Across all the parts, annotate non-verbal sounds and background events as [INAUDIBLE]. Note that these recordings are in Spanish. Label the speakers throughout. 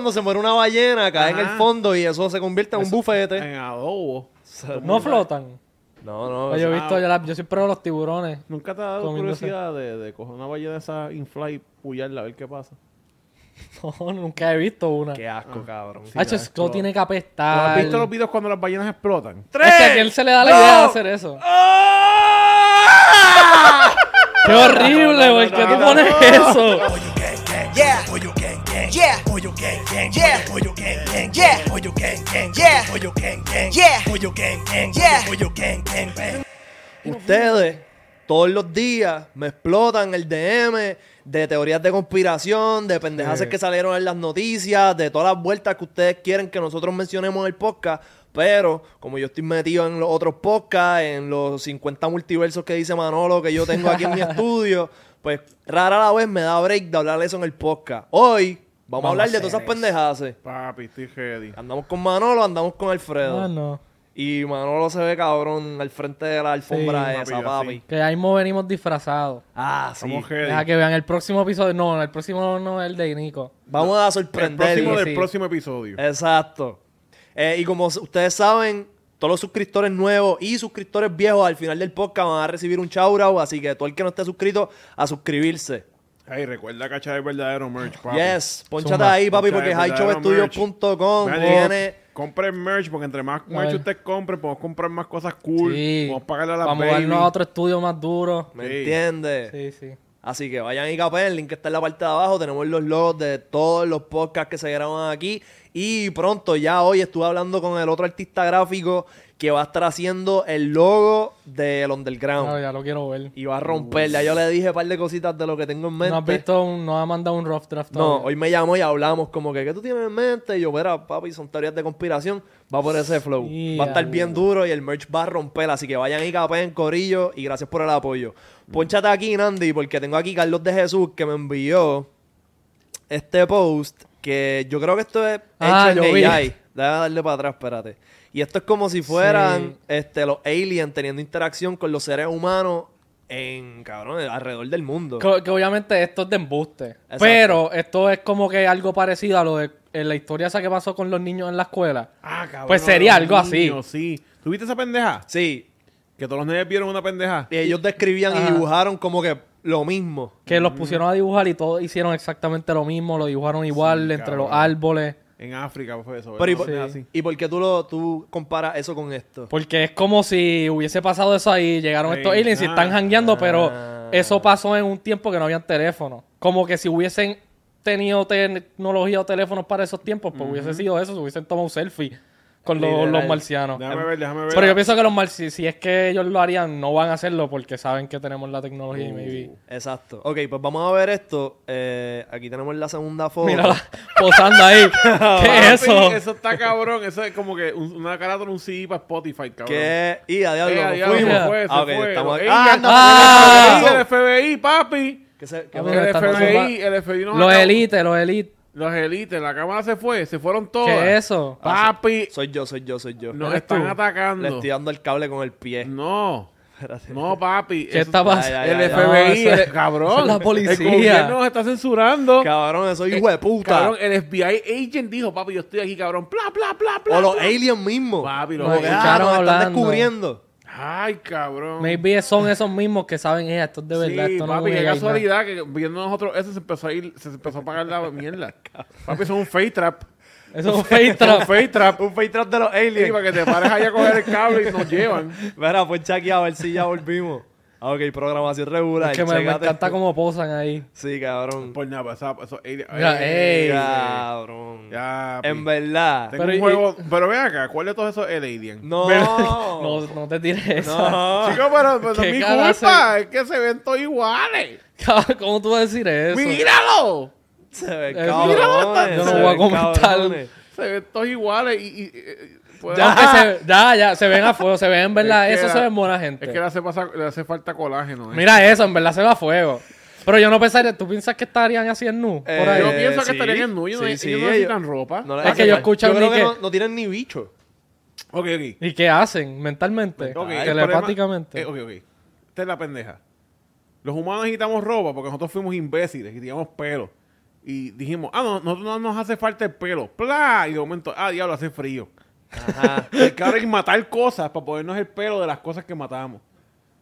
Speaker 1: cuando se muere una ballena, cae en
Speaker 2: Ajá.
Speaker 1: el fondo y eso se convierte en un bufete.
Speaker 2: En adobo.
Speaker 3: No flotan.
Speaker 1: No,
Speaker 2: Pues
Speaker 1: no.
Speaker 3: Yo he
Speaker 1: eso-
Speaker 3: visto, yo, la- yo siempre veo los tiburones. [LAUGHS]
Speaker 2: Nunca te ha dado
Speaker 3: Comiéndose.
Speaker 2: curiosidad de, de coger una ballena esa infla y pullarla a ver qué pasa.
Speaker 3: No, nunca he visto una.
Speaker 1: Qué asco, cabrón.
Speaker 2: Sí,
Speaker 3: Hacho,
Speaker 2: la-
Speaker 3: Scott
Speaker 2: lo-
Speaker 3: tiene que
Speaker 2: ¿Tú
Speaker 3: apestar.
Speaker 2: ¿Has visto los videos cuando las ballenas explotan?
Speaker 3: Es
Speaker 1: Este
Speaker 3: que a él se le da la idea de hacer eso.
Speaker 2: Ah.
Speaker 1: ¡Oh!
Speaker 3: ¡Qué horrible, güey! ¿Qué tú pones eso?
Speaker 4: Yeah. Yeah. Yeah. Yeah. Yeah. Yeah.
Speaker 1: Ustedes todos los días me explotan el DM de teorías de conspiración, de pendejaces que salieron en las noticias, de todas las vueltas que ustedes quieren que nosotros mencionemos en el podcast. Pero, como yo estoy metido en los otros podcasts, en los 50 multiversos que dice Manolo que yo tengo aquí en mi estudio, pues rara la vez me da break de hablar eso en el podcast. Hoy vamos, a
Speaker 3: Vamos a
Speaker 1: hablar de
Speaker 3: hacer
Speaker 1: todas esas
Speaker 3: eso.
Speaker 1: pendejaces.
Speaker 2: Papi, estoy ready.
Speaker 1: Andamos con Manolo, andamos con Alfredo.
Speaker 3: Ah, no.
Speaker 1: Y Manolo se ve cabrón al frente de la alfombra
Speaker 2: Sí,
Speaker 1: esa,
Speaker 2: papi,
Speaker 1: papi.
Speaker 2: así.
Speaker 3: Que ahí mismo venimos disfrazados.
Speaker 1: Ah, sí.
Speaker 2: Estamos
Speaker 3: Deja
Speaker 2: ready.
Speaker 3: que vean el próximo episodio. No, el próximo no es el de Nico.
Speaker 1: Vamos a
Speaker 2: El
Speaker 1: sorprender.
Speaker 2: próximo
Speaker 3: sí,
Speaker 2: del
Speaker 3: sí.
Speaker 2: próximo episodio.
Speaker 1: Exacto. Eh, y como s- ustedes saben, todos los suscriptores nuevos y suscriptores viejos al final del podcast van a recibir un chaurao. Así que todo el que no esté suscrito, a suscribirse.
Speaker 2: Ay, recuerda cachar el verdadero merch, papi.
Speaker 1: Yes, ponchate
Speaker 3: Zumba.
Speaker 1: ahí, papi, porque
Speaker 2: Ponchate el verdadero
Speaker 1: highshowstudios.com
Speaker 2: merch. Vean,
Speaker 1: tiene.
Speaker 2: Compren merch, porque entre más merch
Speaker 3: Vale.
Speaker 2: usted compre, podemos comprar más cosas cool.
Speaker 3: Sí.
Speaker 2: Podemos pagarle a la
Speaker 3: Vamos a
Speaker 2: baby.
Speaker 3: darnos a otro estudio más duro.
Speaker 1: ¿Me
Speaker 2: Sí.
Speaker 1: entiendes?
Speaker 3: Sí, sí.
Speaker 1: Así que vayan y capen, el link está en la parte de abajo. Tenemos los logos de todos los podcasts que se graban aquí. Y pronto, ya hoy estuve hablando con el otro artista gráfico que va a estar haciendo el logo del Underground.
Speaker 3: No, ya lo quiero ver.
Speaker 1: Y va a romperla. Yo le dije un par de cositas de lo que tengo en mente.
Speaker 3: No has visto, un- no ha mandado un rough draft.
Speaker 1: No,
Speaker 3: todavía.
Speaker 1: hoy me llamó y hablamos como que, ¿qué tú tienes en mente? Y yo, verá, papi, son teorías de conspiración. Va por ese flow.
Speaker 3: Sí,
Speaker 1: va a estar
Speaker 3: algo.
Speaker 1: bien duro y el merch va a romper. Así que vayan y capen, corillo. Y gracias por el apoyo. Ponchate aquí, Nandi, porque tengo aquí Carlos de Jesús que me envió este post que yo creo que esto es hecho
Speaker 3: Ah,
Speaker 1: en
Speaker 3: yo vi.
Speaker 1: AI. Déjame darle para atrás, espérate. Y esto es como si fueran
Speaker 3: Sí.
Speaker 1: este, los aliens teniendo interacción con los seres humanos en, cabrón, alrededor del mundo.
Speaker 3: Que, que obviamente esto es de embuste. Pero esto es como que algo parecido a lo de en la historia esa que pasó con los niños en la escuela.
Speaker 2: Ah, cabrón,
Speaker 3: Pues sería
Speaker 2: los
Speaker 3: algo así.
Speaker 2: niños, Sí. ¿Tuviste esa pendeja?
Speaker 1: Sí,
Speaker 2: Que todos los nenes vieron una pendeja.
Speaker 1: Y ellos describían y
Speaker 3: Ajá.
Speaker 1: dibujaron como que lo mismo.
Speaker 3: Que los pusieron a dibujar y todos hicieron exactamente lo mismo, lo dibujaron igual entre
Speaker 2: cabrón.
Speaker 3: los árboles.
Speaker 2: En África fue eso.
Speaker 1: Pero y,
Speaker 2: ¿verdad?
Speaker 1: por,
Speaker 2: Pendeja
Speaker 3: Sí.
Speaker 2: así.
Speaker 1: ¿y por qué tú, lo, tú comparas eso con esto?
Speaker 3: Porque es como si hubiese pasado eso ahí, llegaron
Speaker 2: Sí.
Speaker 3: estos aliens y
Speaker 2: Ah.
Speaker 3: están jangueando, pero
Speaker 1: Ah.
Speaker 3: eso pasó en un tiempo que no habían teléfono. Como que si hubiesen tenido tecnología o teléfonos para esos tiempos, pues hubiese sido eso, se hubiesen tomado un selfie con los-
Speaker 1: Literal.
Speaker 3: los marcianos.
Speaker 2: Déjame ver, déjame ver.
Speaker 3: Pero yo pienso que los mal, si, si es que ellos lo harían, no van a hacerlo porque saben que tenemos la tecnología y maybe.
Speaker 1: Exacto. Ok, pues vamos a ver esto. Eh, aquí tenemos la segunda foto.
Speaker 3: Mírala,
Speaker 2: [LAUGHS]
Speaker 3: posando ahí. ¿Qué
Speaker 2: Oh. Ah, Papi,
Speaker 3: es eso?
Speaker 2: Eso está cabrón. Eso es como que un- una cara de un CD para Spotify, cabrón.
Speaker 1: ¿Qué? Y a diablo,
Speaker 2: Eh,
Speaker 1: nos
Speaker 2: a diablo,
Speaker 1: fuimos.
Speaker 2: se fue, se
Speaker 1: Ah, ok,
Speaker 2: fue.
Speaker 1: estamos aquí.
Speaker 2: Ey,
Speaker 1: Ah,
Speaker 2: ya
Speaker 1: anda,
Speaker 3: Ah.
Speaker 1: mira,
Speaker 2: El
Speaker 1: mira, mira.
Speaker 2: FBI, papi.
Speaker 1: Que se- que-
Speaker 3: Ah,
Speaker 2: El
Speaker 3: mira, están
Speaker 2: FBI,
Speaker 3: nosotros-
Speaker 2: el FBI nos
Speaker 3: Los
Speaker 2: acabó-
Speaker 3: elites, los elites.
Speaker 2: Los elites, la cámara se fue, se fueron todos.
Speaker 3: ¿Qué es
Speaker 2: Oh.
Speaker 3: eso?
Speaker 2: Papi,
Speaker 1: Soy yo, soy yo, soy yo.
Speaker 2: nos
Speaker 3: ¿Eres
Speaker 2: están
Speaker 3: tú?
Speaker 1: Le
Speaker 2: atacando.
Speaker 1: estoy dando el cable con el pie.
Speaker 2: No,
Speaker 1: Espérate.
Speaker 2: no, papi.
Speaker 3: ¿Qué
Speaker 2: eso-
Speaker 3: está
Speaker 1: Ay,
Speaker 3: pasando?
Speaker 1: ay,
Speaker 2: El
Speaker 1: Ya, ya,
Speaker 2: FBI,
Speaker 3: No,
Speaker 2: el-
Speaker 3: eso- eso
Speaker 2: cabrón.
Speaker 3: es la
Speaker 2: El
Speaker 3: policía.
Speaker 2: gobierno nos está censurando.
Speaker 1: Cabrón, eso hijo de puta.
Speaker 2: Eh, Cabrón, el FBI agent dijo, papi, yo estoy aquí, cabrón. Bla, bla, bla, bla.
Speaker 1: o los
Speaker 2: bla.
Speaker 1: aliens mismos.
Speaker 2: Papi, los
Speaker 1: Como que, ah,
Speaker 3: escucharon
Speaker 1: nos están
Speaker 3: hablando.
Speaker 1: descubriendo.
Speaker 2: Ay, cabrón.
Speaker 3: Maybe son esos mismos que saben, eh, esto es de verdad.
Speaker 2: sí,
Speaker 3: esto no
Speaker 2: papi,
Speaker 3: es
Speaker 2: qué
Speaker 3: un AI, ¿no?
Speaker 2: casualidad que viendo nosotros eso se empezó a ir, se empezó a pagar la
Speaker 1: [LAUGHS]
Speaker 2: mierda. papi, eso es un fake trap.
Speaker 3: Eso es un fake
Speaker 2: Eso es un
Speaker 3: trap.
Speaker 2: fake trap.
Speaker 1: Un fake trap de los aliens.
Speaker 2: Sí, para que te pares ahí a coger el cable y
Speaker 1: [LAUGHS]
Speaker 2: nos llevan.
Speaker 1: Verá, poncha aquí a ver si ya volvimos. Ah, ok, programación regular.
Speaker 3: Es que me, me
Speaker 1: chécate.
Speaker 3: encanta cómo posan ahí.
Speaker 1: Sí, cabrón.
Speaker 2: Por nada, esa, eso, ey,
Speaker 3: Mira,
Speaker 2: ey,
Speaker 3: ey.
Speaker 1: Cabrón.
Speaker 2: Ya, pi.
Speaker 1: En verdad.
Speaker 2: Tengo
Speaker 3: Pero
Speaker 2: un
Speaker 3: y-
Speaker 2: juego. Pero ven acá, ¿cuál de todos esos es el Alien?
Speaker 1: No.
Speaker 3: [LAUGHS] No,
Speaker 1: No.
Speaker 3: no te tires eso. [LAUGHS]
Speaker 1: No.
Speaker 2: Chicos, pero, pero no es
Speaker 3: Qué
Speaker 2: mi
Speaker 3: cara
Speaker 2: culpa, es que se ven todos iguales.
Speaker 3: ¿Cómo tú vas a decir eso?
Speaker 2: ¡Míralo!
Speaker 1: Se ven
Speaker 3: Eh,
Speaker 1: cabrones.
Speaker 3: yo no
Speaker 1: se
Speaker 3: voy a
Speaker 1: ven
Speaker 3: comentar.
Speaker 1: cabrones.
Speaker 2: Se ven todos iguales y. y- y- pues,
Speaker 3: Ya, que se, ya, ya, se ven a fuego, se ven en verdad.
Speaker 2: Es que
Speaker 3: eso se
Speaker 2: la-
Speaker 3: ven buena gente.
Speaker 2: Es que le hace, pasar- le hace falta colágeno. ¿eh?
Speaker 3: Mira eso, en verdad se va a fuego. Pero yo no pensaría, ¿tú piensas que estarían así en nu? Por
Speaker 1: Eh,
Speaker 3: ahí.
Speaker 2: yo pienso que
Speaker 1: sí,
Speaker 2: estarían en nuyo,
Speaker 1: sí,
Speaker 2: ellos
Speaker 1: sí,
Speaker 2: no
Speaker 1: ellos-
Speaker 2: necesitan ropa.
Speaker 1: No,
Speaker 3: Es
Speaker 1: hace
Speaker 3: que yo
Speaker 1: falta.
Speaker 3: escucho a
Speaker 1: creo
Speaker 3: mí
Speaker 1: que
Speaker 3: que-
Speaker 1: no, no tienen ni bicho.
Speaker 2: Ok, ok.
Speaker 3: ¿Y qué hacen mentalmente?
Speaker 2: Ok, el
Speaker 3: Telepáticamente.
Speaker 2: problema- eh, ok, ok. Esta es la pendeja. Los humanos necesitamos ropa porque nosotros fuimos imbéciles y teníamos pelo. Y Y dijimos, ah, no, nosotros no nos hace falta el pelo. ¡Pla! Y de momento, ah, diablo, hace frío.
Speaker 1: Ajá.
Speaker 2: [LAUGHS] Hay que ahora ir matar cosas para ponernos el pelo de las cosas que matamos.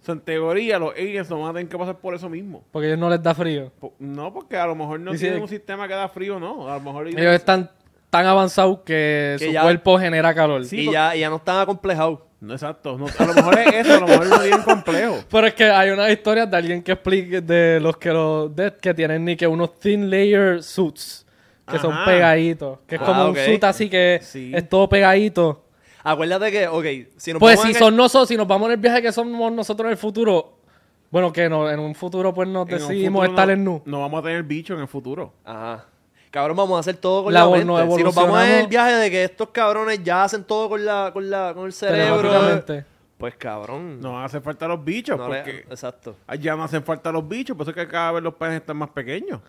Speaker 2: O sea, en teoría, los aliens no van a tener que pasar por eso mismo.
Speaker 3: Porque a ellos no les da frío.
Speaker 2: Po- No, porque a lo mejor no
Speaker 3: Dice-
Speaker 2: tienen un sistema que da frío, no. A lo mejor
Speaker 3: Ellos están tan avanzados que,
Speaker 1: Que
Speaker 3: su
Speaker 1: ya-
Speaker 3: cuerpo genera calor.
Speaker 2: Sí.
Speaker 1: y, ya, y ya no están acomplejados.
Speaker 2: No, exacto. no, a lo mejor es eso, a lo mejor no es bien complejo.
Speaker 3: Pero es que hay unas historias de alguien que explique de los que los de- que tienen ni que unos thin layer suits que son
Speaker 2: Ajá.
Speaker 3: pegaditos, que es
Speaker 1: Ah,
Speaker 3: como
Speaker 1: ok.
Speaker 3: un suit así que
Speaker 2: Sí.
Speaker 3: es todo pegadito.
Speaker 1: Acuérdate que, ok, si nos
Speaker 3: Pues
Speaker 1: vamos
Speaker 3: si
Speaker 1: en el-
Speaker 3: son nosotros, si nos vamos en el viaje que somos nosotros en el futuro, bueno, que no, en un futuro pues nos
Speaker 2: En un
Speaker 3: [LAUGHS] decidimos
Speaker 2: futuro
Speaker 3: estar
Speaker 2: no-
Speaker 3: en nu.
Speaker 2: No vamos a tener bicho en el futuro.
Speaker 1: Ajá. Cabrón, vamos a hacer todo con
Speaker 3: La
Speaker 1: la,
Speaker 3: vol-
Speaker 1: mente.
Speaker 3: no
Speaker 1: si nos vamos en
Speaker 3: evolucionamos-
Speaker 1: el viaje de que estos cabrones ya hacen todo con la, con la, con el cerebro.
Speaker 3: Telepáticamente.
Speaker 1: Pues cabrón.
Speaker 2: No hace falta los bichos,
Speaker 1: no le-
Speaker 2: porque
Speaker 1: Exacto.
Speaker 2: allá no hacen falta los bichos, por eso es que cada vez los peces están más pequeños.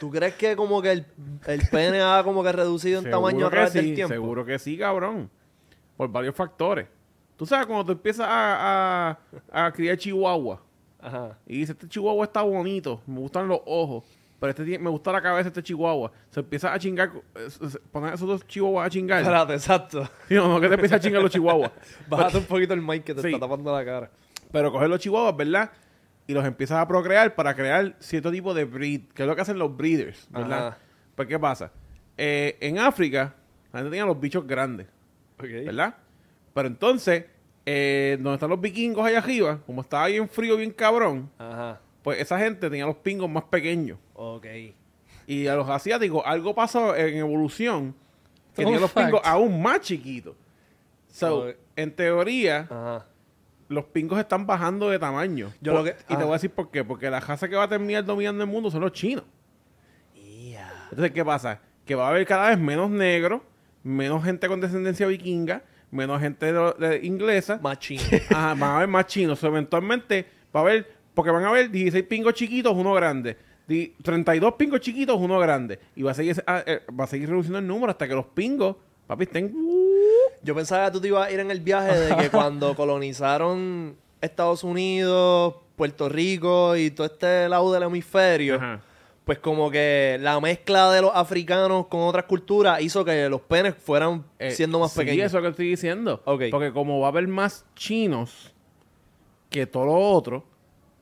Speaker 1: ¿Tú crees que como que el, el pene ha como que reducido en
Speaker 2: Seguro
Speaker 1: tamaño a
Speaker 2: que
Speaker 1: través
Speaker 2: sí,
Speaker 1: del tiempo?
Speaker 2: Seguro que sí, cabrón. Por varios factores. Tú sabes, cuando tú empiezas a, a- a criar chihuahua
Speaker 1: Ajá.
Speaker 2: y dices, este chihuahua está bonito, me gustan los ojos, pero este tiene- me gusta la cabeza de este chihuahua. Se empieza a chingar, eh, se- se- poner esos dos chihuahuas a chingar.
Speaker 1: Espérate, exacto.
Speaker 2: [LAUGHS] Sí, no, no, que te empieza a chingar los chihuahuas.
Speaker 1: Bájate un poquito el mic que te
Speaker 2: Sí.
Speaker 1: está tapando la cara.
Speaker 2: Pero coges los chihuahuas, ¿verdad? Y los empiezas a procrear para crear cierto tipo de breed, que es lo que hacen los breeders, ¿verdad?
Speaker 1: Ajá.
Speaker 2: Pues, ¿qué pasa? Eh, en África, la gente tenía los bichos grandes. ¿verdad? Pero entonces, eh, donde están los vikingos allá arriba, como estaba bien frío, bien cabrón,
Speaker 1: Ajá.
Speaker 2: pues esa gente tenía los pingos más pequeños.
Speaker 1: Ok.
Speaker 2: Y a los asiáticos, algo pasó en evolución que
Speaker 3: Fun
Speaker 2: tenían los
Speaker 3: fact.
Speaker 2: pingos aún más chiquitos. So,
Speaker 1: Ok.
Speaker 2: en teoría,
Speaker 1: Ajá.
Speaker 2: los pingos están bajando de tamaño.
Speaker 1: Yo
Speaker 2: Por-
Speaker 1: lo que-
Speaker 2: Y te
Speaker 1: ah.
Speaker 2: voy a decir por qué. Porque la raza que va a terminar dominando el mundo son los chinos.
Speaker 1: Ya.
Speaker 2: Entonces, ¿qué pasa? Que va a haber cada vez menos negros, menos gente con descendencia vikinga, menos gente de lo- de inglesa.
Speaker 1: Machín.
Speaker 2: Ajá, van a haber más chinos. Eventualmente va a haber, porque van a haber 16 pingos chiquitos, uno grande. Di- 32 pingos chiquitos, uno grande. Y va a seguir, ah, eh, va a seguir reduciendo el número hasta que los pingos, papi, estén... uh,
Speaker 1: Yo pensaba que tú te ibas a ir en el viaje de que
Speaker 3: [LAUGHS]
Speaker 1: cuando colonizaron Estados Unidos, Puerto Rico y todo este lado del hemisferio,
Speaker 2: Ajá.
Speaker 1: pues como que la mezcla de los africanos con otras culturas hizo que los penes fueran
Speaker 2: Eh,
Speaker 1: siendo más
Speaker 2: sí,
Speaker 1: pequeños.
Speaker 2: eso que estoy diciendo.
Speaker 1: Ok.
Speaker 2: Porque como va a haber más chinos que todo lo otro,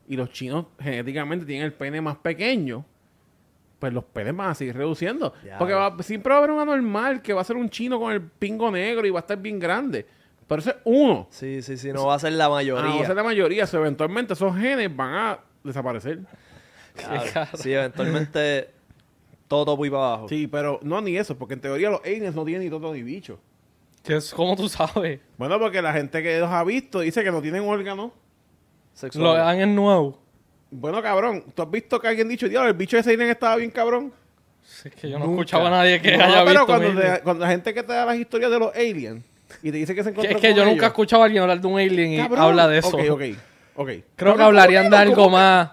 Speaker 2: y los chinos genéticamente tienen el pene más pequeño, pues los penes van a seguir reduciendo.
Speaker 1: Ya.
Speaker 2: Porque va- siempre va a haber un anormal que va a ser un chino con el pingo negro y va a estar bien grande. Pero ese es uno.
Speaker 1: Sí, sí, sí, no va a ser la
Speaker 2: Ah, va a
Speaker 1: mayoría.
Speaker 2: ser la mayoría. So, eventualmente esos genes van a desaparecer. [LAUGHS]
Speaker 1: Claro. Sí, eventualmente todo topo y para abajo.
Speaker 2: Sí, pero no ni eso, porque en teoría los aliens no tienen ni todo ni bicho.
Speaker 3: Que es- ¿Cómo tú sabes?
Speaker 2: Bueno, porque la gente que los ha visto dice que no tienen órganos.
Speaker 1: Sexual.
Speaker 3: Lo dan en nuevo.
Speaker 2: Bueno, cabrón, ¿tú has visto que alguien ha dicho, diablo, el bicho de ese alien estaba bien cabrón?
Speaker 3: Sí, es que yo no
Speaker 2: Nunca.
Speaker 3: escuchaba a nadie que
Speaker 2: No,
Speaker 3: haya
Speaker 2: pero
Speaker 3: visto.
Speaker 2: cuando,
Speaker 3: mil.
Speaker 2: te- cuando la gente que te da las historias de los aliens y te dice que se
Speaker 3: Que-
Speaker 2: encontró
Speaker 3: es que yo nunca he escuchado a alguien hablar de un alien y habla de eso.
Speaker 2: Ok, ok, ok.
Speaker 3: Creo que hablarían de algo más.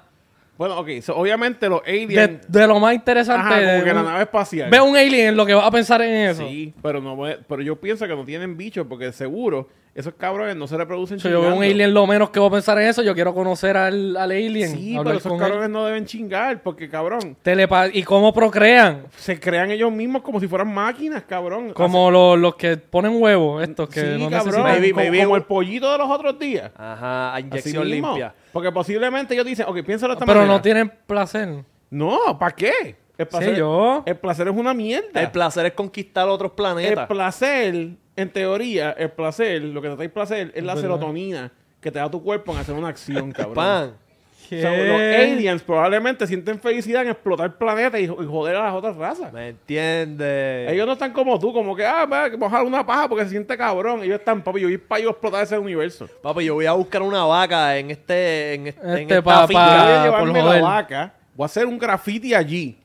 Speaker 2: Bueno, ok, so, obviamente los
Speaker 3: De,
Speaker 2: aliens...
Speaker 3: de lo más interesante.
Speaker 2: Ajá,
Speaker 3: de
Speaker 2: como que la
Speaker 3: un-
Speaker 2: nave espacial.
Speaker 3: Ve un alien en lo que vas a pensar en eso.
Speaker 2: Sí, pero, no, voy- pero yo pienso que no tienen bichos porque seguro esos cabrones no se reproducen
Speaker 3: O sea, yo veo un
Speaker 2: chingando.
Speaker 3: alien lo menos que voy a pensar en eso. Yo quiero conocer al, al alien.
Speaker 2: Sí,
Speaker 3: hablar
Speaker 2: pero esos
Speaker 3: con
Speaker 2: cabrones
Speaker 3: él.
Speaker 2: no deben chingar porque, cabrón,
Speaker 3: Telepa- ¿Y cómo procrean?
Speaker 2: se crean ellos mismos como si fueran máquinas, cabrón.
Speaker 3: Como los, los que ponen huevos, estos que
Speaker 2: sí, cabrón,
Speaker 3: no necesitan.
Speaker 1: Maybe,
Speaker 2: como-
Speaker 1: maybe
Speaker 2: como
Speaker 1: un-
Speaker 2: el pollito de los otros días.
Speaker 1: Ajá, a
Speaker 2: Así
Speaker 1: inyección
Speaker 2: mismo.
Speaker 1: limpia.
Speaker 2: Porque posiblemente ellos dicen, ok, piénsalo de esta
Speaker 3: Ah, Pero
Speaker 2: manera.
Speaker 3: no tienen placer.
Speaker 2: No, ¿para qué? El placer,
Speaker 3: yo.
Speaker 2: el placer es una mierda.
Speaker 1: El placer es conquistar otros
Speaker 2: El
Speaker 1: planetas.
Speaker 2: placer, en teoría, el placer, lo que te trae placer es la
Speaker 3: verdad.
Speaker 2: serotonina que te da tu cuerpo en hacer una
Speaker 1: [LAUGHS]
Speaker 2: acción, cabrón.
Speaker 1: Pan.
Speaker 2: O sea, los aliens probablemente sienten felicidad en explotar planetas y, y joder a las otras razas.
Speaker 1: ¿Me entiendes?
Speaker 2: Ellos no están como tú, como que, ah, va, que mojar una paja porque se siente cabrón. Ellos están, papi, yo voy para yo explotar ese universo.
Speaker 1: Papi, yo voy a buscar una vaca en este, en, este, en
Speaker 3: Este
Speaker 1: esta
Speaker 2: Yo
Speaker 3: papá.
Speaker 2: voy
Speaker 1: finca.
Speaker 2: a
Speaker 3: Ah, por
Speaker 2: llevarme la
Speaker 3: joder.
Speaker 2: vaca, voy a hacer un graffiti allí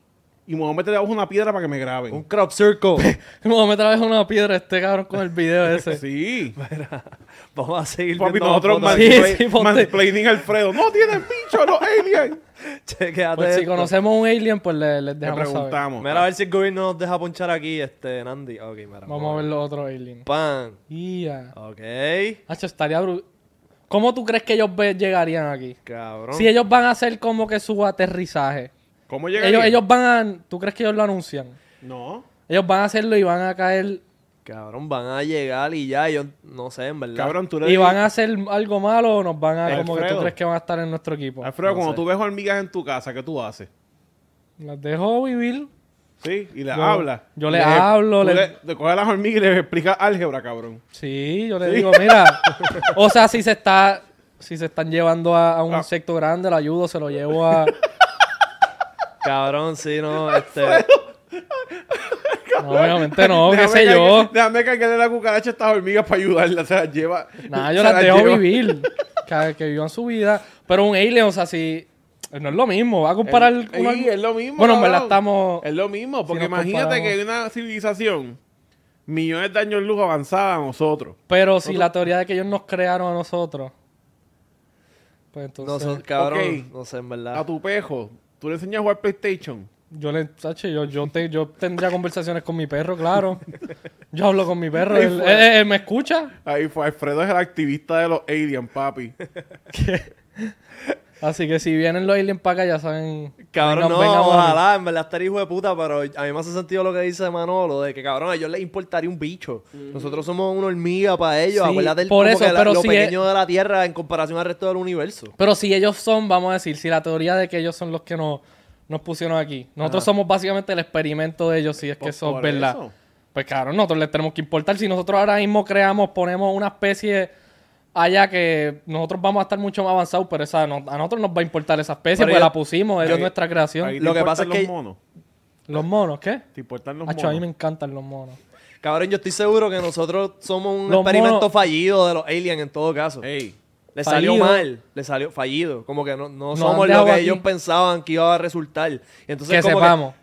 Speaker 2: y me voy a meter debajo de una piedra para que me graben.
Speaker 3: Oh,
Speaker 1: Un crop circle.
Speaker 3: [LAUGHS]
Speaker 1: [LAUGHS]
Speaker 3: Vamos a meter vez una piedra a este cabrón con el video
Speaker 2: [LAUGHS]
Speaker 3: ese. [LAUGHS]
Speaker 2: Sí.
Speaker 1: Vamos a seguir
Speaker 2: Papi,
Speaker 1: viendo
Speaker 2: nosotros
Speaker 1: fotos.
Speaker 3: Sí,
Speaker 2: manplay-
Speaker 3: [LAUGHS] sí, ponte.
Speaker 2: mansplaining a Alfredo. No tienen bicho los aliens.
Speaker 1: [LAUGHS] Chequéate
Speaker 3: Pues si
Speaker 1: esto.
Speaker 3: conocemos un alien, pues le- les
Speaker 2: Le
Speaker 3: dejamos saber.
Speaker 2: preguntamos.
Speaker 1: Mira a ver si el gobierno nos deja ponchar aquí, este, Nandi. Ok, mira.
Speaker 3: Vamos a ver los otros aliens.
Speaker 1: Pan.
Speaker 3: Ya.
Speaker 1: Ok.
Speaker 3: Hacho, estaría bru- ¿Cómo tú crees que ellos ve- llegarían aquí?
Speaker 1: Cabrón.
Speaker 3: Si ellos van a hacer como que su aterrizaje.
Speaker 2: ¿Cómo llega
Speaker 3: Ellos,
Speaker 2: ahí?
Speaker 3: ellos van a... ¿Tú crees que ellos lo anuncian?
Speaker 2: No.
Speaker 3: Ellos van a hacerlo y van a caer...
Speaker 1: Cabrón, van a llegar y ya, yo no sé, en verdad.
Speaker 2: Cabrón, tú le
Speaker 3: Y
Speaker 2: dices-
Speaker 3: van a hacer algo malo o nos van a...
Speaker 2: Alfredo.
Speaker 3: Como que tú crees que van a estar en nuestro equipo.
Speaker 2: Alfredo,
Speaker 1: No
Speaker 2: cuando
Speaker 1: sé.
Speaker 2: tú ves hormigas en tu casa, ¿qué tú haces?
Speaker 3: Las dejo vivir.
Speaker 2: Sí, y le
Speaker 3: Yo-
Speaker 2: hablas.
Speaker 3: yo le hablo,
Speaker 2: tú
Speaker 3: le-
Speaker 2: Le, te coges las hormigas y le explicas álgebra, cabrón.
Speaker 3: Sí, yo le digo,
Speaker 2: [LAUGHS]
Speaker 3: mira, o sea, si se está, si se están llevando a, a un
Speaker 2: Ah.
Speaker 3: insecto grande, lo ayudo, se lo llevo
Speaker 2: [LAUGHS]
Speaker 3: a,
Speaker 1: Cabrón, sí, no, este.
Speaker 3: no, obviamente no, qué
Speaker 2: Déjame
Speaker 3: sé
Speaker 2: cargar-
Speaker 3: yo,
Speaker 2: Déjame cargarle la cucaracha a estas hormigas para ayudarlas. Se las lleva.
Speaker 3: nada, yo
Speaker 2: se
Speaker 3: las dejo
Speaker 2: lleva.
Speaker 3: vivir, que, que vivan su vida, pero un alien, o sea, si, no es lo mismo, va a comparar,
Speaker 2: El-
Speaker 3: con
Speaker 2: sí,
Speaker 3: algo-
Speaker 2: es lo mismo.
Speaker 3: bueno, en verdad
Speaker 2: cabrón.
Speaker 3: estamos,
Speaker 2: Es lo mismo, porque
Speaker 3: nos
Speaker 2: imagínate
Speaker 3: comparamos.
Speaker 2: que hay una civilización millones de años luz avanzada a nosotros.
Speaker 3: pero si la teoría de que ellos nos crearon a nosotros, pues
Speaker 1: No,
Speaker 3: entonces,
Speaker 1: son, cabrón,
Speaker 2: ok.
Speaker 1: no sé, en
Speaker 2: A
Speaker 1: verdad.
Speaker 2: tu pejo. Tú le enseñas a jugar PlayStation.
Speaker 3: yo le, tacho, yo, yo, te- yo tendría conversaciones con mi perro, claro, yo hablo con mi perro,
Speaker 2: Ahí
Speaker 3: él-
Speaker 2: fue.
Speaker 3: él- él- él me escucha.
Speaker 2: Ahí fue. Alfredo es el activista de los aliens, papi.
Speaker 3: Así que si vienen los aliens para acá, ya saben.
Speaker 1: Cabrón, no,
Speaker 3: vengan, vengan,
Speaker 1: ojalá, en verdad estar hijo de puta, pero a mí me hace sentido lo que dice Manolo, de que cabrón, a ellos les importaría un bicho. Nosotros somos una hormiga para ellos,
Speaker 3: Mm. Sí,
Speaker 1: acuérdate el-
Speaker 3: por
Speaker 1: como
Speaker 3: eso,
Speaker 1: que la-
Speaker 3: pero
Speaker 1: lo
Speaker 3: si
Speaker 1: pequeño de la Tierra en comparación al resto del universo.
Speaker 3: Pero si ellos son, vamos a decir, si la teoría de que ellos son los que nos, nos pusieron aquí. Nosotros somos básicamente el experimento de ellos, si es que
Speaker 2: Pues
Speaker 3: eso es
Speaker 2: por
Speaker 3: verdad.
Speaker 2: eso.
Speaker 3: Pues claro, nosotros les tenemos que importar. Si nosotros ahora mismo creamos, ponemos una especie allá que nosotros vamos a estar mucho más avanzados, pero esa no- a nosotros nos va a importar esa especie
Speaker 1: Pero
Speaker 3: porque
Speaker 1: yo-
Speaker 3: la pusimos, es
Speaker 2: yo-
Speaker 3: nuestra creación.
Speaker 2: Ahí te
Speaker 1: Lo que
Speaker 2: importan
Speaker 1: pasa es que-
Speaker 2: Los monos.
Speaker 3: Los monos, ¿qué?
Speaker 2: Te importan los
Speaker 3: Acho, a mí me
Speaker 2: monos.
Speaker 3: encantan los monos.
Speaker 1: Cabrón, yo estoy seguro que nosotros somos un
Speaker 3: Los
Speaker 1: experimento
Speaker 3: monos-
Speaker 1: fallido de los aliens en todo caso.
Speaker 2: Ey.
Speaker 1: Le
Speaker 3: Fallido.
Speaker 1: salió mal, le salió fallido. Como que no, no
Speaker 3: Nos
Speaker 1: somos
Speaker 3: han
Speaker 1: lo
Speaker 3: dejado
Speaker 1: que
Speaker 3: aquí.
Speaker 1: ellos pensaban que iba a resultar. Y Entonces,
Speaker 3: que
Speaker 1: como que
Speaker 3: sepamos.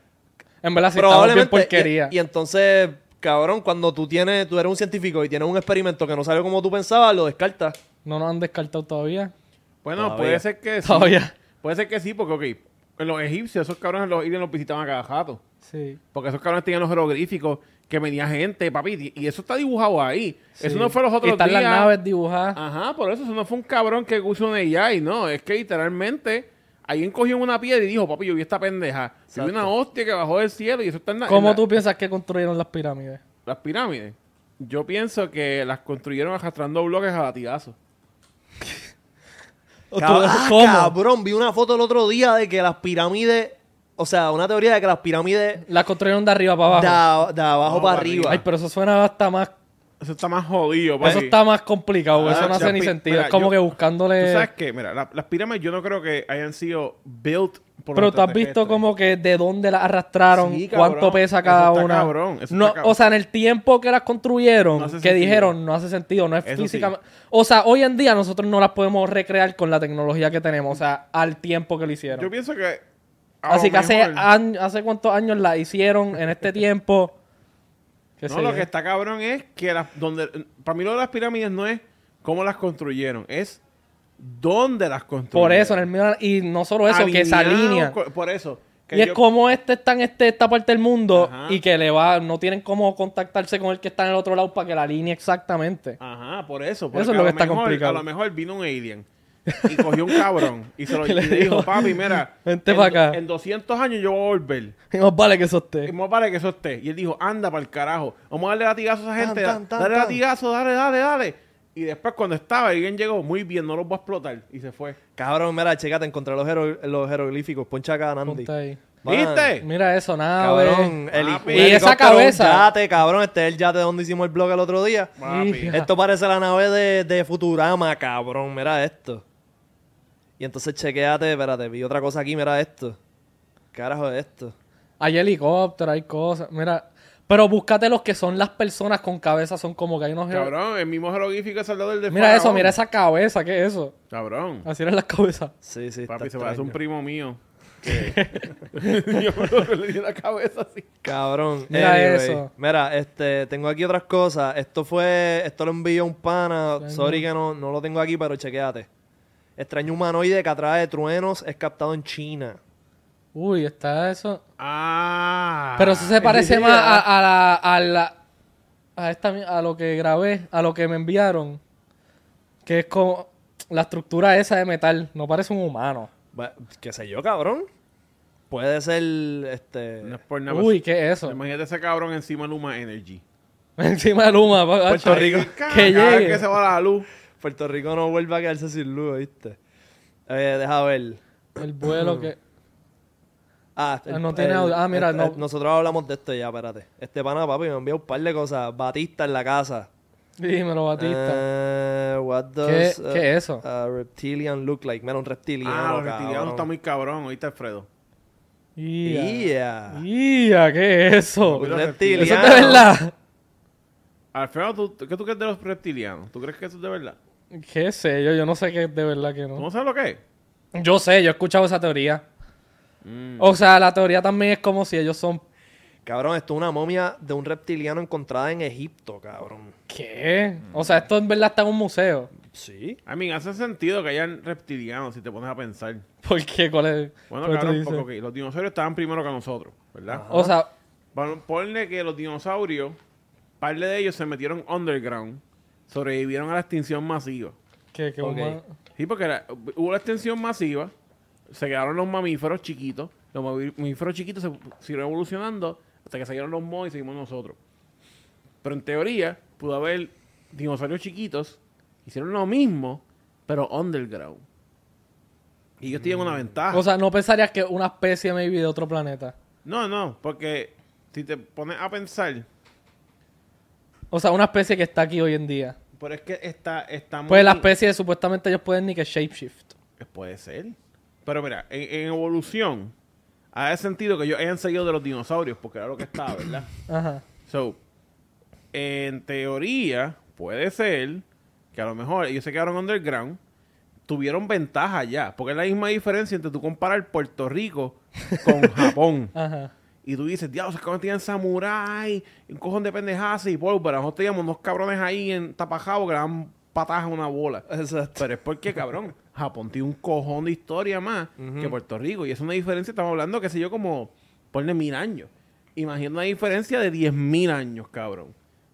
Speaker 3: En verdad, si estamos bien
Speaker 1: probablemente.
Speaker 3: porquería.
Speaker 1: Y, y entonces, cabrón, cuando tú tienes, tú eres un científico y tienes un experimento que no salió como tú pensabas, lo descartas.
Speaker 3: No nos han descartado todavía.
Speaker 2: Bueno,
Speaker 1: Todavía.
Speaker 2: puede ser que sí.
Speaker 3: Todavía.
Speaker 2: Puede ser que sí, porque, ok, en los egipcios, esos cabrones, los aliens los visitaban a cada jato.
Speaker 3: Sí.
Speaker 2: Porque esos cabrones tenían los jeroglíficos, que venía gente, papi, y y eso está dibujado ahí. Eso
Speaker 3: Sí.
Speaker 2: no fue los otros
Speaker 3: Y están
Speaker 2: días. Ah,
Speaker 3: las naves dibujadas.
Speaker 2: Ajá, por eso, eso no fue un cabrón que usó un AI, no. Es que literalmente, alguien cogió una piedra y dijo, papi, yo vi esta pendeja. Yo vi
Speaker 1: Exacto.
Speaker 2: una hostia que bajó del cielo y eso está en la- en
Speaker 3: ¿Cómo
Speaker 2: la-
Speaker 3: tú piensas que construyeron las pirámides?
Speaker 2: las pirámides. Yo pienso que las construyeron arrastrando bloques a latigazo.
Speaker 3: ¿O tú-
Speaker 1: [LAUGHS] Cab-
Speaker 3: [LAUGHS]
Speaker 1: ah, Cabrón, vi una foto el otro día de que las pirámides, o sea, una teoría de que las pirámides
Speaker 3: Las construyeron de arriba para
Speaker 1: de,
Speaker 3: abajo.
Speaker 1: a- de abajo
Speaker 2: No,
Speaker 1: para
Speaker 2: para
Speaker 1: arriba.
Speaker 3: Ay, pero eso suena hasta más...
Speaker 2: Eso está más jodido, papi.
Speaker 3: Eso está más complicado.
Speaker 2: Ah,
Speaker 3: eso no hace ni
Speaker 2: chapi,
Speaker 3: sentido.
Speaker 2: mira,
Speaker 3: es como
Speaker 2: yo-
Speaker 3: que
Speaker 2: ¿Tú sabes
Speaker 3: buscándole...
Speaker 2: qué? Mira, la- las pirámides yo no creo que hayan sido built por este.
Speaker 3: Pero
Speaker 2: los
Speaker 3: tú has visto
Speaker 2: extraterrestres.
Speaker 3: como que de dónde las arrastraron,
Speaker 2: Sí, cabrón.
Speaker 3: cuánto pesa
Speaker 2: Eso
Speaker 3: cada
Speaker 2: está
Speaker 3: una.
Speaker 2: cabrón, eso
Speaker 3: No,
Speaker 2: está cabrón.
Speaker 3: O sea, en el tiempo que las construyeron,
Speaker 2: No hace
Speaker 3: que
Speaker 2: sentido.
Speaker 3: dijeron, no hace sentido, no es
Speaker 2: Eso sí.
Speaker 3: físicamente. O sea, hoy en día nosotros no las podemos recrear con la tecnología que tenemos, o sea, al tiempo que lo hicieron.
Speaker 2: Yo pienso que... a
Speaker 3: Así
Speaker 2: lo
Speaker 3: que hace,
Speaker 2: mejor-
Speaker 3: año- hace cuántos años la hicieron
Speaker 2: [LAUGHS]
Speaker 3: en este tiempo. Qué sé
Speaker 2: No, lo
Speaker 3: yo.
Speaker 2: que está cabrón es que las, donde, para mí lo de las pirámides no es cómo las construyeron, es dónde las construyeron.
Speaker 3: Por eso, en el medio de la- y no solo eso, que esa
Speaker 2: Alineado
Speaker 3: línea.
Speaker 2: co- Por eso. que
Speaker 3: Y es
Speaker 2: yo-
Speaker 3: como este está en este, esta parte del mundo
Speaker 2: Ajá.
Speaker 3: y que le va, no tienen cómo contactarse con el que está en el otro lado para que la línea exactamente.
Speaker 2: Ajá, por eso.
Speaker 3: es
Speaker 2: porque
Speaker 3: lo
Speaker 2: a
Speaker 3: que está
Speaker 2: mejor-
Speaker 3: complicado.
Speaker 2: A lo mejor vino un alien y cogió un cabrón y se lo
Speaker 3: [LAUGHS] Que le
Speaker 2: y le dijo,
Speaker 3: dijo,
Speaker 2: papi, mira,
Speaker 3: [LAUGHS] "Vente
Speaker 2: en do-
Speaker 3: pa' acá".
Speaker 2: en 200 años yo voy a volver.
Speaker 3: Y más vale que eso esté.
Speaker 2: Y más vale que eso esté. Y él dijo, anda para el carajo. Vamos a darle latigazo a esa gente.
Speaker 1: tan, tan,
Speaker 2: dale
Speaker 1: tan.
Speaker 2: latigazo, dale, dale, dale. Y después cuando estaba, alguien llegó, muy bien, no los voy a explotar. Y se fue.
Speaker 1: Cabrón, mira, checa, te encontré los, jero- los jeroglíficos. Poncha acá, Nandi.
Speaker 3: Ponte ahí.
Speaker 1: Man,
Speaker 2: ¿Viste?
Speaker 3: Mira eso, nada.
Speaker 1: Cabrón,
Speaker 2: Ah,
Speaker 1: el,
Speaker 2: papi.
Speaker 1: un
Speaker 2: Y
Speaker 3: esa
Speaker 1: helicóptero, un
Speaker 3: cabeza.
Speaker 1: yate, cabrón, este es el yate donde hicimos el blog el otro día.
Speaker 2: Papi.
Speaker 3: Hija.
Speaker 1: Esto parece la nave de, de Futurama, cabrón. Mira esto. Y entonces chequeate, espérate, vi otra cosa aquí, mira esto. Carajo es esto.
Speaker 3: Hay helicópteros, hay cosas. Mira. Pero búscate los que son las personas con cabeza, son como que hay unos.
Speaker 2: Cabrón, el mismo jeroglífico es al lado del de
Speaker 3: mira eso, Ah,
Speaker 2: Faraón.
Speaker 3: mira esa cabeza, ¿qué es eso?
Speaker 2: Cabrón.
Speaker 3: Así eran las cabezas.
Speaker 1: Sí, sí,
Speaker 2: Papi, se
Speaker 1: está
Speaker 2: parece a un
Speaker 1: extraño.
Speaker 2: primo mío. [LAUGHS]
Speaker 3: [LAUGHS]
Speaker 2: Yo me lo le di en la cabeza así.
Speaker 1: Cabrón.
Speaker 3: Mira
Speaker 1: anyway.
Speaker 3: eso.
Speaker 1: Mira, este, tengo aquí otras cosas. Esto fue, esto lo envió un pana. Sorry que no, no lo tengo aquí, pero chequeate. Extraño humanoide que atrae truenos es captado en China.
Speaker 3: Uy, está eso.
Speaker 2: Ah.
Speaker 3: Pero eso se parece más a, a la, a la- a esta mi- a lo que grabé, a lo que me enviaron. Que es como la estructura esa de metal. No parece un humano.
Speaker 1: Ba- ¿Qué sé yo, cabrón? puede ser este
Speaker 2: No es por nada.
Speaker 3: Uy,
Speaker 2: pues,
Speaker 3: ¿qué es eso?
Speaker 2: Imagínate ese cabrón encima de Luma Energy.
Speaker 3: [LAUGHS] Encima de Luma. pa-
Speaker 1: Puerto
Speaker 3: ay,
Speaker 1: Rico.
Speaker 3: [LAUGHS] Que
Speaker 2: Cada vez
Speaker 3: llegue.
Speaker 2: que se va la luz.
Speaker 1: Puerto Rico no vuelve a quedarse sin luz, ¿viste? Eh, deja ver.
Speaker 3: El vuelo que...
Speaker 1: Ah,
Speaker 3: Ah, no tiene audio. Ah, mira,
Speaker 1: el-
Speaker 3: no.
Speaker 1: el- nosotros hablamos de esto ya, espérate. Este pana, papi, me envió un par de cosas. Batista en la casa.
Speaker 3: Dímelo, Batista.
Speaker 1: Eh, what
Speaker 3: ¿Qué-
Speaker 1: does, uh,
Speaker 3: qué es eso?
Speaker 1: a reptilian look like? Mira, un reptiliano,
Speaker 2: Ah, los
Speaker 1: cabrón.
Speaker 2: reptilianos está muy cabrón. Oíste, Alfredo.
Speaker 1: Yeah.
Speaker 3: Ia. Ia, ¿qué es eso?
Speaker 1: Un
Speaker 2: Mira,
Speaker 1: reptiliano.
Speaker 3: Eso es de verdad. [LAUGHS]
Speaker 2: Alfredo, ¿tú, ¿qué tú crees de los reptilianos? ¿Tú crees que eso es de verdad?
Speaker 3: ¿Qué sé yo? Yo no sé qué es de verdad que
Speaker 2: ¿Tú
Speaker 3: no.
Speaker 2: no sabes lo que es?
Speaker 3: Yo sé, yo he escuchado esa teoría. O sea, la teoría también es como si ellos son...
Speaker 1: Cabrón, esto es una momia de un reptiliano encontrada en Egipto, cabrón.
Speaker 3: ¿Qué? O sea, esto en verdad está en un museo. [LAUGHS]
Speaker 1: Sí.
Speaker 2: I mean, hace sentido que hayan reptilianos si te pones a pensar.
Speaker 3: ¿Por qué? ¿Cuál es?
Speaker 2: Bueno,
Speaker 3: ¿Por qué tú
Speaker 2: claro,
Speaker 3: dices?
Speaker 2: porque ok, los dinosaurios estaban primero que nosotros, ¿verdad?
Speaker 3: O sea,
Speaker 2: Bueno, ponle que los dinosaurios, par de ellos se metieron underground, sobrevivieron a la extinción masiva.
Speaker 3: que, que
Speaker 1: Ok.
Speaker 3: humano-
Speaker 2: Sí, porque la- hubo la extinción masiva, se quedaron los mamíferos chiquitos, los mami- mamíferos chiquitos se siguieron evolucionando hasta que salieron los monos y seguimos nosotros. Pero en teoría, pudo haber dinosaurios chiquitos, hicieron lo mismo, pero underground. Y ellos tienen una ventaja.
Speaker 3: Mm. o sea, no pensarías que una especie maybe de otro planeta.
Speaker 2: no, no, porque si te pones a pensar,
Speaker 3: O sea, una especie que está aquí hoy en día.
Speaker 2: pero es que está, está muy...
Speaker 3: Pues la especie supuestamente ellos pueden ni que shapeshift.
Speaker 2: Eh, Puede ser. Pero mira, en, en evolución, hace sentido que ellos hayan seguido de los dinosaurios, porque era lo que estaba, ¿verdad?
Speaker 3: Ajá.
Speaker 2: So, en teoría, puede ser que a lo mejor ellos se quedaron underground, tuvieron ventaja ya, porque es la misma diferencia entre tú comparar Puerto Rico con Japón.
Speaker 3: Ajá.
Speaker 2: Y tú dices, diablos, es que no tienen samurái, y un cojón de pendejadas y pólvora. Nosotros teníamos unos cabrones ahí en Tapajabo que le dan patadas a una bola.
Speaker 1: Exacto.
Speaker 2: Pero es porque, cabrón, Japón tiene un cojón de historia más que Puerto Rico. Y es una diferencia, estamos hablando, qué sé yo, como ponle mil años. Imagina una diferencia de diez mil años, cabrón.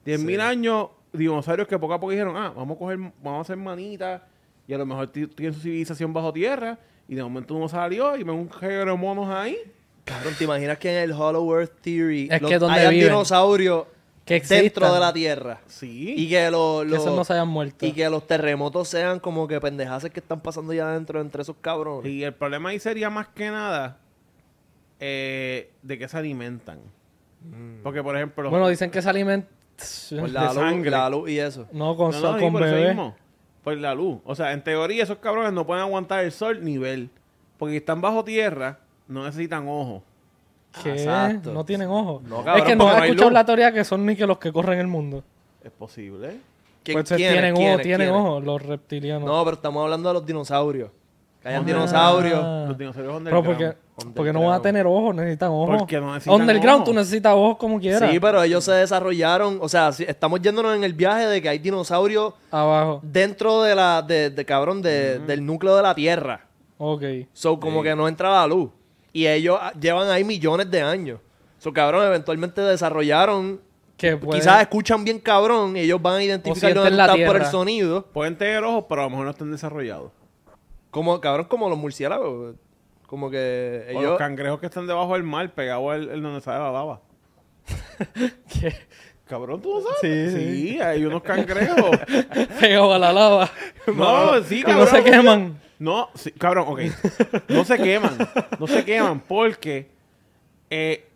Speaker 2: Diez mil años, dinosaurios que poco a poco dijeron, ah, vamos a coger, vamos a hacer manitas. Y a lo mejor ti- tienen su civilización bajo tierra. Y de momento uno salió y ven un jegue de monos ahí.
Speaker 1: Cabrón, ¿te imaginas que en el Hollow Earth Theory
Speaker 3: Es que donde
Speaker 1: hayan
Speaker 3: viven.
Speaker 1: dinosaurios
Speaker 3: Que
Speaker 1: dentro
Speaker 3: existan.
Speaker 1: de la Tierra?
Speaker 2: Sí.
Speaker 1: Y que los...
Speaker 3: Que esos no se hayan muerto.
Speaker 1: Y que los terremotos sean como que pendejaces que están pasando ya adentro entre esos cabrones.
Speaker 2: Y el problema ahí sería más que nada eh, de qué se alimentan. Porque, por ejemplo, los-
Speaker 3: Bueno, dicen que se alimentan...
Speaker 1: Por
Speaker 2: de
Speaker 1: Pues la luz,
Speaker 2: sangre.
Speaker 1: la luz y eso.
Speaker 3: No, con,
Speaker 2: No,
Speaker 3: so-
Speaker 2: no, y
Speaker 3: con
Speaker 2: por eso
Speaker 3: bebé.
Speaker 2: mismo, por la luz. O sea, en teoría esos cabrones no pueden aguantar el sol nivel. Porque están bajo tierra, no necesitan ojos.
Speaker 3: ¿Qué?
Speaker 1: Exacto.
Speaker 3: No tienen ojos.
Speaker 1: No, cabrón,
Speaker 3: es que no
Speaker 2: porque
Speaker 3: has
Speaker 2: no hay
Speaker 3: escuchado
Speaker 2: luz.
Speaker 3: la teoría que son ni que los que corren el mundo.
Speaker 2: Es posible.
Speaker 1: ¿Qui-
Speaker 3: Pues,
Speaker 1: quiénes,
Speaker 3: tienen
Speaker 1: quiénes,
Speaker 3: ojos, tienen
Speaker 1: quiénes?
Speaker 3: ojos los reptilianos.
Speaker 1: No, pero estamos hablando de los dinosaurios. Que hayan
Speaker 2: Ah.
Speaker 1: dinosaurios.
Speaker 3: Ah.
Speaker 2: Los dinosaurios
Speaker 3: Pero
Speaker 2: underground.
Speaker 3: porque,
Speaker 1: underground.
Speaker 3: porque no van a tener ojos, necesitan ojos.
Speaker 2: Porque no necesitan
Speaker 3: Underground
Speaker 2: ojos.
Speaker 3: tú necesitas ojos como quieras.
Speaker 1: Sí, pero ellos se desarrollaron. O sea, si- estamos yéndonos en el viaje de que hay dinosaurios
Speaker 3: Abajo.
Speaker 1: dentro de la, de, de, cabrón, de- del núcleo de la Tierra.
Speaker 3: Ok.
Speaker 1: So, como que no entra la luz. Y ellos ah, llevan ahí millones de años. So, cabrón, eventualmente desarrollaron.
Speaker 3: Que pueden-
Speaker 1: Quizás escuchan bien cabrón y ellos van a identificar
Speaker 3: Pues, sienten
Speaker 1: dónde
Speaker 3: la
Speaker 1: están por el
Speaker 3: tierra.
Speaker 1: sonido.
Speaker 2: Pueden tener ojos, pero a lo mejor no están desarrollados.
Speaker 1: Como, cabrón, como los murciélagos. Como que
Speaker 2: O los
Speaker 1: ellos.
Speaker 2: cangrejos que están debajo del mar, pegados al, al donde sale la
Speaker 3: [LAUGHS]
Speaker 2: lava.
Speaker 3: que-
Speaker 2: Cabrón, tú no sabes.
Speaker 3: Sí,
Speaker 2: sí, hay unos
Speaker 3: [LAUGHS]
Speaker 2: cangrejos.
Speaker 3: [LAUGHS] pegado a la lava.
Speaker 2: no, sí,
Speaker 3: Y
Speaker 2: cabrón.
Speaker 3: no se queman.
Speaker 2: No, sí, cabrón, ok. No se queman. No se queman porque eh,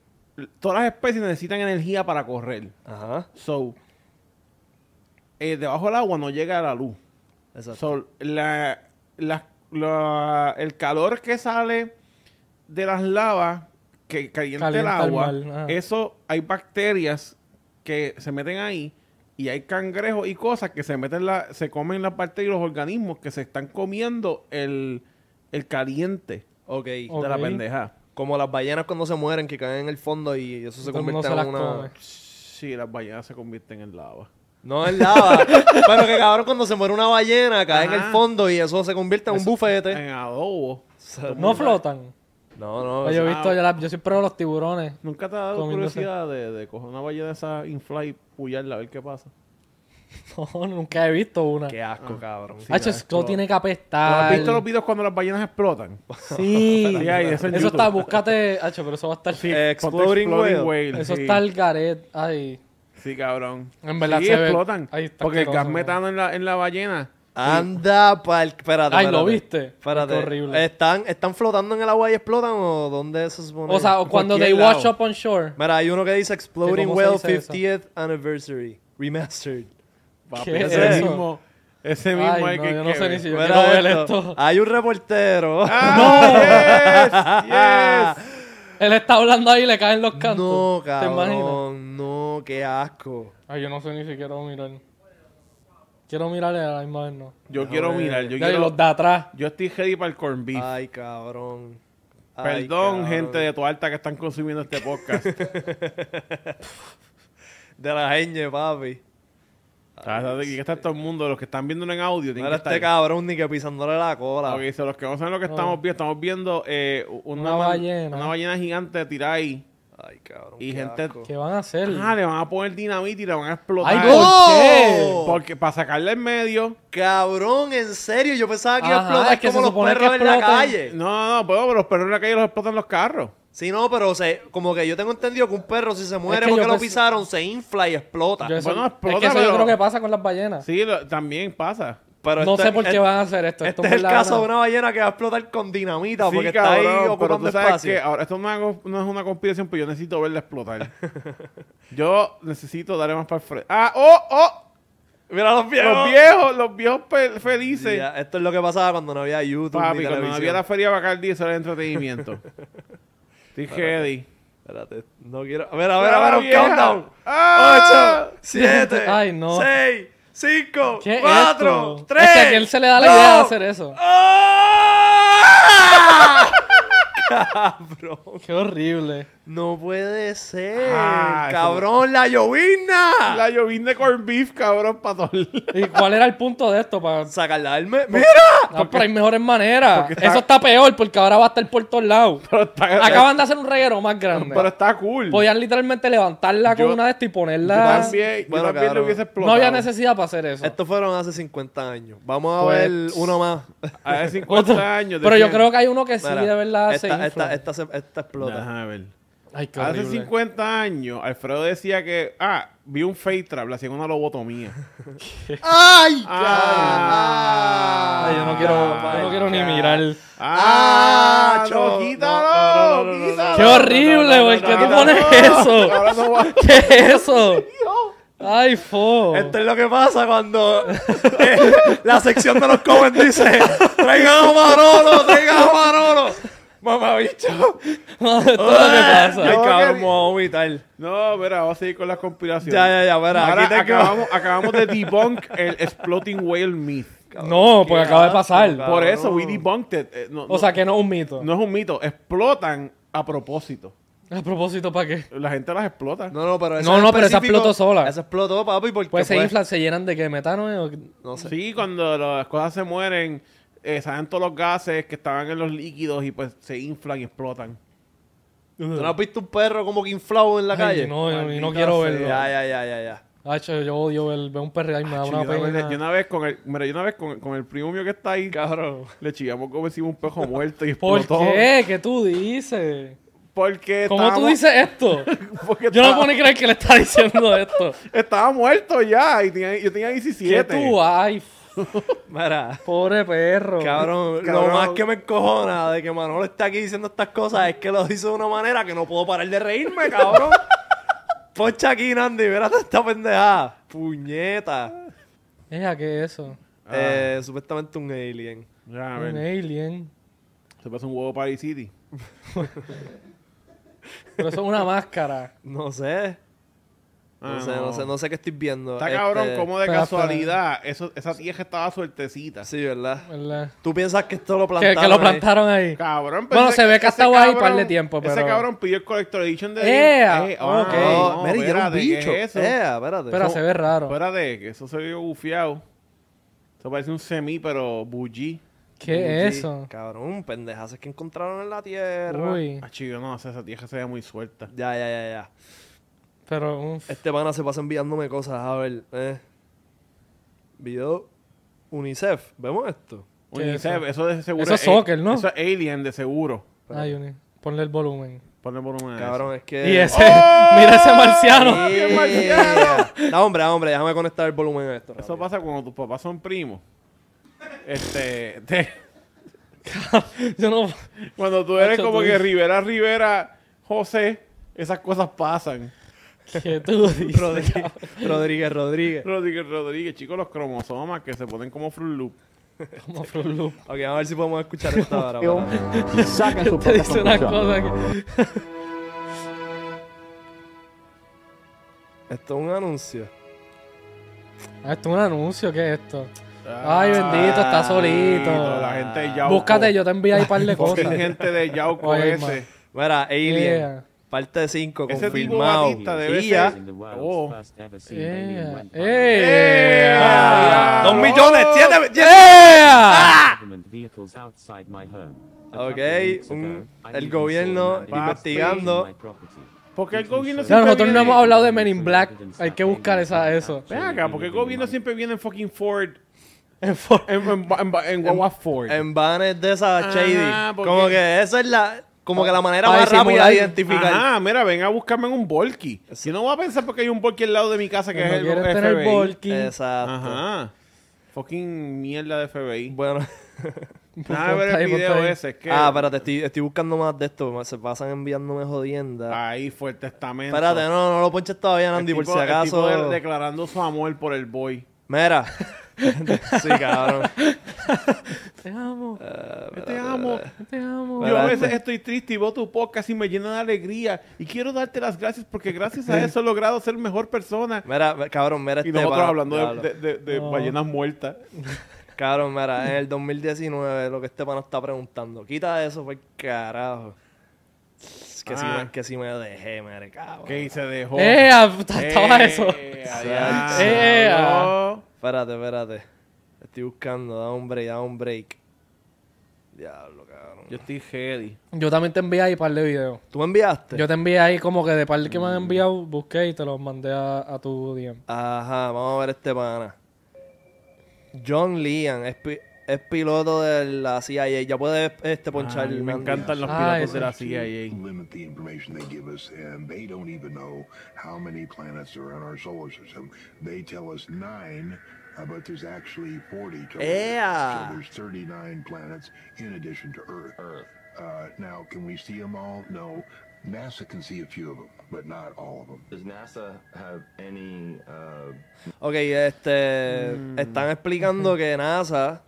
Speaker 2: todas las especies necesitan energía para correr.
Speaker 1: Ajá.
Speaker 2: So, eh, debajo del agua no llega la luz.
Speaker 1: Exacto.
Speaker 2: So, la- la- la- el calor que sale de las lavas, que calienta,
Speaker 3: Calienta
Speaker 2: el
Speaker 3: el
Speaker 2: agua,
Speaker 3: mar, ajá.
Speaker 2: eso hay bacterias que se meten ahí y hay cangrejos y cosas que se meten, la, se comen las bacterias y los organismos que se están comiendo el, el caliente
Speaker 1: ok.
Speaker 2: de la
Speaker 3: Ok.
Speaker 2: pendeja.
Speaker 1: Como las ballenas cuando se mueren, que caen en el fondo y eso se
Speaker 3: Todo el mundo
Speaker 1: convierte
Speaker 3: se
Speaker 1: en una.
Speaker 3: las come.
Speaker 2: Sí, las ballenas se convierten en lava.
Speaker 1: No es lava.
Speaker 3: [LAUGHS]
Speaker 1: pero que cabrón, cuando se muere una ballena, cae en
Speaker 2: Ajá.
Speaker 1: el fondo y eso se convierte en un
Speaker 2: Eso-
Speaker 1: bufete.
Speaker 3: Eh.
Speaker 2: En adobo.
Speaker 3: No flotan.
Speaker 1: No, no.
Speaker 3: Oye, Yo he
Speaker 1: eso-
Speaker 3: visto, yo, la- yo siempre veo los tiburones. [LAUGHS]
Speaker 2: ¿Nunca te ha dado
Speaker 3: Comiéndose.
Speaker 2: curiosidad de, de coger una ballena esa infla y pullarla a ver qué pasa?
Speaker 3: No, nunca he visto una.
Speaker 1: Qué asco, cabrón.
Speaker 3: H. Scott tiene que apestar.
Speaker 2: ¿Has visto los videos cuando las ballenas explotan?
Speaker 3: Sí.
Speaker 2: [LAUGHS] Sí, hay, eso en
Speaker 3: Eso
Speaker 2: YouTube.
Speaker 3: está, búscate. H, pero eso va a estar.
Speaker 2: Sí,
Speaker 1: Eh,
Speaker 2: ponte
Speaker 1: Exploding Whale.
Speaker 3: eso
Speaker 2: sí.
Speaker 3: está el Garet. Ay.
Speaker 2: Sí, cabrón.
Speaker 3: En verdad
Speaker 2: sí,
Speaker 3: se ve-
Speaker 2: explotan.
Speaker 3: Ahí está
Speaker 2: porque el
Speaker 3: asqueroso,
Speaker 2: gas metano en la, en la ballena.
Speaker 1: Anda pa'l... Espérate,
Speaker 3: Ay, ¿lo
Speaker 1: espérate.
Speaker 3: viste?
Speaker 1: Espérate.
Speaker 3: Qué horrible.
Speaker 1: ¿Están, ¿Están flotando en el agua y explotan o dónde se supone?
Speaker 3: O sea, o cuando they
Speaker 2: cualquier
Speaker 3: wash
Speaker 2: lado.
Speaker 3: up on shore.
Speaker 1: Mira, hay uno que dice Exploding
Speaker 3: ¿Cómo se
Speaker 1: Well
Speaker 3: dice eso?
Speaker 1: 50th Anniversary Remastered.
Speaker 2: Papi,
Speaker 3: ¿Qué
Speaker 2: ese
Speaker 1: es eso?
Speaker 2: mismo. Ese mismo
Speaker 3: Ay,
Speaker 2: es
Speaker 3: no,
Speaker 2: que.
Speaker 3: yo no
Speaker 2: que
Speaker 3: sé
Speaker 2: ve. [LAUGHS]
Speaker 3: ni si [LAUGHS] yo
Speaker 1: Mira
Speaker 3: quiero ver
Speaker 1: esto.
Speaker 3: esto.
Speaker 1: Hay un
Speaker 3: [LAUGHS]
Speaker 1: reportero.
Speaker 2: ¡Ah! ¡No! ¡Yes!
Speaker 3: Él está hablando ahí y le caen los cantos.
Speaker 1: No,
Speaker 3: ¿Te imaginas?
Speaker 1: cabrón. No, qué asco.
Speaker 3: Ay, yo no sé ni si quiero mirar. Quiero mirarle a la imagen, no.
Speaker 2: yes! Yo quiero
Speaker 1: ver.
Speaker 2: mirar. Yo,
Speaker 3: Ya, y
Speaker 2: quiero-
Speaker 3: los de atrás.
Speaker 2: yo estoy ready para el corn beef.
Speaker 1: Ay, cabrón. Ay,
Speaker 2: Perdón,
Speaker 1: cabrón.
Speaker 2: gente de tu alta que están consumiendo
Speaker 1: [LAUGHS]
Speaker 2: este podcast.
Speaker 1: De la ñ, papi.
Speaker 2: O sea, Aquí está todo el mundo. Los que están viendo en audio tienen
Speaker 1: Mira
Speaker 2: que estar.
Speaker 1: este cabrón ni que pisándole la cola.
Speaker 2: Ok, so los que no saben lo que estamos viendo, estamos viendo eh, una,
Speaker 3: Una
Speaker 2: man-
Speaker 3: ballena.
Speaker 2: una ballena gigante tirada ahí.
Speaker 1: Ay, cabrón.
Speaker 2: Y
Speaker 1: qué
Speaker 2: gente-
Speaker 1: asco.
Speaker 3: ¿Qué van a hacer?
Speaker 2: Ah, le van a poner dinamita y la van a explotar.
Speaker 3: ¡Ay,
Speaker 1: ¡No!
Speaker 3: por qué!
Speaker 2: Porque para sacarla en medio.
Speaker 1: Cabrón, en serio, yo pensaba que iba a
Speaker 3: Ajá,
Speaker 1: explotar
Speaker 3: es que
Speaker 1: como
Speaker 3: se
Speaker 1: los
Speaker 3: supone que
Speaker 1: perros en la
Speaker 3: explotan.
Speaker 1: calle.
Speaker 2: No, no, no, pero, pero los perros en la calle los explotan los carros.
Speaker 1: Sí, no, pero se, como que yo tengo entendido que un perro si se muere
Speaker 3: que
Speaker 1: porque
Speaker 3: yo
Speaker 1: lo
Speaker 3: pens-
Speaker 1: pisaron, se infla y explota.
Speaker 3: Yo eso-
Speaker 2: Oh, Bueno,
Speaker 3: es que
Speaker 2: explota,
Speaker 3: eso yo
Speaker 2: pero-
Speaker 3: creo que pasa con las ballenas.
Speaker 2: Sí, lo- también pasa.
Speaker 1: Pero
Speaker 3: no
Speaker 1: este-
Speaker 3: sé por qué
Speaker 1: este-
Speaker 3: van a hacer esto. esto
Speaker 1: Este es
Speaker 3: en
Speaker 1: el
Speaker 3: verdad
Speaker 1: caso
Speaker 3: no-
Speaker 1: de una ballena que va a explotar con dinamita porque
Speaker 2: sí,
Speaker 1: está ahí
Speaker 2: cabrón, pero
Speaker 1: ocupando
Speaker 2: tú sabes
Speaker 1: espacio.
Speaker 2: que ahora esto no es, una, no es una conspiración, pero yo necesito
Speaker 1: [LAUGHS]
Speaker 2: verla explotar. yo necesito darle más para el frente. ¡Ah! ¡Oh! ¡Oh!
Speaker 1: Mira los viejos.
Speaker 2: Los viejos, los viejos pe- felices.
Speaker 1: Ya, esto es lo que pasaba cuando no había YouTube
Speaker 2: Papi,
Speaker 1: ni
Speaker 2: cuando
Speaker 1: televisión.
Speaker 2: no había la feria Bacardi, eso era entretenimiento. Dije, Eddie.
Speaker 1: Espérate, no quiero... A ver, a ver, a ver, un countdown.
Speaker 2: ¡Ah!
Speaker 1: 8, 7,
Speaker 3: Ay, no.
Speaker 1: 6, 5,
Speaker 3: ¿Qué es
Speaker 1: 4,
Speaker 3: esto?
Speaker 1: 3,
Speaker 3: Es que a él se le da la idea de hacer eso.
Speaker 1: ¡Ah! ¡Cabrón!
Speaker 3: Qué horrible.
Speaker 1: No puede ser.
Speaker 2: Ah, eso-
Speaker 1: ¡Cabrón, la llovina!
Speaker 2: La llovín de corn beef, cabrón, para todos lados.
Speaker 3: ¿Y cuál era el punto de esto?
Speaker 2: [LAUGHS]
Speaker 3: Para...
Speaker 1: Sacarla del
Speaker 2: Pues,
Speaker 1: me- ¡Mira!
Speaker 3: pero hay mejores maneras.
Speaker 2: porque está-
Speaker 3: Eso está peor porque ahora va a estar por todos lados.
Speaker 2: [LAUGHS] Pero está,
Speaker 3: Acaban de hacer un reguero más grande.
Speaker 2: pero está cool.
Speaker 3: Podían literalmente levantarla con
Speaker 2: Yo-
Speaker 3: una de estas y
Speaker 2: Yo
Speaker 3: ponerla.
Speaker 2: también, yo
Speaker 1: Bueno,
Speaker 2: también
Speaker 1: cabrón.
Speaker 2: lo hubiese explotado.
Speaker 3: No había necesidad para hacer eso.
Speaker 1: Estos fueron hace 50 años. Vamos a
Speaker 3: Pues-
Speaker 1: ver uno más.
Speaker 2: Hace 50
Speaker 3: Otro-
Speaker 2: años.
Speaker 3: Pero yo
Speaker 2: decían.
Speaker 3: creo que hay uno que sí,
Speaker 1: Mira,
Speaker 3: de verdad, se
Speaker 1: esta,
Speaker 3: infla.
Speaker 1: esta, esta, se- esta explota.
Speaker 2: Ajá, a ver.
Speaker 3: Ay, qué
Speaker 2: Hace
Speaker 3: horrible.
Speaker 2: 50 años, Alfredo decía que. Ah, vi un fake trap, le hacían una lobotomía.
Speaker 1: ¡Ay!
Speaker 2: Ah.
Speaker 3: Ay, yo no quiero, yo no quiero ni mirar.
Speaker 1: Ah,
Speaker 2: ¡Ah!
Speaker 1: chavo,
Speaker 2: ¡No,
Speaker 1: no,
Speaker 2: quítalo!
Speaker 1: no, no, no, no,
Speaker 2: quítalo.
Speaker 3: ¡Qué horrible, güey! ¿Qué tú
Speaker 2: no,
Speaker 3: pones eso?
Speaker 2: Ahora no va.
Speaker 3: [LAUGHS] ¿Qué es eso? ¡Ay, fo!
Speaker 5: Este-
Speaker 1: Esto es lo que pasa
Speaker 5: [LAUGHS]
Speaker 1: cuando eh, la sección de los comments dice: ¡Traigan a Manolo! ¡Traigan a Manolo! ¡Mamá, bicho!
Speaker 3: [LAUGHS] Esto es lo que pasa.
Speaker 1: Ay,
Speaker 2: Yo
Speaker 1: cabrón, me
Speaker 2: que-
Speaker 1: voy a vomitar.
Speaker 2: No, mira, vamos a seguir con las conspiraciones.
Speaker 1: Ya, ya, ya, verá,
Speaker 2: Ahora
Speaker 1: aquí tengo-
Speaker 2: acabamos, acabamos de debunk el Exploding Whale Myth.
Speaker 3: No, porque
Speaker 1: qué
Speaker 3: acaba de
Speaker 1: asco,
Speaker 3: pasar.
Speaker 1: cabrón.
Speaker 2: Por eso, we debunked it. Eh, no,
Speaker 3: O sea, que no es un mito.
Speaker 2: no, no es un mito. Explotan a propósito.
Speaker 3: A propósito, ¿para qué?
Speaker 2: La gente las explota.
Speaker 1: No, no, pero ese
Speaker 3: No,
Speaker 1: en
Speaker 3: no, pero esa
Speaker 1: específico-
Speaker 3: explotó sola.
Speaker 1: Esa explotó, papi, porque.
Speaker 3: Pues se
Speaker 1: pues,
Speaker 3: inflan, se llenan de qué, metano, eh? O-
Speaker 1: No sé.
Speaker 2: Sí, cuando las cosas se mueren, eh, salen todos los gases que estaban en los líquidos y pues se inflan y explotan.
Speaker 1: ¿Tú no has visto un perro como que inflado en la
Speaker 3: Ay,
Speaker 1: calle?
Speaker 3: no, yo- y no
Speaker 2: Maldita
Speaker 3: quiero
Speaker 2: sea.
Speaker 3: verlo.
Speaker 1: Ya, ya, ya, ya, ya.
Speaker 3: Hacho, yo odio ver, ver un perro ahí, me da
Speaker 2: Sí,
Speaker 3: Ah, una
Speaker 2: yo, una vez, yo
Speaker 3: pena.
Speaker 2: una vez con el, mira, yo una vez con, con el primo mío que está ahí,
Speaker 1: Cabrón.
Speaker 2: le chillamos como encima un pejo muerto y
Speaker 3: ¿Por
Speaker 2: explotó.
Speaker 3: qué? ¿Qué tú dices?
Speaker 2: Porque
Speaker 3: ¿Cómo tú
Speaker 2: estábamos-
Speaker 3: dices esto?
Speaker 2: [LAUGHS] Porque
Speaker 3: Yo no
Speaker 2: estaba-
Speaker 3: puedo ni creer que le está diciendo esto.
Speaker 2: Estaba muerto ya y tenía- yo tenía
Speaker 3: ¿Qué
Speaker 2: 17.
Speaker 3: tú? Ay,
Speaker 1: Mira.
Speaker 3: pobre perro.
Speaker 1: Cabrón,
Speaker 2: Cabrón.
Speaker 1: lo más que me encojona de que Manolo esté aquí diciendo estas cosas es que lo hizo de una manera que no puedo parar de reírme,
Speaker 3: [LAUGHS]
Speaker 1: cabrón. Poncha aquí, Nandi, mira toda esta pendejada. Puñeta.
Speaker 3: Ella, ¿qué es eso?
Speaker 2: Ah.
Speaker 1: Eh, supuestamente un alien.
Speaker 2: Ya, a
Speaker 3: Un
Speaker 2: ver.
Speaker 3: alien.
Speaker 2: Se pasa un huevo Party City.
Speaker 3: Pero eso es una máscara.
Speaker 1: No sé. No
Speaker 2: Ah,
Speaker 1: sé, no sé, no sé qué estoy viendo.
Speaker 2: Está
Speaker 1: Este,
Speaker 2: cabrón, como de
Speaker 3: Espera,
Speaker 2: casualidad. Eso, esa tierra estaba suertecita.
Speaker 1: Sí, ¿verdad?
Speaker 3: ¿verdad?
Speaker 1: ¿Tú piensas que esto lo
Speaker 3: Que,
Speaker 1: plantaron?
Speaker 3: que lo
Speaker 1: ahí?
Speaker 3: plantaron ahí.
Speaker 2: Cabrón,
Speaker 3: Bueno,
Speaker 2: ese-
Speaker 3: se ve que
Speaker 2: ese
Speaker 3: ha estado ahí
Speaker 2: cabrón-
Speaker 3: par de tiempo,
Speaker 2: Ese
Speaker 3: pero-
Speaker 2: cabrón pidió el Collector Edition de.
Speaker 3: ¡Ea!
Speaker 2: ah,
Speaker 3: Ok.
Speaker 1: No,
Speaker 2: no,
Speaker 1: mira, y era un
Speaker 2: espérate, ¿qué
Speaker 1: bicho.
Speaker 2: es eso?
Speaker 1: Eh, espérate.
Speaker 3: Pero
Speaker 1: Son-
Speaker 3: se ve raro.
Speaker 2: Espérate, que eso se vio bufiado. Eso parece un semi, pero bullí.
Speaker 3: ¿Qué es
Speaker 1: Sí,
Speaker 3: eso?
Speaker 1: Cabrón, pendejas que encontraron en la tierra.
Speaker 3: Uy.
Speaker 2: Ah, chico, no, esa tierra se ve muy suelta.
Speaker 1: Ya, ya, ya, ya.
Speaker 3: Pero, uf.
Speaker 1: Este pana se pasa enviándome cosas, a ver. eh. Video UNICEF. ¿Vemos esto?
Speaker 3: ¿Qué
Speaker 2: UNICEF,
Speaker 3: es
Speaker 2: eso de seguro.
Speaker 3: Eso es
Speaker 2: a-
Speaker 3: soccer, ¿no?
Speaker 2: Eso es Alien de seguro.
Speaker 3: Ay, Uni, ponle el volumen.
Speaker 2: Ponle volumen a eso.
Speaker 1: Cabrón, es que...
Speaker 3: Y [LAUGHS] ese, mira ese marciano.
Speaker 1: Yeah.
Speaker 2: bien marciano.
Speaker 1: Da, hombre, da, hombre, déjame conectar el volumen a esto.
Speaker 2: Eso
Speaker 1: rápido.
Speaker 2: pasa cuando tus papás son primos. Este, [LAUGHS] te-
Speaker 3: Yo no.
Speaker 2: cuando tú eres
Speaker 3: Nacho,
Speaker 2: como
Speaker 3: tú-
Speaker 2: que Rivera, Rivera, José, esas cosas pasan. [LAUGHS]
Speaker 3: ¿Qué tú dices?
Speaker 1: Rodríguez, Rodríguez, Rodríguez.
Speaker 2: Rodríguez, Rodríguez, chicos, los cromosomas que se ponen como Fruit Loop.
Speaker 3: Vamos, Fruit Loop.
Speaker 1: Ok, vamos a ver si podemos escuchar esta ahora. para-
Speaker 6: Saquen su
Speaker 3: Te dice una cosa que.
Speaker 1: Esto es un anuncio.
Speaker 3: Ah, Esto es un anuncio, ¿qué es esto? Ay, bendito, está solito.
Speaker 2: La gente de Yauco.
Speaker 3: Ah. Búscate, yo te envié ahí un par de
Speaker 2: Fucking
Speaker 3: cosas.
Speaker 2: gente de Yauco
Speaker 3: Oye,
Speaker 2: ese.
Speaker 1: Mira, Alien,
Speaker 3: Yeah.
Speaker 1: parte 5,
Speaker 2: Ese tipo
Speaker 1: confirmado.
Speaker 2: Batista debe
Speaker 1: Y ya.
Speaker 2: ser- Oh. Eh,
Speaker 3: Yeah.
Speaker 6: Oh.
Speaker 5: Eh,
Speaker 3: Eh,
Speaker 2: Yeah. Ah.
Speaker 3: Yeah.
Speaker 1: ¡Dos millones!
Speaker 2: Oh.
Speaker 1: ¡Siete!
Speaker 3: Yeah.
Speaker 1: Ok, un- el gobierno investigando.
Speaker 2: Porque el gobierno
Speaker 3: Ya,
Speaker 2: siempre
Speaker 3: nosotros no
Speaker 2: viene-
Speaker 3: hemos hablado de Men in Black. Hay que buscar esa, eso.
Speaker 2: Ven acá, porque el gobierno siempre viene en fucking Ford.
Speaker 3: [LAUGHS] En for-
Speaker 2: En, en, en, en guagua Ford.
Speaker 1: En vanes de esa
Speaker 2: Ajá,
Speaker 1: shady.
Speaker 2: porque-
Speaker 1: Como que esa es la... Como que la manera
Speaker 3: Para
Speaker 1: más rápida
Speaker 3: disimular.
Speaker 1: de identificar.
Speaker 2: Ah, mira, ven a buscarme en un volky. Si no voy a pensar porque hay un volky al lado de mi casa que
Speaker 3: no
Speaker 2: es el
Speaker 3: quieres tener
Speaker 2: FBI.
Speaker 3: Volky.
Speaker 1: Exacto.
Speaker 2: Ajá. Fucking mierda de FBI.
Speaker 1: Bueno.
Speaker 2: Nada de ver
Speaker 3: Ponte ahí,
Speaker 2: el video
Speaker 3: ponte ahí.
Speaker 2: ese. Es que
Speaker 1: Ah, espérate, estoy, estoy buscando más de esto. Se pasan enviándome jodienda.
Speaker 2: ahí fue el testamento.
Speaker 1: espérate, no, no lo ponches todavía,
Speaker 2: Ah, El
Speaker 1: Nandi, por
Speaker 2: tipo-
Speaker 1: si
Speaker 2: el tipo
Speaker 1: acaso.
Speaker 2: de- declarando su amor por el boy. [LAUGHS]
Speaker 1: Mira. sí, cabrón.
Speaker 3: Te amo,
Speaker 2: Te amo.
Speaker 3: te amo.
Speaker 2: Yo a
Speaker 1: Espérate.
Speaker 2: veces estoy triste y veo tu podcast y me llena de alegría. Y quiero darte las gracias porque gracias a eso he logrado ser mejor persona.
Speaker 1: Mira, cabrón, mira este
Speaker 2: Y nosotros
Speaker 1: pana.
Speaker 2: hablando
Speaker 1: Diablo.
Speaker 2: de, de- de
Speaker 3: No.
Speaker 2: ballenas muertas.
Speaker 1: Cabrón, mira, en el 2019 lo que este pana está preguntando. Quita eso, por carajo. Es Que, si
Speaker 2: Ah.
Speaker 1: me, que si me dejé, madre, cabrón.
Speaker 2: Que se dejó.
Speaker 3: Eh, ah, estaba
Speaker 2: Eh,
Speaker 3: eso.
Speaker 2: adiós.
Speaker 3: Eh, ah.
Speaker 1: Espérate, espérate. Estoy buscando, da un break, da un break. Diablo, cabrón.
Speaker 2: Yo estoy heady.
Speaker 3: Yo también te envié ahí un par de videos.
Speaker 1: ¿Tú me enviaste?
Speaker 3: Yo te envié ahí como que de par que me han enviado, busqué y te los mandé a, a tu DM.
Speaker 1: Ajá, vamos a ver este pana. John Leon es, pi- es piloto de la CIA. Ya puedes este, ponchar.
Speaker 2: Ay, me
Speaker 1: Nandi.
Speaker 2: encantan los
Speaker 3: Ah,
Speaker 2: pilotos
Speaker 3: ese
Speaker 2: de la
Speaker 3: es
Speaker 2: CIA.
Speaker 5: limit the information they give us, and they don't even know how many planets are in our solar system. They tell us nine, uh, but there's actually 40 total.
Speaker 1: Yeah.
Speaker 5: So there's 39 planets in addition to Earth. Earth. Uh, now, can we see them all? No. NASA can see a few of them, but not all of them.
Speaker 7: Does NASA have any uh,
Speaker 1: Ok, este.
Speaker 3: Mm.
Speaker 1: Están explicando que NASA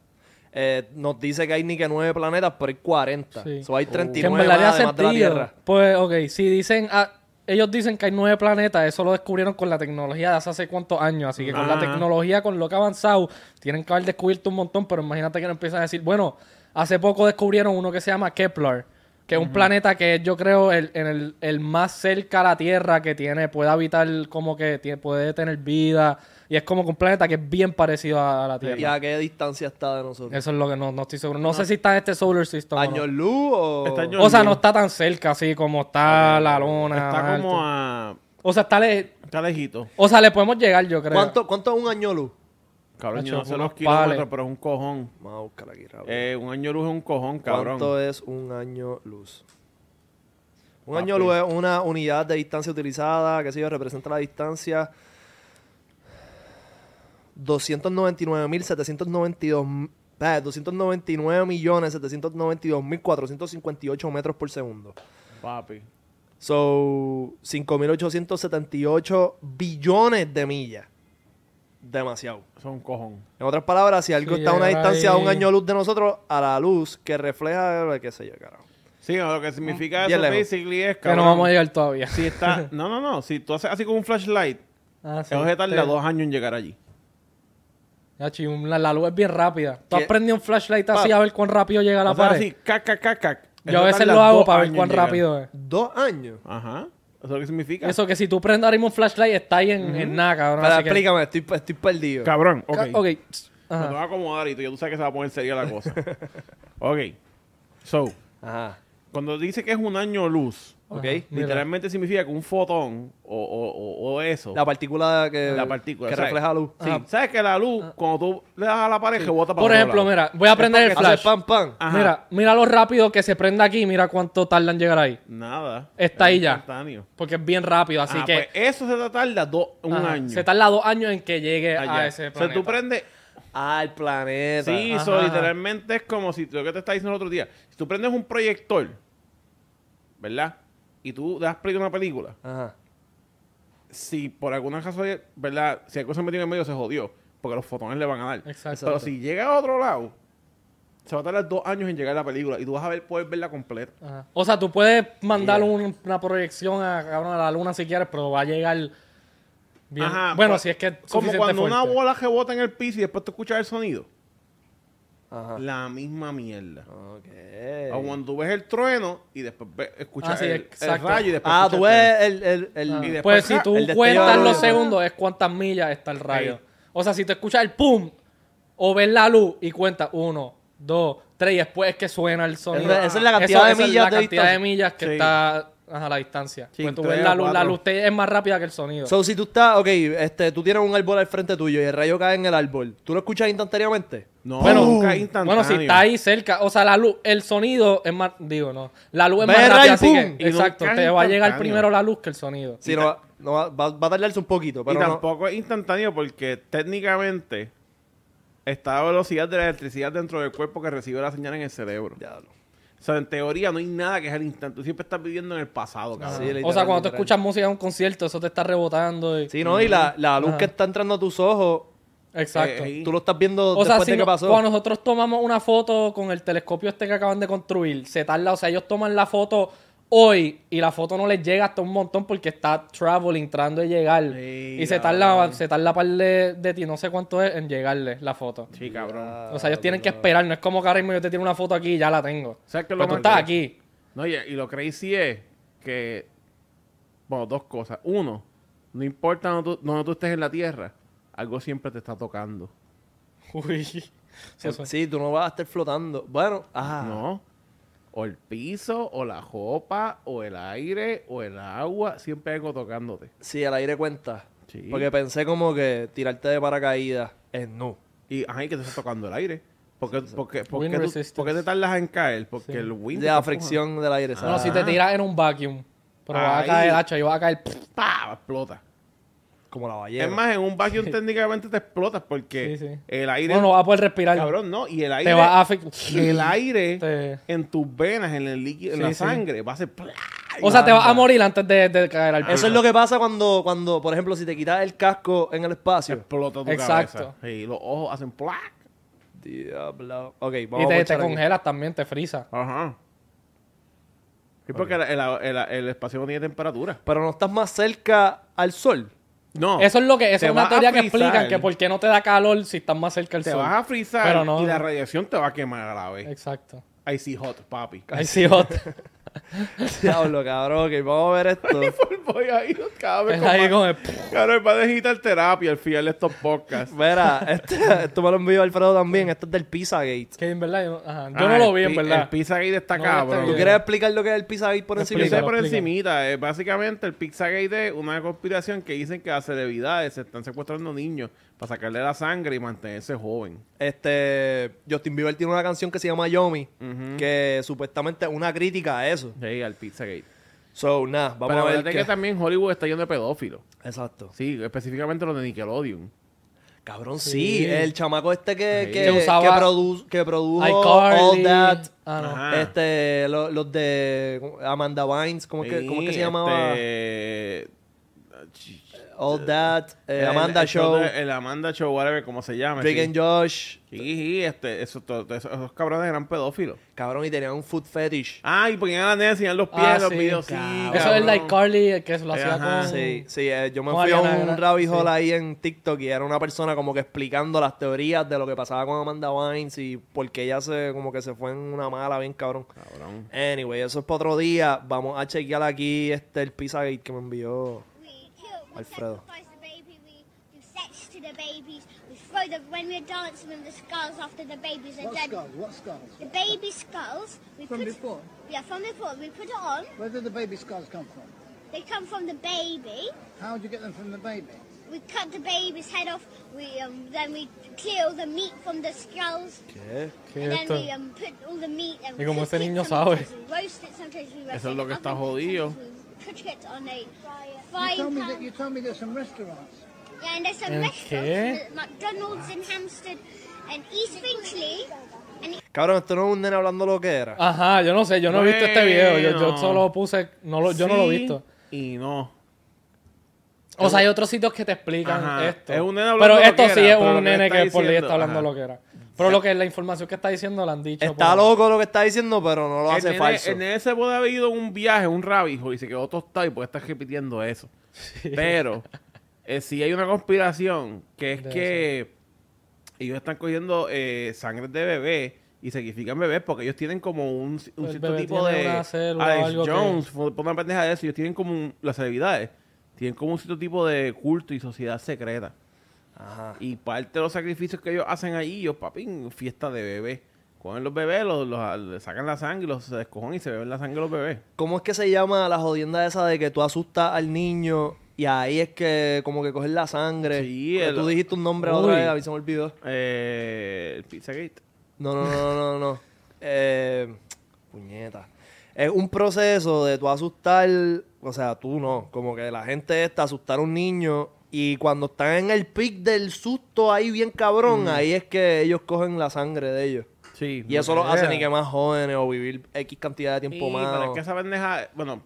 Speaker 1: eh, nos dice que hay ni que nueve planetas, pero hay 40.
Speaker 3: Sí.
Speaker 1: So, hay
Speaker 3: Que en
Speaker 1: 39
Speaker 3: verdad le
Speaker 1: más,
Speaker 3: hace
Speaker 1: además de la
Speaker 3: sentido.
Speaker 1: Tierra.
Speaker 3: Pues, ok, si dicen. ah, ellos dicen que hay nueve planetas, eso lo descubrieron con la tecnología de hace, hace cuántos años. Así que con la
Speaker 2: Ajá.
Speaker 3: tecnología, con lo que ha avanzado, tienen que haber descubierto un montón. Pero imagínate que no empiezan a decir, bueno, hace poco descubrieron uno que se llama Kepler, que es un planeta que es, yo creo el, en el, el más cerca a la Tierra que tiene, puede habitar como que tiene, puede tener vida. Y es como que un planeta que es bien parecido a, a la Tierra.
Speaker 1: ¿Y a qué distancia está de nosotros?
Speaker 3: Eso es lo que no, no estoy seguro. No, sé si está en este solar system. o no. Este
Speaker 1: ¿Años luz o.?
Speaker 2: Está Este año-
Speaker 3: O sea, no está tan cerca así como está la luna.
Speaker 2: Está
Speaker 3: Marte.
Speaker 2: como a...
Speaker 3: O sea, está le...
Speaker 2: Está lejito.
Speaker 3: O sea, le podemos llegar, yo creo.
Speaker 1: ¿Cuánto, ¿Cuánto es un año luz?
Speaker 2: Cabrón, yo
Speaker 3: Nacho,
Speaker 2: no sé
Speaker 3: unos
Speaker 2: los kilómetros,
Speaker 3: pales.
Speaker 2: pero es un cojón.
Speaker 1: Vamos a buscar aquí rápido.
Speaker 2: Eh, un año luz es un cojón, cabrón.
Speaker 1: ¿Cuánto es un año luz? Un
Speaker 2: Papi.
Speaker 1: año luz es una unidad de distancia utilizada, que sé yo, representa la distancia 299.792 eh, 299.792.458 metros por segundo.
Speaker 2: Papi.
Speaker 1: So, 5.878 billones de millas. Demasiado.
Speaker 2: Eso es un cojón.
Speaker 1: En otras palabras, si algo
Speaker 3: Sí,
Speaker 1: está a una
Speaker 3: llegar
Speaker 1: distancia de un
Speaker 3: ahí.
Speaker 1: año luz de nosotros, a la luz que refleja, qué sé yo, carajo.
Speaker 2: Sí, lo que significa
Speaker 1: Bien
Speaker 2: eso
Speaker 1: lejos.
Speaker 2: basically es,
Speaker 3: Que
Speaker 2: cabrón.
Speaker 3: no vamos a llegar todavía.
Speaker 2: Si
Speaker 3: [LAUGHS]
Speaker 2: está... No, no, no. Si tú haces así con un flashlight,
Speaker 3: Ah, sí.
Speaker 2: eso se tarda
Speaker 3: Te-
Speaker 2: dos años en llegar allí.
Speaker 3: Nachi, un- la, la luz es bien rápida. Tú
Speaker 1: ¿Qué?
Speaker 3: has prendido un flashlight así
Speaker 1: Pa-
Speaker 3: a ver cuán rápido llega a la
Speaker 2: O sea,
Speaker 3: pared.
Speaker 2: así, cac, cac, cac, cac.
Speaker 3: Yo
Speaker 2: Eso
Speaker 3: a veces
Speaker 2: tarda
Speaker 3: lo hago
Speaker 2: dos
Speaker 3: para ver
Speaker 2: años
Speaker 3: cuán
Speaker 2: en llegar.
Speaker 3: rápido es.
Speaker 1: Dos
Speaker 3: Ah,
Speaker 1: años.
Speaker 2: Ajá. Eso es lo que significa.
Speaker 3: Eso que si tú prendes ahora mismo un flashlight, está ahí en, en nada, cabrón.
Speaker 1: Espera,
Speaker 3: así que-
Speaker 1: explícame, estoy, estoy perdido.
Speaker 2: Cabrón, ok.
Speaker 3: Ca- Ok. pss,
Speaker 2: Me
Speaker 3: ajá.
Speaker 2: lo voy a acomodar y tú, ya tú sabes que se va a poner seria la [LAUGHS] cosa. ok. So,
Speaker 1: Ajá.
Speaker 2: cuando dice que es un año luz,
Speaker 1: ¿ok?
Speaker 3: Ajá. Mira.
Speaker 2: Literalmente significa que un fotón o, o- o- o eso,
Speaker 1: La
Speaker 2: la,
Speaker 1: partícula que,
Speaker 2: partícula.
Speaker 1: que
Speaker 2: ¿sabes?
Speaker 1: refleja luz.
Speaker 2: Sí.
Speaker 1: Ajá.
Speaker 2: ¿Sabes que la luz, cuando tú le das a la pared, rebota para
Speaker 3: Ah. Por
Speaker 2: otro
Speaker 3: ejemplo,
Speaker 2: lado?
Speaker 3: mira, voy a prender el
Speaker 1: Hace
Speaker 3: flash. Ah,
Speaker 1: pam, pam.
Speaker 2: Ajá.
Speaker 3: Mira, mira lo rápido que se prende aquí, mira cuánto tardan en llegar ahí.
Speaker 2: Nada.
Speaker 3: Está
Speaker 2: Es
Speaker 3: ahí ya.
Speaker 2: instantáneo.
Speaker 3: Porque es bien rápido, así
Speaker 2: Ah,
Speaker 3: que...
Speaker 2: pues eso se tarda dos, un
Speaker 3: Ajá,
Speaker 2: año.
Speaker 3: Se tarda dos años en que llegue
Speaker 2: allá.
Speaker 3: a ese
Speaker 2: O sea,
Speaker 3: planeta.
Speaker 2: tú prendes.
Speaker 1: Ah, el planeta.
Speaker 2: Sí,
Speaker 3: Ajá,
Speaker 2: so,
Speaker 3: ajá.
Speaker 2: literalmente es como si lo que te estaba diciendo el otro día. Si tú prendes un proyector, ¿verdad? Y tú das play a una película.
Speaker 1: Ajá.
Speaker 2: Si por alguna razón, ¿verdad? Si algo se metió en el medio, se jodió. Porque los fotones le van a dar.
Speaker 3: Exacto.
Speaker 2: Pero si llega a otro lado, se va a tardar dos años en llegar la película. Y tú vas a ver, poder verla completa.
Speaker 3: Ajá. O sea, tú puedes mandar un- una proyección a, cabrón, a la luna si quieres, pero va a llegar bien.
Speaker 2: Ajá,
Speaker 3: bueno,
Speaker 2: pues,
Speaker 3: si es que es
Speaker 2: Como
Speaker 3: suficiente
Speaker 2: cuando una
Speaker 3: fuerte.
Speaker 2: bola rebota en el piso y después tú escuchas el sonido.
Speaker 1: Ajá.
Speaker 2: La misma mierda.
Speaker 1: Ok.
Speaker 2: O cuando tú ves el trueno y después ve- escuchas
Speaker 3: Eh. Ah, sí,
Speaker 2: el, el
Speaker 3: exacto.
Speaker 2: rayo y después
Speaker 1: Ah,
Speaker 2: escuchas
Speaker 1: tú
Speaker 2: el trueno.
Speaker 1: ves el... el, el-
Speaker 3: Ah.
Speaker 2: y después,
Speaker 3: Pues si
Speaker 2: ja,
Speaker 3: tú
Speaker 1: el destello de
Speaker 3: cuentas
Speaker 1: la
Speaker 3: los
Speaker 1: luz.
Speaker 3: segundos es cuántas millas está el rayo. O sea, si tú escuchas el pum o ves la luz y cuentas uno, dos, tres y después es que suena el sonido.
Speaker 1: Esa- esa es la cantidad de
Speaker 3: esa es
Speaker 1: millas
Speaker 3: la
Speaker 1: de
Speaker 3: cantidad
Speaker 1: distancia.
Speaker 3: de millas que
Speaker 2: Sí.
Speaker 3: está a la distancia.
Speaker 2: Sí,
Speaker 3: Cuando tú
Speaker 2: tres
Speaker 3: ves la
Speaker 2: o
Speaker 3: luz, la
Speaker 2: cuatro.
Speaker 3: luz te- es más rápida que el sonido.
Speaker 1: So, si tú estás... Ok, este, tú tienes un árbol al frente tuyo y el rayo cae en el árbol. ¿Tú lo escuchas instantáneamente?
Speaker 2: No,
Speaker 3: Bueno,
Speaker 2: nunca es
Speaker 3: Bueno, si
Speaker 2: instantáneo.
Speaker 3: está ahí cerca, o sea, la luz, el sonido es más, digo, no, la luz es más
Speaker 1: Verá y
Speaker 3: rápida, así
Speaker 1: pum.
Speaker 3: que,
Speaker 2: Y
Speaker 3: exacto,
Speaker 2: nunca es
Speaker 3: te va a llegar
Speaker 2: instantáneo.
Speaker 3: primero la luz que el sonido.
Speaker 1: Sí, no, va, no va- va- va a tardarse un poquito, pero
Speaker 2: y
Speaker 1: no.
Speaker 2: tampoco es instantáneo porque técnicamente está la velocidad de la electricidad dentro del cuerpo que recibe la señal en el cerebro.
Speaker 1: Diablo.
Speaker 2: O sea, en teoría no hay nada que es al instante. Tú siempre estás viviendo en el pasado, cabrón.
Speaker 1: Sí,
Speaker 3: o sea,
Speaker 1: literal,
Speaker 3: cuando tú
Speaker 1: literal.
Speaker 3: escuchas música en un concierto, eso te está rebotando. Y...
Speaker 1: Sí, no, y la, la luz
Speaker 3: Ajá.
Speaker 1: que está entrando a tus ojos,
Speaker 3: Exacto.
Speaker 2: Eh, eh,
Speaker 1: tú lo estás viendo
Speaker 3: O sea,
Speaker 1: después
Speaker 3: si
Speaker 1: de que
Speaker 3: no-
Speaker 1: pasó.
Speaker 3: cuando nosotros tomamos una foto con el telescopio este que acaban de construir, se tarda, o sea, ellos toman la foto hoy y la foto no les llega hasta un montón porque está traveling, tratando de llegar.
Speaker 2: Sí,
Speaker 3: y se tarda, se tarda par de, de ti, no sé cuánto es, en llegarle la foto.
Speaker 2: Sí,
Speaker 1: Ah.
Speaker 2: cabrón.
Speaker 3: O sea, ellos
Speaker 2: Ah,
Speaker 3: tienen que esperar. No es como que ahora mismo yo te tiro una foto aquí y ya la tengo.
Speaker 2: ¿Sabes qué es
Speaker 3: Pero
Speaker 2: lo
Speaker 3: tú
Speaker 2: más
Speaker 3: estás
Speaker 2: que-
Speaker 3: aquí.
Speaker 2: No, y, y lo crazy es que... Bueno, dos cosas. Uno, no importa donde tú, donde tú estés en la Tierra, algo siempre te está tocando.
Speaker 3: Uy. Sí, eso es.
Speaker 1: Sí, tú no vas a estar flotando. Bueno, ajá.
Speaker 2: No. O el piso, o la ropa, o el aire, o el agua. Siempre hay algo tocándote.
Speaker 1: Sí, el aire cuenta.
Speaker 2: Sí.
Speaker 1: Porque pensé como que tirarte de paracaídas es no.
Speaker 2: Y ay, que te está tocando el aire. Porque, porque, porque,
Speaker 3: Wind
Speaker 2: tú-
Speaker 3: resistance.
Speaker 2: porque te tardas en caer. Porque el wind.
Speaker 1: De
Speaker 2: te
Speaker 1: la
Speaker 2: empuja.
Speaker 1: fricción del aire.
Speaker 3: Bueno,
Speaker 1: ¿sabes?
Speaker 3: si te tiras en un vacuum. Pero va a
Speaker 2: Ah. Ahí.
Speaker 3: caer, hacho, ahí va a caer. pff,
Speaker 2: ¡Pa! Explota.
Speaker 1: Como la ballena.
Speaker 2: Es más, en un
Speaker 3: [LAUGHS]
Speaker 2: vacuum técnicamente te explotas porque
Speaker 3: Sí, sí.
Speaker 2: el aire.
Speaker 3: No, no va a poder respirar.
Speaker 2: Cabrón, no. Y el aire.
Speaker 3: te va a afectar.
Speaker 2: El aire
Speaker 3: [LAUGHS] Te-
Speaker 2: en tus venas, en el líquido, en
Speaker 3: Sí,
Speaker 2: la
Speaker 3: sí.
Speaker 2: sangre, va a ser. ¡plá!
Speaker 3: O sea, te vas a morir antes de, de caer
Speaker 2: Ah,
Speaker 3: al
Speaker 1: Eso es lo que pasa cuando, cuando, por ejemplo, si te quitas el casco en el
Speaker 2: [LAUGHS]
Speaker 1: espacio.
Speaker 2: Explota tu
Speaker 3: Exacto.
Speaker 2: cabeza. Y los ojos hacen. ¡plac!
Speaker 1: Diablo. Ok, vamos
Speaker 3: Y
Speaker 1: a
Speaker 3: te, te
Speaker 1: ponchar aquí.
Speaker 3: congelas también, te frisa.
Speaker 2: Ajá. Sí, porque el, el- el- el espacio no tiene temperatura.
Speaker 1: Pero no estás más cerca al
Speaker 2: [LAUGHS]
Speaker 1: sol.
Speaker 2: No.
Speaker 3: Eso es lo que, eso
Speaker 2: Te
Speaker 3: es una
Speaker 2: vas a
Speaker 3: teoría que
Speaker 2: frizar.
Speaker 3: explican que por qué no te da calor si estás más cerca del
Speaker 2: Te
Speaker 3: sol.
Speaker 2: vas a frizar
Speaker 3: Pero no.
Speaker 2: y la radiación te va a quemar a la vez.
Speaker 3: Exacto.
Speaker 2: Icy hot, papi. [LAUGHS]
Speaker 3: Ahí sí, otra. [LAUGHS]
Speaker 1: Diablo, cabrón. Ok, vamos a ver esto.
Speaker 2: Voy a ir cada vez
Speaker 3: Es
Speaker 2: con
Speaker 3: ahí
Speaker 2: más.
Speaker 3: como el-
Speaker 2: Claro, va a necesitar terapia al final de estos podcasts.
Speaker 1: Mira, este- esto me lo envió Alfredo también. Esto es del Pizza Gate.
Speaker 3: Que en verdad, yo, ajá, yo
Speaker 2: Ah,
Speaker 3: no
Speaker 2: el
Speaker 3: lo vi, en
Speaker 2: pi- El
Speaker 3: verdad.
Speaker 2: pizza gate está
Speaker 3: No, yo
Speaker 2: cabrón.
Speaker 1: ¿Tú
Speaker 3: también.
Speaker 1: quieres explicar lo que es el Pizza Gate por
Speaker 2: Yo sé
Speaker 1: encima?
Speaker 3: Explícalo,
Speaker 2: por
Speaker 3: explícame.
Speaker 2: encimita, eh, básicamente el Pizza Gate es una conspiración que dicen que las celebridades se están secuestrando niños para sacarle la sangre y mantenerse joven.
Speaker 1: Este, Justin Bieber tiene una canción que se llama Yomi, que supuestamente es una crítica a eso.
Speaker 2: Sí, al Pizza Gate.
Speaker 1: So, nada, vamos
Speaker 2: Pero
Speaker 1: a ver.
Speaker 2: acuérdate que
Speaker 1: qué-
Speaker 2: también Hollywood está lleno de pedófilos.
Speaker 1: Exacto.
Speaker 2: Sí, específicamente los de Nickelodeon.
Speaker 1: Cabrón, sí.
Speaker 3: Sí.
Speaker 1: El chamaco este que,
Speaker 2: Sí.
Speaker 1: que,
Speaker 3: Que usaba
Speaker 1: que, produ- que produjo All
Speaker 3: iCarly.
Speaker 1: That.
Speaker 3: Ah, no.
Speaker 2: Ajá.
Speaker 1: Este, lo- los de Amanda Vines, ¿cómo es que,
Speaker 2: Sí,
Speaker 1: cómo es que se llamaba?
Speaker 2: este,
Speaker 1: All That, eh,
Speaker 2: el-
Speaker 1: Amanda
Speaker 2: el
Speaker 1: Show,
Speaker 2: de- el Amanda Show, whatever, como se llama.
Speaker 1: Drake
Speaker 2: sí.
Speaker 1: and Josh.
Speaker 2: Sí, sí, este, eso, to- to- esos, esos cabrones eran pedófilos.
Speaker 1: Cabrón, y tenían un food fetish.
Speaker 2: Ah, y ponían a la nena a enseñar los pies,
Speaker 3: Ah,
Speaker 2: los
Speaker 3: sí.
Speaker 2: videos. Sí,
Speaker 3: Eso es
Speaker 2: cabrón.
Speaker 3: like Carly, el que lo hacía
Speaker 2: Ajá.
Speaker 3: con.
Speaker 1: Sí, sí, eh, yo me
Speaker 3: Con
Speaker 1: fui a
Speaker 3: Ariana
Speaker 1: un
Speaker 3: Grande,
Speaker 1: rabbit hole
Speaker 3: sí.
Speaker 1: ahí en TikTok y era una persona como que explicando las teorías de lo que pasaba con Amanda Vines y por qué ella se como que se fue en una mala bien cabrón.
Speaker 2: Cabrón.
Speaker 1: Anyway, eso es para otro día. Vamos a chequear aquí este el Pizza Gate que me envió.
Speaker 6: We kill, we
Speaker 1: Alfredo.
Speaker 6: sacrifice the baby, we do sex to the babies, we throw the, when we're dancing with the skulls after the babies are dead.
Speaker 8: What skulls? What skulls?
Speaker 6: The baby skulls, we
Speaker 8: From
Speaker 6: put
Speaker 8: before?
Speaker 6: Yeah, from the foot. We put it on.
Speaker 8: Where did the baby scars come from?
Speaker 6: They come from the baby.
Speaker 8: How would you get them from the baby?
Speaker 6: We cut the baby's head off. We um, then we clear all the meat from the skulls.
Speaker 1: ¿Qué?
Speaker 6: and
Speaker 3: ¿Qué
Speaker 6: then
Speaker 3: es esto?
Speaker 6: we um, put all the meat. And
Speaker 3: Y como
Speaker 6: cook
Speaker 3: ese
Speaker 6: it,
Speaker 3: niño
Speaker 6: sometimes
Speaker 3: sabe.
Speaker 6: we roast it, sometimes we roast
Speaker 2: Eso es lo
Speaker 6: it
Speaker 2: que está
Speaker 6: oven,
Speaker 2: jodido.
Speaker 6: sometimes we Cook it on a
Speaker 8: You told,
Speaker 6: frying
Speaker 8: me that,
Speaker 6: pan.
Speaker 8: you told me there's some restaurants.
Speaker 6: Yeah, and there's some
Speaker 3: ¿El
Speaker 6: restaurants, uh,
Speaker 3: qué?
Speaker 6: McDonald's in Hampstead and East Finchley. And
Speaker 1: Cabrón, esto no es un nene hablando lo que
Speaker 2: Ah,
Speaker 1: era.
Speaker 3: Ajá, yo no sé, yo no he visto este video. Yo, yo
Speaker 2: Bueno.
Speaker 3: solo puse, no lo, yo no lo he
Speaker 2: Sí
Speaker 3: visto. Eh,
Speaker 2: Y no.
Speaker 3: O sea, hay otros sitios que te explican
Speaker 2: Ajá.
Speaker 3: esto.
Speaker 2: Es un nene hablando
Speaker 3: pero
Speaker 2: lo
Speaker 3: esto
Speaker 2: que
Speaker 3: sí
Speaker 2: era,
Speaker 3: es
Speaker 2: pero lo
Speaker 3: un
Speaker 2: que
Speaker 3: nene
Speaker 2: está
Speaker 3: que por ley
Speaker 2: diciendo-
Speaker 3: está hablando
Speaker 2: ajá.
Speaker 3: lo que era. Pero lo que la información que está diciendo la han dicho.
Speaker 1: Está
Speaker 3: por-
Speaker 1: loco lo que está diciendo, pero no lo
Speaker 2: El
Speaker 1: hace
Speaker 2: nene,
Speaker 1: falso.
Speaker 2: el nene se puede haber ido en un viaje, un rabijo, y se quedó tostado y puede estar repitiendo eso. Pero eh, sí hay una conspiración, que es
Speaker 3: De
Speaker 2: que ellos están cogiendo eh, sangre de bebé y sacrifican bebés porque ellos tienen como un, un
Speaker 3: El
Speaker 2: cierto
Speaker 3: bebé
Speaker 2: tipo
Speaker 3: tiene
Speaker 2: de...
Speaker 3: una célula o
Speaker 2: Alex
Speaker 3: algo que-
Speaker 2: Jones, fue por una pendeja de eso, ellos tienen como un- las celebridades, tienen como un cierto tipo de culto y sociedad secreta.
Speaker 1: Ajá.
Speaker 2: Y parte de los sacrificios que ellos hacen allí, ellos, papín, fiesta de bebé. Cogen los bebés, los, los- le sacan la sangre, y los descojan y se beben la sangre de los bebés.
Speaker 1: ¿Cómo es que se llama la jodienda esa de que tú asustas al niño y ahí es que como que coges la sangre?
Speaker 2: Sí,
Speaker 1: Que
Speaker 2: el-
Speaker 1: Tú dijiste un nombre la
Speaker 3: Uy.
Speaker 1: otra vez, a mí se me olvidó.
Speaker 2: Eh, el Pizzagate.
Speaker 1: No, no, no, no, no. no. [LAUGHS] Eh, puñeta. Es un proceso de tú asustar, o sea, tú no, como que la gente esta asustar a un niño y cuando están en el pic del susto ahí bien cabrón, ahí es que ellos cogen la sangre de ellos.
Speaker 2: Sí.
Speaker 1: Y eso
Speaker 3: no
Speaker 1: los hace
Speaker 3: creo.
Speaker 1: ni que más jóvenes o vivir X cantidad de tiempo
Speaker 2: Sí,
Speaker 1: más.
Speaker 2: pero es
Speaker 1: o-
Speaker 2: que esa pendeja, bueno,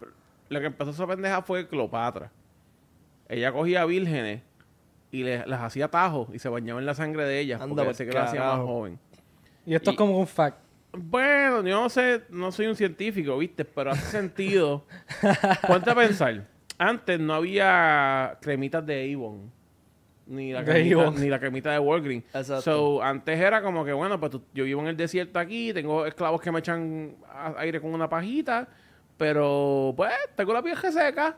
Speaker 2: lo que empezó esa pendeja fue Cleopatra. Ella cogía vírgenes y les, las hacía tajos y se bañaba en la sangre de ellas.
Speaker 1: Anda
Speaker 2: porque
Speaker 1: pa'l
Speaker 2: parece que la hacía más
Speaker 1: carajo.
Speaker 2: joven.
Speaker 3: Y esto
Speaker 2: y-
Speaker 3: es como un fact.
Speaker 2: Bueno, yo no sé, no soy un científico, ¿viste? Pero
Speaker 3: [LAUGHS]
Speaker 2: hace sentido. Ponte a pensar. Antes no había cremitas de Avon. Ni la,
Speaker 3: De
Speaker 2: cremita,
Speaker 3: Avon.
Speaker 2: ni la cremita de Walgreens.
Speaker 1: Exacto.
Speaker 2: So, antes era como que, bueno, pues tú- yo vivo en el desierto aquí, tengo esclavos que me echan a- aire con una pajita, pero pues tengo la piel seca.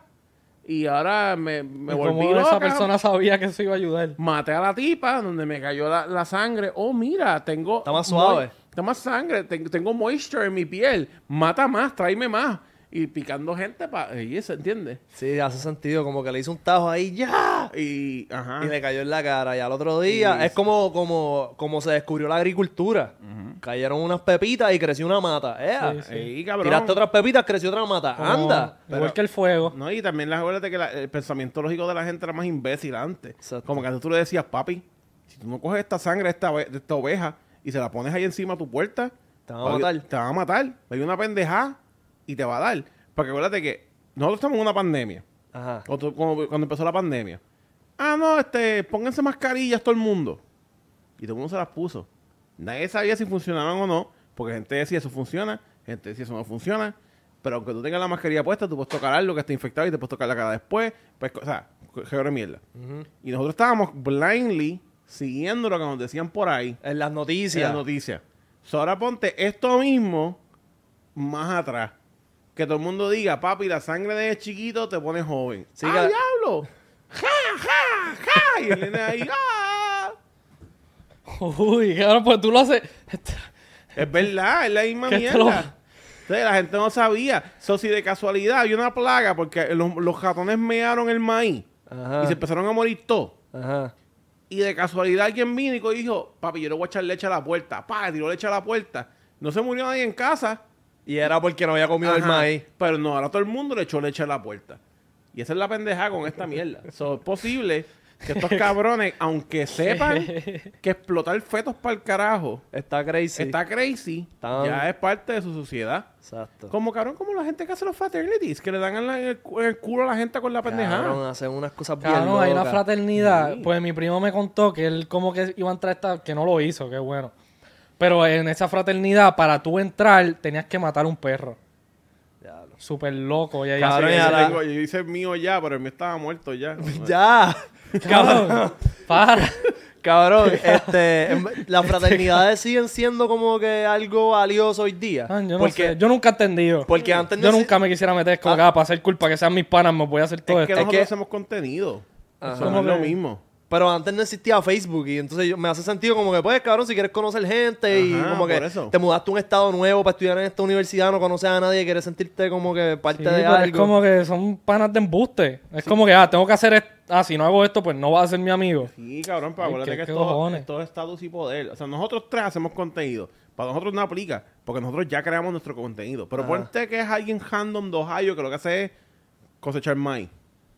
Speaker 2: Y ahora me, me
Speaker 3: Y
Speaker 2: volví
Speaker 3: como esa
Speaker 2: loca,
Speaker 3: persona sabía que eso iba a ayudar.
Speaker 2: maté a la tipa donde me cayó la, la sangre. Oh, mira, tengo.
Speaker 1: Está más
Speaker 2: moi-
Speaker 1: suave.
Speaker 2: Está más sangre. ten- tengo moisture en mi piel. Mata más, tráeme más. Y picando gente para. Y eso, ¿entiendes?
Speaker 1: Sí, hace sentido, como que le hizo un tajo ahí, ¡ya!
Speaker 2: Y. Ajá.
Speaker 1: Y le cayó en la cara. Y al otro día,
Speaker 2: Ah. Y-
Speaker 1: es como, como, como se descubrió la agricultura. Cayeron unas pepitas y creció una mata. ¡Ea!
Speaker 3: Sí,
Speaker 2: Ey, cabrón.
Speaker 1: Tiraste otras pepitas, creció otra mata.
Speaker 3: Como-
Speaker 1: ¡Anda!
Speaker 3: igual que el fuego. [LAUGHS]
Speaker 2: No, y también la- acuérdate que la- el pensamiento lógico de la gente era más imbécil antes.
Speaker 1: Exacto.
Speaker 2: Como que antes tú le decías, papi, si tú no coges esta sangre de esta, ove- de esta oveja y se la pones ahí encima de tu puerta,
Speaker 1: Te va a
Speaker 2: papi,
Speaker 1: matar.
Speaker 2: Te va a matar. Hay una pendejada y te va a dar. Porque acuérdate que nosotros estamos en una pandemia.
Speaker 1: Ajá.
Speaker 2: Cuando, cuando- cuando empezó la pandemia. Ah, no, este, pónganse mascarillas todo el mundo. Y todo el mundo se las puso. Nadie sabía si funcionaban o no, porque gente decía eso funciona, gente decía eso no funciona. Pero aunque tú tengas la mascarilla puesta, tú puedes tocar algo que está infectado y te puedes tocar la cara después. Pues, o sea, qué mierda. Y nosotros estábamos blindly siguiendo lo que nos decían por ahí
Speaker 1: En las
Speaker 2: en
Speaker 1: noticias.
Speaker 2: las noticias. So, ahora ponte esto mismo más atrás. Que todo el mundo diga, papi, la sangre de chiquito te pone joven.
Speaker 1: Sí, que-
Speaker 2: ¡Ah, diablo! ¡Ja, ja, ja! Y el nene ahí, ¡ah!
Speaker 3: Uy, cabrón, pues tú lo haces.
Speaker 2: Es verdad, es la misma
Speaker 3: Que
Speaker 2: mierda.
Speaker 3: esto lo-
Speaker 2: Entonces, la gente no sabía. So, si de casualidad había una plaga porque los, los ratones mearon el maíz
Speaker 1: Ajá.
Speaker 2: y se empezaron a morir todos.
Speaker 1: Ajá.
Speaker 2: Y de casualidad alguien vino y dijo, papi, yo le voy a echar leche a la puerta. Pa, tiró leche a la puerta. No se murió nadie en casa.
Speaker 1: Y era porque no había comido el
Speaker 2: Ajá,
Speaker 1: maíz.
Speaker 2: Pero no, ahora todo el mundo le echó leche a la puerta. Y esa es la pendejada con esta mierda. So, es posible que estos cabrones, aunque sepan que explotar fetos para el carajo
Speaker 1: Está crazy.
Speaker 2: está crazy,
Speaker 1: Tan-
Speaker 2: ya es parte de su sociedad.
Speaker 1: Exacto.
Speaker 2: Como cabrón, como la gente que hace los fraternities, que le dan en, la- en el, cu- en el culo a la gente con la pendejada.
Speaker 1: Cabrón, hacen unas cosas bien
Speaker 3: Cabrón, hay una
Speaker 1: locas.
Speaker 3: fraternidad.
Speaker 2: Sí.
Speaker 3: Pues mi primo me contó que él como que iba a entrar a esta, que no lo hizo, qué bueno. Pero en esa fraternidad, para tú entrar, tenías que matar un perro.
Speaker 1: Diablo.
Speaker 3: Súper loco. Y ahí
Speaker 1: Cabrón,
Speaker 3: así-
Speaker 1: y
Speaker 2: Yo,
Speaker 1: a la-
Speaker 2: tengo- yo hice el mío ya, pero el mío estaba muerto ya.
Speaker 1: [LAUGHS] ¡Ya! [LAUGHS]
Speaker 3: Cabrón, para. [LAUGHS]
Speaker 1: Cabrón, este, en- las fraternidades siguen siendo como que algo valioso hoy día.
Speaker 3: Man, yo no
Speaker 1: porque, pues, ah.
Speaker 3: sé. Yo nunca he entendido.
Speaker 1: porque antes
Speaker 3: Yo
Speaker 1: nece-
Speaker 3: nunca me quisiera meter con para hacer culpa Pues, que sean mis panas, me voy a hacer todo
Speaker 2: es que
Speaker 3: esto.
Speaker 2: nosotros
Speaker 1: que-
Speaker 2: hacemos contenido. Eso
Speaker 1: Ajá.
Speaker 2: no es lo mismo.
Speaker 1: Pero antes no existía Facebook y entonces yo- me hace sentido como que, pues, cabrón, si quieres conocer gente y
Speaker 2: Ajá,
Speaker 1: como que
Speaker 2: por eso.
Speaker 1: te mudaste a un estado nuevo para estudiar en esta universidad, no conoces a nadie, quieres sentirte como que parte
Speaker 3: Sí,
Speaker 1: de
Speaker 3: pero
Speaker 1: algo.
Speaker 3: es como que son panas de embuste. Es como que, ah, tengo que hacer esto. Ah, si no hago esto, pues no va a ser mi amigo.
Speaker 2: Sí, cabrón, para
Speaker 3: Ay,
Speaker 2: acuérdate
Speaker 3: qué-
Speaker 2: que
Speaker 3: qué
Speaker 2: esto,
Speaker 3: cojones.
Speaker 2: esto es estatus y poder. O sea, nosotros tres hacemos contenido. Para nosotros no aplica, porque nosotros ya creamos nuestro contenido. Pero ponte que es alguien random de Ohio que lo que hace es cosechar maíz.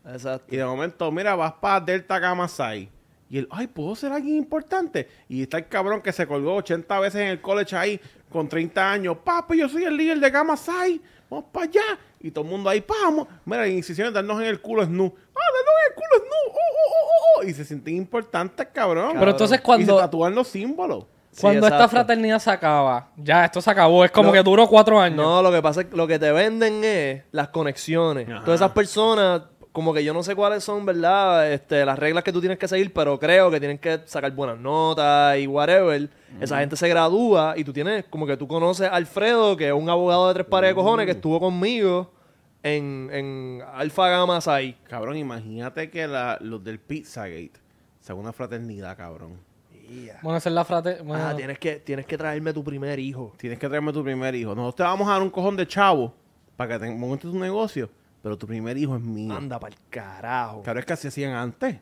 Speaker 1: Exacto.
Speaker 2: Y de momento, mira, vas para Delta Gamma Psi. Y él, ay, ¿puedo ser alguien importante? Y está el cabrón que se colgó 80 veces en el college ahí, con 30 años. Papi, yo soy el líder de Gamma Psi. Vamos para allá. Y todo el mundo ahí, "Pa, vamos. Mira, la incisión es darnos en el culo es nu. Ah, darnos en el culo es nu. Oh, oh, oh, oh, oh. Y se siente importante, cabrón.
Speaker 3: Pero entonces
Speaker 2: Y
Speaker 3: cuando-
Speaker 2: se tatúan los símbolos.
Speaker 1: Sí,
Speaker 3: Cuando esta
Speaker 1: exacto.
Speaker 3: fraternidad se acaba, ya, esto se acabó. Es como
Speaker 1: No.
Speaker 3: que duró cuatro años.
Speaker 1: No, lo que pasa es que lo que te venden es las conexiones.
Speaker 2: Ajá.
Speaker 1: Todas esas personas, como que yo no sé cuáles son, ¿verdad? Este, las reglas que tú tienes que seguir, pero creo que tienen que sacar buenas notas y whatever. Esa gente se gradúa y tú tienes, como que tú conoces a Alfredo, que es un abogado de tres pares de cojones que estuvo conmigo en, en Alfa Gamma Psi.
Speaker 2: Cabrón, imagínate que la- los del Pizzagate sean una fraternidad, cabrón.
Speaker 3: Bueno, esa es la fraternidad.
Speaker 1: Ah, tienes que, tienes que traerme tu primer hijo.
Speaker 2: Tienes que traerme tu primer hijo. Nosotros te vamos a dar un cojón de chavo para que te montes tu negocio, pero tu primer hijo es mío.
Speaker 1: Anda para el carajo.
Speaker 2: Cabrón, es que así hacían antes.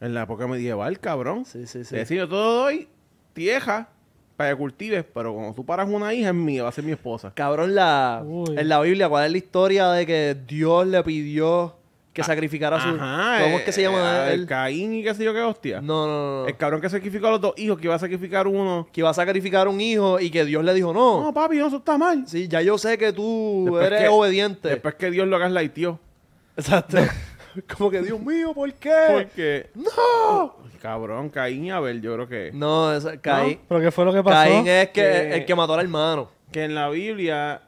Speaker 2: En la época medieval, cabrón.
Speaker 1: Sí, sí, sí.
Speaker 2: Es decir, yo te doy tieja para que cultives, pero cuando tú paras una hija es mía, va a ser mi esposa.
Speaker 1: Cabrón, la,
Speaker 3: Uy.
Speaker 1: en la Biblia, ¿cuál es la historia de que Dios le pidió que sacrificara a su... ¿Cómo es
Speaker 2: Ah, eh,
Speaker 1: que se llama
Speaker 2: eh,
Speaker 1: él?
Speaker 2: El Caín y qué sé yo qué hostia.
Speaker 1: No, no, no.
Speaker 2: El cabrón que sacrificó a los dos hijos, que iba a sacrificar uno.
Speaker 1: Que iba a sacrificar un hijo y que Dios le dijo, no,
Speaker 2: No, papi, eso está mal.
Speaker 1: sí, ya yo sé que tú
Speaker 2: Después
Speaker 1: eres
Speaker 2: que-
Speaker 1: obediente.
Speaker 2: Después que Dios lo gaslightó.
Speaker 1: [LAUGHS] Exacto. [LAUGHS] Como que, Dios mío, ¿por qué?
Speaker 2: Porque,
Speaker 1: Eh, ¡No!
Speaker 2: cabrón, Caín y Abel, yo creo que...
Speaker 1: No, esa- Caín,
Speaker 3: ¿Pero qué fue lo que pasó?
Speaker 1: Caín es que,
Speaker 2: Que-
Speaker 1: el que mató al hermano.
Speaker 2: que en la Biblia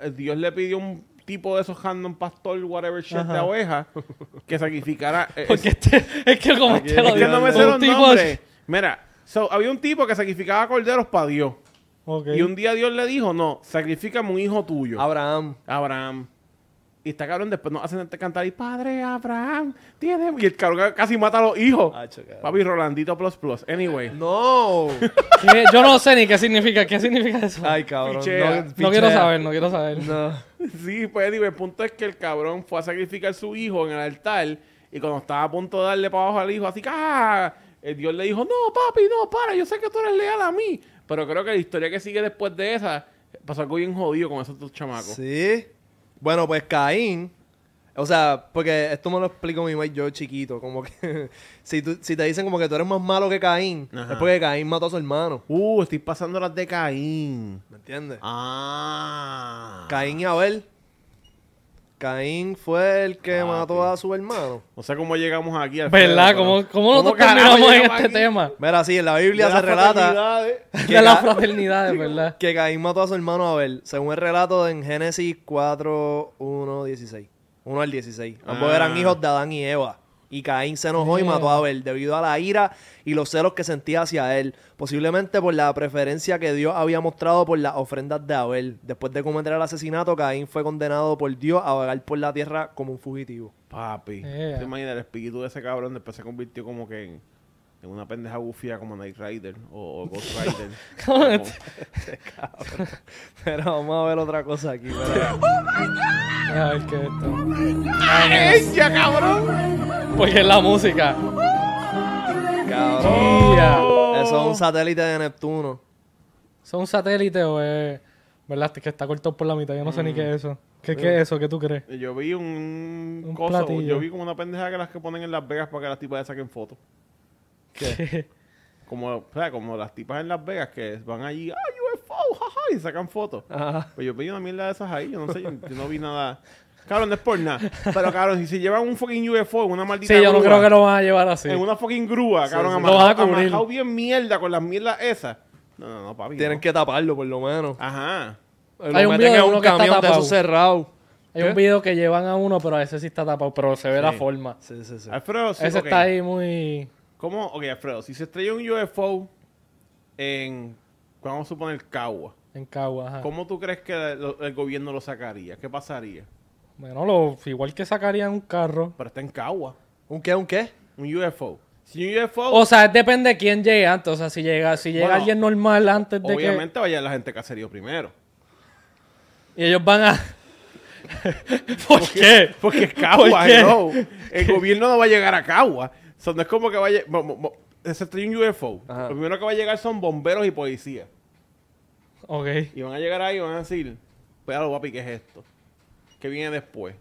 Speaker 2: eh, Dios le pidió a un tipo de esos random pastor, whatever shit de oveja, que sacrificara. eh,
Speaker 3: Porque
Speaker 2: es,
Speaker 3: este, es que como este
Speaker 2: es que no me sé
Speaker 3: un
Speaker 2: los
Speaker 3: tipo-
Speaker 2: nombres. Mira, so, había un tipo que sacrificaba corderos para Dios.
Speaker 3: Ok.
Speaker 2: Y un [LAUGHS] día Dios le dijo, no, sacrificame un hijo tuyo.
Speaker 1: Abraham.
Speaker 2: Abraham. Y está cabrón, después nos hacen este cantar y padre Abraham, tiene. Y el cabrón casi mata a los hijos.
Speaker 1: Ah, chocado.
Speaker 2: Papi Rolandito plus plus. Anyway. [LAUGHS]
Speaker 1: No.
Speaker 3: ¿Qué? Yo no sé ni qué significa. ¿Qué significa
Speaker 2: Ah,
Speaker 3: eso?
Speaker 1: Ay, cabrón.
Speaker 2: Pichea.
Speaker 3: no quiero
Speaker 1: pichea.
Speaker 3: saber, no quiero
Speaker 2: [LAUGHS]
Speaker 3: saber.
Speaker 1: No.
Speaker 2: Sí, pues digo, el punto es que el cabrón fue a sacrificar su hijo en el altar y cuando estaba a punto de darle para abajo al hijo, así que ¡ah! el Dios le dijo, no, papi, no, para, yo sé que tú eres leal a mí. Pero creo que la historia que sigue después de esa pasó algo bien jodido con esos dos chamacos.
Speaker 1: Sí. Bueno, pues Caín. O sea, porque esto me lo explico mi mamá y yo chiquito. Como que [LAUGHS] si, tú- si te dicen como que tú eres más malo que Caín,
Speaker 2: Ajá.
Speaker 1: es porque Caín mató a su hermano.
Speaker 2: Uh, estoy pasando las de Caín.
Speaker 1: ¿Me entiendes?
Speaker 2: Ah.
Speaker 1: Caín y Abel. Caín fue el que
Speaker 2: Ah,
Speaker 1: mató
Speaker 2: ok.
Speaker 1: a su hermano.
Speaker 2: No sé cómo llegamos aquí. al
Speaker 3: ¿Verdad?
Speaker 2: pero-
Speaker 3: ¿Cómo, cómo nosotros
Speaker 2: carajo
Speaker 3: terminamos en
Speaker 2: llegamos
Speaker 3: este
Speaker 2: aquí?
Speaker 3: tema?
Speaker 1: Mira, sí, en la Biblia
Speaker 2: De
Speaker 1: se
Speaker 2: las
Speaker 1: relata
Speaker 2: fatalidades.
Speaker 1: que,
Speaker 3: De la
Speaker 1: Ca-
Speaker 3: fraternidad,
Speaker 2: [LAUGHS]
Speaker 3: de verdad.
Speaker 1: que Caín mató a su hermano Abel, según el relato en Génesis 4, 1, 16. 1 al 16. Ambos
Speaker 2: Ah.
Speaker 1: eran hijos de Adán y Eva. Y Caín se enojó y mató a Abel debido a la ira y los celos que sentía hacia él, posiblemente por la preferencia que Dios había mostrado por las ofrendas de Abel. Después de cometer el asesinato, Caín fue condenado por Dios a vagar por la tierra como un fugitivo. [LAUGHS]
Speaker 2: Papi,
Speaker 3: Yeah.
Speaker 2: ¿te imaginas el espíritu de ese cabrón? Después se convirtió como que en, en una pendeja gufía como Night Rider
Speaker 3: [LAUGHS]
Speaker 2: o, o Ghost Rider. Como-
Speaker 1: Pero vamos a ver otra cosa aquí. espera.
Speaker 3: A ver qué es esto.
Speaker 2: ¡Ya, cabrón!
Speaker 3: Porque es la música.
Speaker 1: Cabrón.
Speaker 3: Ya.
Speaker 1: Eso es un satélite de Neptuno.
Speaker 3: ¿Son un satélite o es. ¿Verdad? Que está cortado por la mitad. Yo no sé ni qué es eso. ¿Qué, qué es eso? ¿Qué tú crees?
Speaker 2: Yo vi un,
Speaker 3: Un
Speaker 2: coso,
Speaker 3: platillo.
Speaker 2: yo vi como una pendeja que las que ponen en Las Vegas para que las tipas le saquen fotos. [LAUGHS] Como, o sea, como las tipas en Las Vegas que van allí, ¡ah, UFO! ¡Jaja! Y sacan fotos.
Speaker 1: Ajá.
Speaker 2: Pues yo pedí una mierda de esas ahí, yo no sé, yo, yo no vi nada. Cabrón, no es por nada. Pero cabrón, si se llevan un fucking UFO en una maldita
Speaker 3: Sí, yo no
Speaker 2: grúa,
Speaker 3: creo que lo van a llevar así.
Speaker 2: En una fucking grúa, cabrón.
Speaker 3: sí.
Speaker 2: amajao-
Speaker 3: Lo vas a cubrir.
Speaker 2: amajao bien mierda con las mierdas esas. No, no, no, papi.
Speaker 1: Tienen
Speaker 2: no.
Speaker 1: que taparlo, por lo menos.
Speaker 2: Ajá.
Speaker 1: Lo
Speaker 3: Hay un
Speaker 1: meten
Speaker 3: video de
Speaker 1: en
Speaker 3: uno que está
Speaker 1: camión de
Speaker 3: tapado.
Speaker 1: esos cerrados.
Speaker 3: Hay un video que llevan a uno, pero a ese sí está tapado, pero se ve la
Speaker 2: Sí.
Speaker 3: forma.
Speaker 1: Sí, sí, sí.
Speaker 2: Alfredo, sí,
Speaker 3: ese
Speaker 2: ok.
Speaker 3: está ahí muy.
Speaker 2: ¿Cómo? Ok, Alfredo, si se estrella un UFO en, vamos a suponer, Cagua,
Speaker 3: En Cagua. ajá.
Speaker 2: ¿cómo tú crees que lo- el gobierno lo sacaría? ¿Qué pasaría?
Speaker 3: Bueno, lo, igual que sacarían un carro.
Speaker 2: Pero está en Cagua,
Speaker 1: ¿Un qué? ¿Un qué?
Speaker 2: un UFO. Si un
Speaker 1: Oh.
Speaker 2: UFO,
Speaker 3: O sea, depende de quién llegue antes. O sea, si llega, si llega
Speaker 2: Bueno,
Speaker 3: alguien normal antes de
Speaker 2: obviamente vaya la gente caserío primero.
Speaker 3: que. Y ellos
Speaker 1: [LAUGHS]
Speaker 3: van a. ¿Por qué?
Speaker 2: Porque es Cagua,
Speaker 3: ¿Por qué?
Speaker 2: hello. El gobierno no va a llegar a Cagua. O sea, no es como que vaya. mo- mo- mo- Excepto un UFO.
Speaker 1: Ajá.
Speaker 2: Lo primero que va a llegar son bomberos y policía.
Speaker 3: Ok.
Speaker 2: Y van a llegar ahí y van a decir: Cuidado, papi, ¿qué es esto? ¿Qué viene después?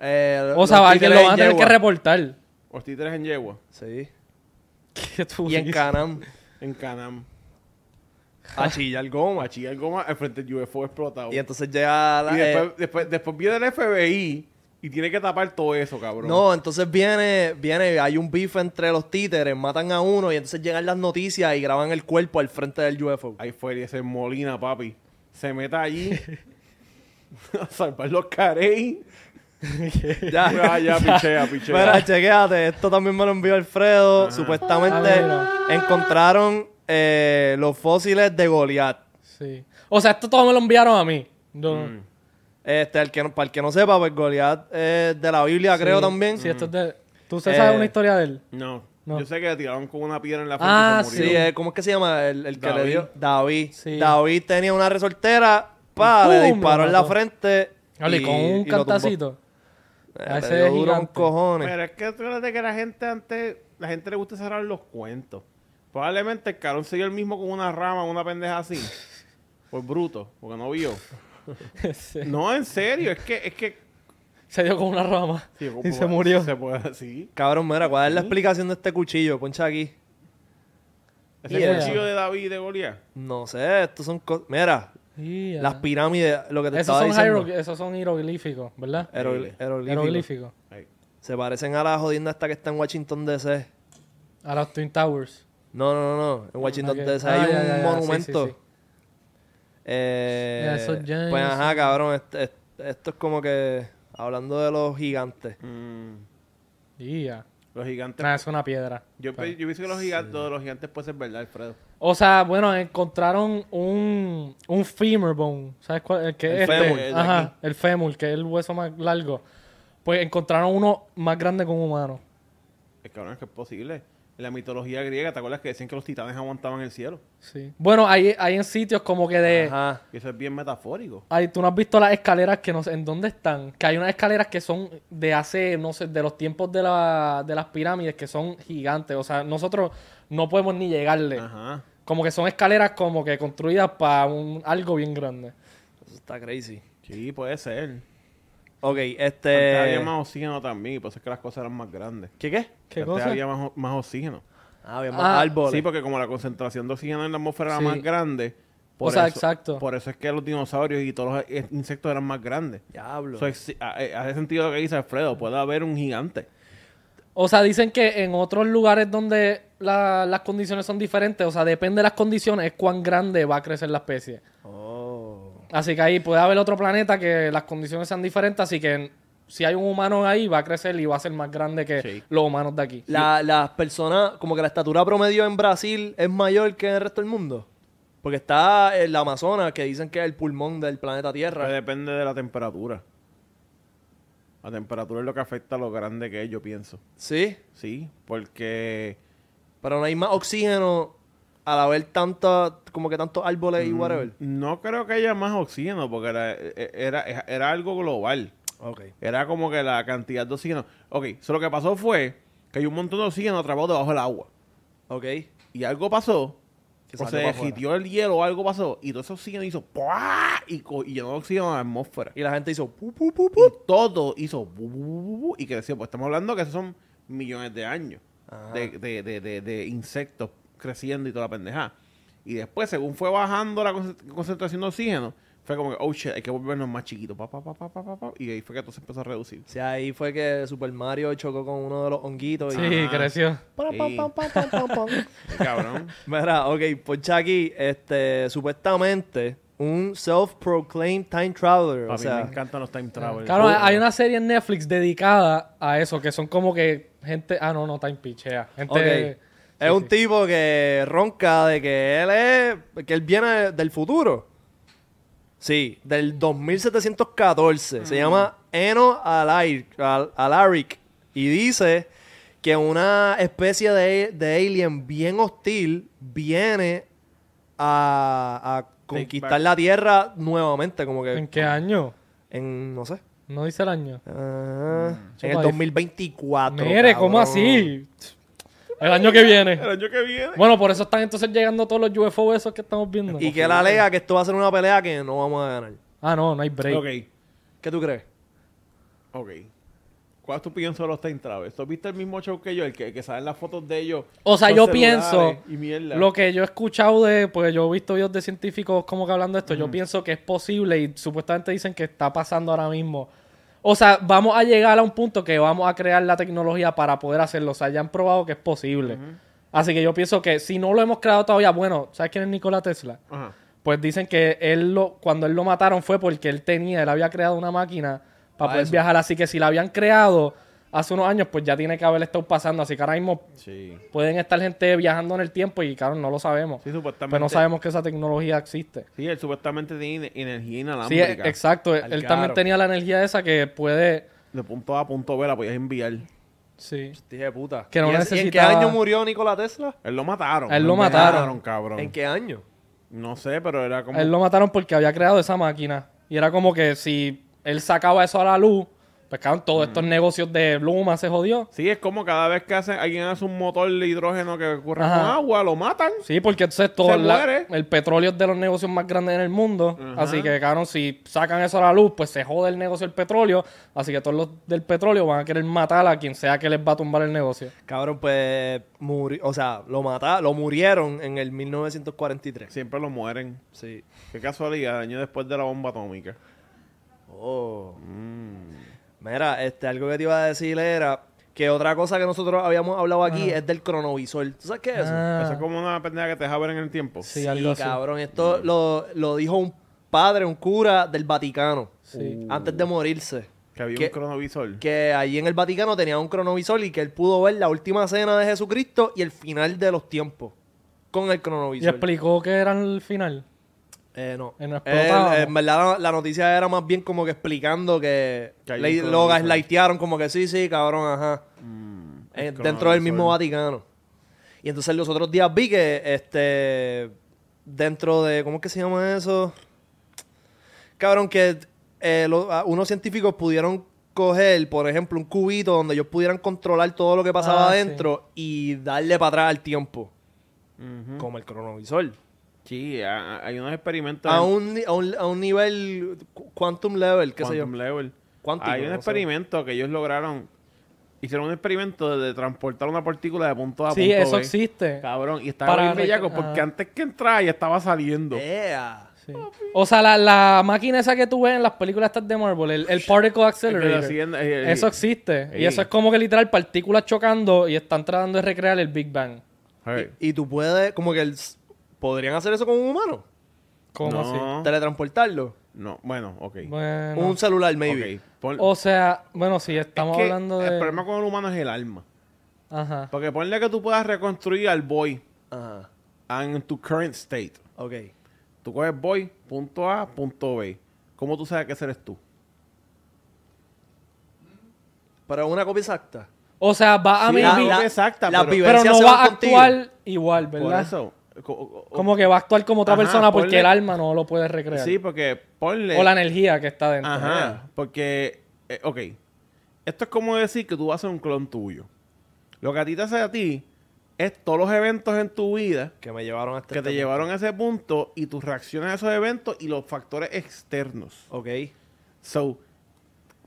Speaker 1: Eh,
Speaker 3: O sea,
Speaker 1: los
Speaker 3: alguien
Speaker 1: títeres
Speaker 3: lo van a
Speaker 1: en
Speaker 3: tener que
Speaker 1: yegua. [LAUGHS]
Speaker 3: reportar.
Speaker 2: Los títeres en yegua,
Speaker 1: Sí.
Speaker 3: ¿Qué tú
Speaker 1: Y en
Speaker 3: dices?
Speaker 1: Canam.
Speaker 2: en Canam.
Speaker 1: A chillar
Speaker 2: Como
Speaker 1: goma.
Speaker 2: allí algo más al frente del UFO explotado.
Speaker 1: Y entonces llega la,
Speaker 2: Y
Speaker 1: eh,
Speaker 2: después, después, después viene el FBI y tiene que tapar todo eso, cabrón.
Speaker 1: No, entonces viene, viene, hay un bife entre los títeres, matan a uno y entonces llegan las noticias y graban el cuerpo al frente del UFO.
Speaker 2: Ahí fue y ese Molina, papi. Se meta allí [LAUGHS] a salvar los carey.
Speaker 1: Ya. [LAUGHS]
Speaker 2: Ah,
Speaker 3: [LAUGHS]
Speaker 2: ya, pichea, pichea.
Speaker 1: Mira, chequéate, esto también me lo envió Alfredo. Supuestamente
Speaker 3: Ah,
Speaker 1: encontraron eh, los fósiles de Goliath.
Speaker 3: Sí. O sea, esto todo me lo enviaron a mí. Yo-
Speaker 1: Este, al que, no- para el que no sepa, pues Goliath es de la Biblia, creo
Speaker 3: Sí,
Speaker 1: también.
Speaker 3: Sí, esto es de. ¿Tú
Speaker 1: Eh,
Speaker 3: se sabes una historia de él?
Speaker 2: No.
Speaker 3: No.
Speaker 2: Yo sé que le tiraron con una piedra en la frente
Speaker 3: Ah,
Speaker 2: y se
Speaker 1: Sí,
Speaker 2: murió.
Speaker 1: eh, ¿cómo es que se llama? El, el que le
Speaker 2: David.
Speaker 1: dio. David.
Speaker 3: Sí.
Speaker 1: David tenía una resortera, pa,
Speaker 3: ¡Pum!
Speaker 1: le
Speaker 3: Lo
Speaker 1: disparó en la
Speaker 3: mató.
Speaker 1: frente.
Speaker 3: Hable, con un
Speaker 1: y lo tumbó.
Speaker 3: cantacito.
Speaker 1: Eh,
Speaker 3: A
Speaker 1: le
Speaker 3: ese
Speaker 1: dio duro con
Speaker 3: gigante.
Speaker 1: cojones.
Speaker 2: Pero es que acuérdate que la gente antes, la gente le gusta cerrar los cuentos. Probablemente el carón se dio el mismo con una rama, una pendeja así. Por bruto, porque no vio.
Speaker 3: Sí.
Speaker 2: No, en serio, es que, es que.
Speaker 3: Se dio con una rama.
Speaker 2: Sí, como-
Speaker 3: y se murió.
Speaker 2: Se puede decir.
Speaker 1: Cabrón, mira, ¿cuál es la explicación de este cuchillo? Poncha aquí.
Speaker 2: Ese
Speaker 3: Yeah.
Speaker 2: cuchillo de David y de Goliat.
Speaker 1: No sé, estos son cosas. Mira,
Speaker 3: Yeah.
Speaker 1: las pirámides, lo que te
Speaker 3: esos,
Speaker 1: estaba
Speaker 3: son
Speaker 1: diciendo.
Speaker 3: hierogl- esos son jeroglíficos, ¿verdad?
Speaker 1: Hierogl- Jeroglíficos.
Speaker 3: Jeroglíficos.
Speaker 2: Ahí.
Speaker 1: Se parecen a la jodienda esta que está en Washington DC.
Speaker 3: A los Twin Towers.
Speaker 1: No, no, no, no. En Washington
Speaker 3: ok.
Speaker 1: DC
Speaker 3: Ah,
Speaker 1: hay
Speaker 3: ya,
Speaker 1: un
Speaker 3: ya, ya, sí,
Speaker 1: monumento.
Speaker 3: sí, sí.
Speaker 1: Eh,
Speaker 3: Ya, esos ya-
Speaker 1: pues
Speaker 3: ya
Speaker 1: ajá, cabrón. este- este- esto es como que hablando de los gigantes.
Speaker 2: Mm,
Speaker 3: Yeah.
Speaker 2: los gigantes.
Speaker 3: Nah, es una piedra.
Speaker 2: Yo, pe- yo pienso que los gigantes, lo de los gigantes puede ser verdad, Alfredo.
Speaker 3: O sea, bueno, encontraron un, un femur bone. ¿Sabes cuál? El, que
Speaker 2: El
Speaker 3: es este.
Speaker 2: fémur, el de
Speaker 3: Ajá,
Speaker 2: aquí.
Speaker 3: el fémur, que es el hueso más largo. Pues encontraron uno más grande que un humano.
Speaker 2: Es cabrón, es que es posible. En la mitología griega, ¿te acuerdas que decían que los titanes aguantaban el cielo?
Speaker 3: Sí. Bueno, hay, hay en sitios como que de...
Speaker 1: Ajá.
Speaker 2: Y eso es bien metafórico.
Speaker 3: Ay, tú no has visto las escaleras que no sé en dónde están. Que hay unas escaleras que son de hace, no sé, de los tiempos de, la, de las pirámides que son gigantes. O sea, nosotros no podemos ni llegarle.
Speaker 2: Ajá.
Speaker 3: Como que son escaleras como que construidas para algo bien grande.
Speaker 1: Eso está crazy.
Speaker 2: Sí, puede ser.
Speaker 1: Ok,
Speaker 3: Eh.
Speaker 2: Antes
Speaker 1: este.
Speaker 2: había Pues, más oxígeno también, y por eso es que las cosas eran más grandes.
Speaker 1: ¿Qué qué?
Speaker 3: ¿Qué
Speaker 2: Antes
Speaker 3: cosa?
Speaker 2: había más, o- más oxígeno.
Speaker 1: Ah, había más
Speaker 3: Ah,
Speaker 1: árboles.
Speaker 2: Sí, pues, porque como la concentración de oxígeno en la atmósfera
Speaker 3: Sí.
Speaker 2: era más grande.
Speaker 3: O sea, exacto.
Speaker 2: Por eso es que los dinosaurios y todos los eh, insectos eran más grandes.
Speaker 1: Diablo.
Speaker 2: Eso es- ha- eh, hace sentido lo que dice Alfredo. Puede haber un gigante.
Speaker 3: O sea, dicen que en otros lugares donde la- las condiciones son diferentes, o sea, depende de las condiciones, es cuán grande va a crecer la especie.
Speaker 1: Oh.
Speaker 3: Así que ahí puede haber otro planeta que las condiciones sean diferentes, así que si hay un humano ahí, va a crecer y va a ser más grande que
Speaker 2: Sí.
Speaker 3: los humanos de aquí.
Speaker 1: La- las personas, como que la estatura promedio en Brasil es mayor que en el resto del mundo. Porque está el Amazonas, que dicen que es el pulmón del planeta
Speaker 2: Pero
Speaker 1: Tierra.
Speaker 2: depende de la temperatura. La temperatura es lo que afecta a lo grande que es, yo pienso.
Speaker 1: Sí,
Speaker 2: Sí, porque
Speaker 1: pero no hay más oxígeno al haber tanta, como que tantos árboles y whatever.
Speaker 2: no creo que haya más oxígeno, porque era, e, era, era algo global.
Speaker 1: Ok.
Speaker 2: Era como que la cantidad de oxígeno. Ok, so lo que pasó fue que hay un montón de oxígeno atrapado debajo del agua.
Speaker 1: Ok.
Speaker 2: Y algo pasó,
Speaker 1: Que
Speaker 2: o
Speaker 1: salió
Speaker 2: se
Speaker 1: para afuera.
Speaker 2: deshitió el hielo o algo pasó, y todo ese oxígeno hizo ¡pua! y, co- y llenó de oxígeno a la atmósfera.
Speaker 1: Y la gente hizo pu, pu, pu,
Speaker 2: Y
Speaker 1: pu.
Speaker 2: todo hizo bu- bu- bu- bu- bu- y creció. Pues estamos hablando que esos son millones de años
Speaker 1: Ajá.
Speaker 2: de, de- de- de- de insectos creciendo y toda la pendejada. Y después, según fue bajando la conce- concentración de oxígeno, fue como que, oh shit, hay que volvernos más chiquitos. Pa, pa, pa, pa, pa, pa, pa. Y ahí fue que todo se empezó a reducir.
Speaker 1: Sí, ahí fue que Super Mario chocó con uno de los honguitos. Y...
Speaker 2: Ah,
Speaker 3: Sí, creció.
Speaker 1: Pam, pam,
Speaker 2: Sí.
Speaker 1: pam, pam, pam, pam,
Speaker 2: [LAUGHS]
Speaker 1: pam.
Speaker 2: Ay, Cabrón.
Speaker 1: Mira, ok, poncha aquí, este, supuestamente, un self-proclaimed time traveler.
Speaker 2: A
Speaker 1: o
Speaker 2: mí
Speaker 1: sea,
Speaker 2: me encantan los time travel.
Speaker 3: Claro,
Speaker 2: Oh.
Speaker 3: hay una serie en Netflix dedicada a eso, que son como que gente... Ah, no, no, time pichea. Gente...
Speaker 1: Ok.
Speaker 3: Sí,
Speaker 1: es un
Speaker 3: sí.
Speaker 1: tipo que ronca de que él es. que él viene del futuro. Sí, del 2714. Se llama Eno Alaric, Al- Alaric. Y dice que una especie de, de alien bien hostil viene a, a conquistar
Speaker 2: back.
Speaker 1: la Tierra nuevamente, como que
Speaker 3: ¿En qué año?
Speaker 1: en, no sé,
Speaker 3: No dice el año. Mm.
Speaker 1: ah, en el
Speaker 3: Chupa,
Speaker 1: 2024.
Speaker 3: Mire, ¿cómo
Speaker 1: cabrón.
Speaker 3: así? El año que
Speaker 2: El
Speaker 3: viene.
Speaker 2: año que viene.
Speaker 3: Bueno, por eso están entonces llegando todos los UFO esos que estamos viendo.
Speaker 1: Y que la lea que esto va a ser una pelea que no vamos a ganar.
Speaker 3: Ah, no, no hay break.
Speaker 2: Ok,
Speaker 1: ¿Qué tú crees?
Speaker 2: ok. ¿Cuál es tu opinión sobre los Time Travelers? ¿Tú viste el mismo show que yo? El que, que salen las fotos de ellos.
Speaker 3: O sea,
Speaker 2: con
Speaker 3: yo
Speaker 2: celulares
Speaker 3: pienso
Speaker 2: Y mierda.
Speaker 3: Lo que yo he escuchado de, pues yo he visto videos de científicos como que hablando de esto, yo pienso que es posible y supuestamente dicen que está pasando ahora mismo. O sea, vamos a llegar a un punto que vamos a crear la tecnología para poder hacerlo. O sea, ya han probado que es posible. Así que yo pienso que si no lo hemos creado todavía, bueno, ¿sabes quién es Nikola Tesla?
Speaker 2: Ajá.
Speaker 3: Pues dicen que él lo, cuando él lo mataron fue porque él tenía, él había creado una máquina para
Speaker 2: Ah,
Speaker 3: poder viajar. Así que si la habían creado hace unos años, pues ya tiene que haber estado pasando. Así que ahora mismo
Speaker 2: Sí.
Speaker 3: pueden estar gente viajando en el tiempo y claro, no lo sabemos.
Speaker 2: Sí, supuestamente.
Speaker 3: Pero no sabemos que esa tecnología existe.
Speaker 2: Sí, él supuestamente tiene ener- energía
Speaker 3: Sí,
Speaker 2: inalámbrica.
Speaker 3: e- exacto. Él
Speaker 2: Al
Speaker 3: él
Speaker 2: caro.
Speaker 3: también tenía la energía esa que puede...
Speaker 2: De punto A a punto B la podías enviar.
Speaker 3: Sí.
Speaker 1: Dije puta.
Speaker 3: Que no
Speaker 1: ¿Y ese- y ¿En qué
Speaker 3: necesitaba-
Speaker 1: año murió Nikola Tesla?
Speaker 2: Él lo mataron.
Speaker 3: A él lo mataron.
Speaker 2: cabrón.
Speaker 1: ¿En qué año?
Speaker 2: No sé, pero era como...
Speaker 3: Él lo mataron porque había creado esa máquina. Y era como que si él sacaba eso a la luz, pues claro, todos estos negocios de Luma se jodió.
Speaker 2: Sí, es como cada vez que hace, alguien hace un motor de hidrógeno que ocurre
Speaker 3: Ajá.
Speaker 2: con agua, lo matan.
Speaker 3: Sí, porque entonces todo
Speaker 2: Se
Speaker 3: la-
Speaker 2: muere.
Speaker 3: el petróleo es de los negocios más grandes en el mundo.
Speaker 2: Ajá.
Speaker 3: Así que, claro, si sacan eso a la luz, pues se jode el negocio del petróleo. Así que todos los del petróleo van a querer matar a quien sea que les va a tumbar el negocio.
Speaker 1: Cabrón, pues muri- o sea, lo mataron, lo murieron en el 1943.
Speaker 2: Siempre lo mueren.
Speaker 1: Sí.
Speaker 2: Qué casualidad, años después de la bomba atómica.
Speaker 1: Oh.
Speaker 2: Mm.
Speaker 1: Mira, este, algo que te iba a decir era que otra cosa que nosotros habíamos hablado aquí es del cronovisor. ¿Tú sabes qué es eso?
Speaker 3: Ah,
Speaker 2: Eso es como una pendeja que te deja ver en el tiempo.
Speaker 3: Sí, algo así.
Speaker 1: cabrón. Esto
Speaker 2: Mm.
Speaker 1: lo, lo dijo un padre, un cura del Vaticano.
Speaker 3: Sí.
Speaker 1: Antes de morirse.
Speaker 2: Que había
Speaker 1: Que-
Speaker 2: un cronovisor.
Speaker 1: Que allí en el Vaticano tenía un cronovisor y que él pudo ver la última cena de Jesucristo y el final de los tiempos con el
Speaker 3: Y
Speaker 1: cronovisor.
Speaker 3: explicó que era el final.
Speaker 1: Eh, no.
Speaker 3: Eh, no
Speaker 1: Él-
Speaker 3: explotábamos.
Speaker 1: en verdad, la, la noticia era más bien como que explicando que,
Speaker 2: Que hay
Speaker 1: le-
Speaker 2: un
Speaker 1: lo
Speaker 2: cronovisor.
Speaker 1: gaslightearon, como que sí, sí, cabrón, ajá. Eh,
Speaker 2: el
Speaker 1: dentro del
Speaker 2: cronovisor.
Speaker 1: mismo Vaticano. Y entonces los otros días vi que, este, dentro de, ¿cómo es que se llama eso? Cabrón, que eh, lo- a- unos científicos pudieron coger, por ejemplo, un cubito donde ellos pudieran controlar todo lo que pasaba
Speaker 3: Ah, sí.
Speaker 1: adentro y darle para atrás al tiempo,
Speaker 2: Ujú.
Speaker 1: como el cronovisor.
Speaker 2: Sí, a- a- hay unos experimentos.
Speaker 1: A
Speaker 2: en
Speaker 1: un, ni- a, un, a un nivel cu- quantum level, qué
Speaker 2: quantum
Speaker 1: sé yo.
Speaker 2: level.
Speaker 1: Cuántico,
Speaker 2: hay un
Speaker 1: no sé.
Speaker 2: experimento que ellos lograron. Hicieron un experimento de transportar una partícula de punto A a
Speaker 3: Sí,
Speaker 2: punto
Speaker 3: eso
Speaker 2: B.
Speaker 3: existe.
Speaker 2: Cabrón, y estaba
Speaker 3: Para
Speaker 2: bien bellaco
Speaker 3: reco-
Speaker 2: porque
Speaker 3: ajá.
Speaker 2: antes que entraba ya estaba saliendo.
Speaker 1: Eh, ¡Ea!
Speaker 3: Sí. O sea, la, la máquina esa que tú ves en las películas estas de Marvel, el, el Particle
Speaker 2: Pero
Speaker 3: Accelerator,
Speaker 2: así en- eh, eh,
Speaker 3: eso existe.
Speaker 2: Sí.
Speaker 3: Y eso es como que literal partículas chocando y están tratando de recrear el Big Bang.
Speaker 2: Hey.
Speaker 1: Y tú puedes, como que el, s- podrían hacer eso con un humano,
Speaker 3: ¿Cómo
Speaker 2: No.
Speaker 3: así?
Speaker 1: teletransportarlo.
Speaker 2: No, bueno, ok.
Speaker 3: Bueno.
Speaker 1: Un celular, maybe.
Speaker 2: Ok, pon-
Speaker 3: O sea, bueno, sí,
Speaker 2: es
Speaker 3: estamos
Speaker 2: que
Speaker 3: hablando de...
Speaker 2: El problema con el humano es el alma.
Speaker 3: Ajá.
Speaker 2: Porque ponle que tú puedas reconstruir al boy
Speaker 1: Ajá,
Speaker 2: en tu current state.
Speaker 1: ok.
Speaker 2: Tú coges boy, punto A, punto B. ¿Cómo tú sabes que ese eres tú?
Speaker 1: Pero una copia exacta.
Speaker 3: O sea, va a
Speaker 2: Sí,
Speaker 3: Ah, maybe-
Speaker 2: la- la- exacta,
Speaker 1: las
Speaker 2: pero-
Speaker 3: pero
Speaker 1: vivencias
Speaker 3: no
Speaker 1: se
Speaker 3: va
Speaker 1: van
Speaker 3: a
Speaker 1: contigo.
Speaker 3: actuar igual, ¿verdad?
Speaker 2: Por eso. co- o- o-
Speaker 3: Como que va a actuar como otra
Speaker 2: Ajá,
Speaker 3: persona porque
Speaker 2: ponle-
Speaker 3: el alma no lo puede recrear.
Speaker 2: Sí, porque ponle.
Speaker 3: o la energía que está dentro.
Speaker 2: Ajá, porque, eh, ok, esto es como decir que tú vas a ser un clon tuyo. Lo que a ti te hace a ti es todos los eventos en tu vida
Speaker 1: Que me llevaron hasta
Speaker 2: que
Speaker 1: este
Speaker 2: te
Speaker 1: punto.
Speaker 2: llevaron a ese punto y tus reacciones a esos eventos y los factores externos.
Speaker 1: Ok.
Speaker 2: So,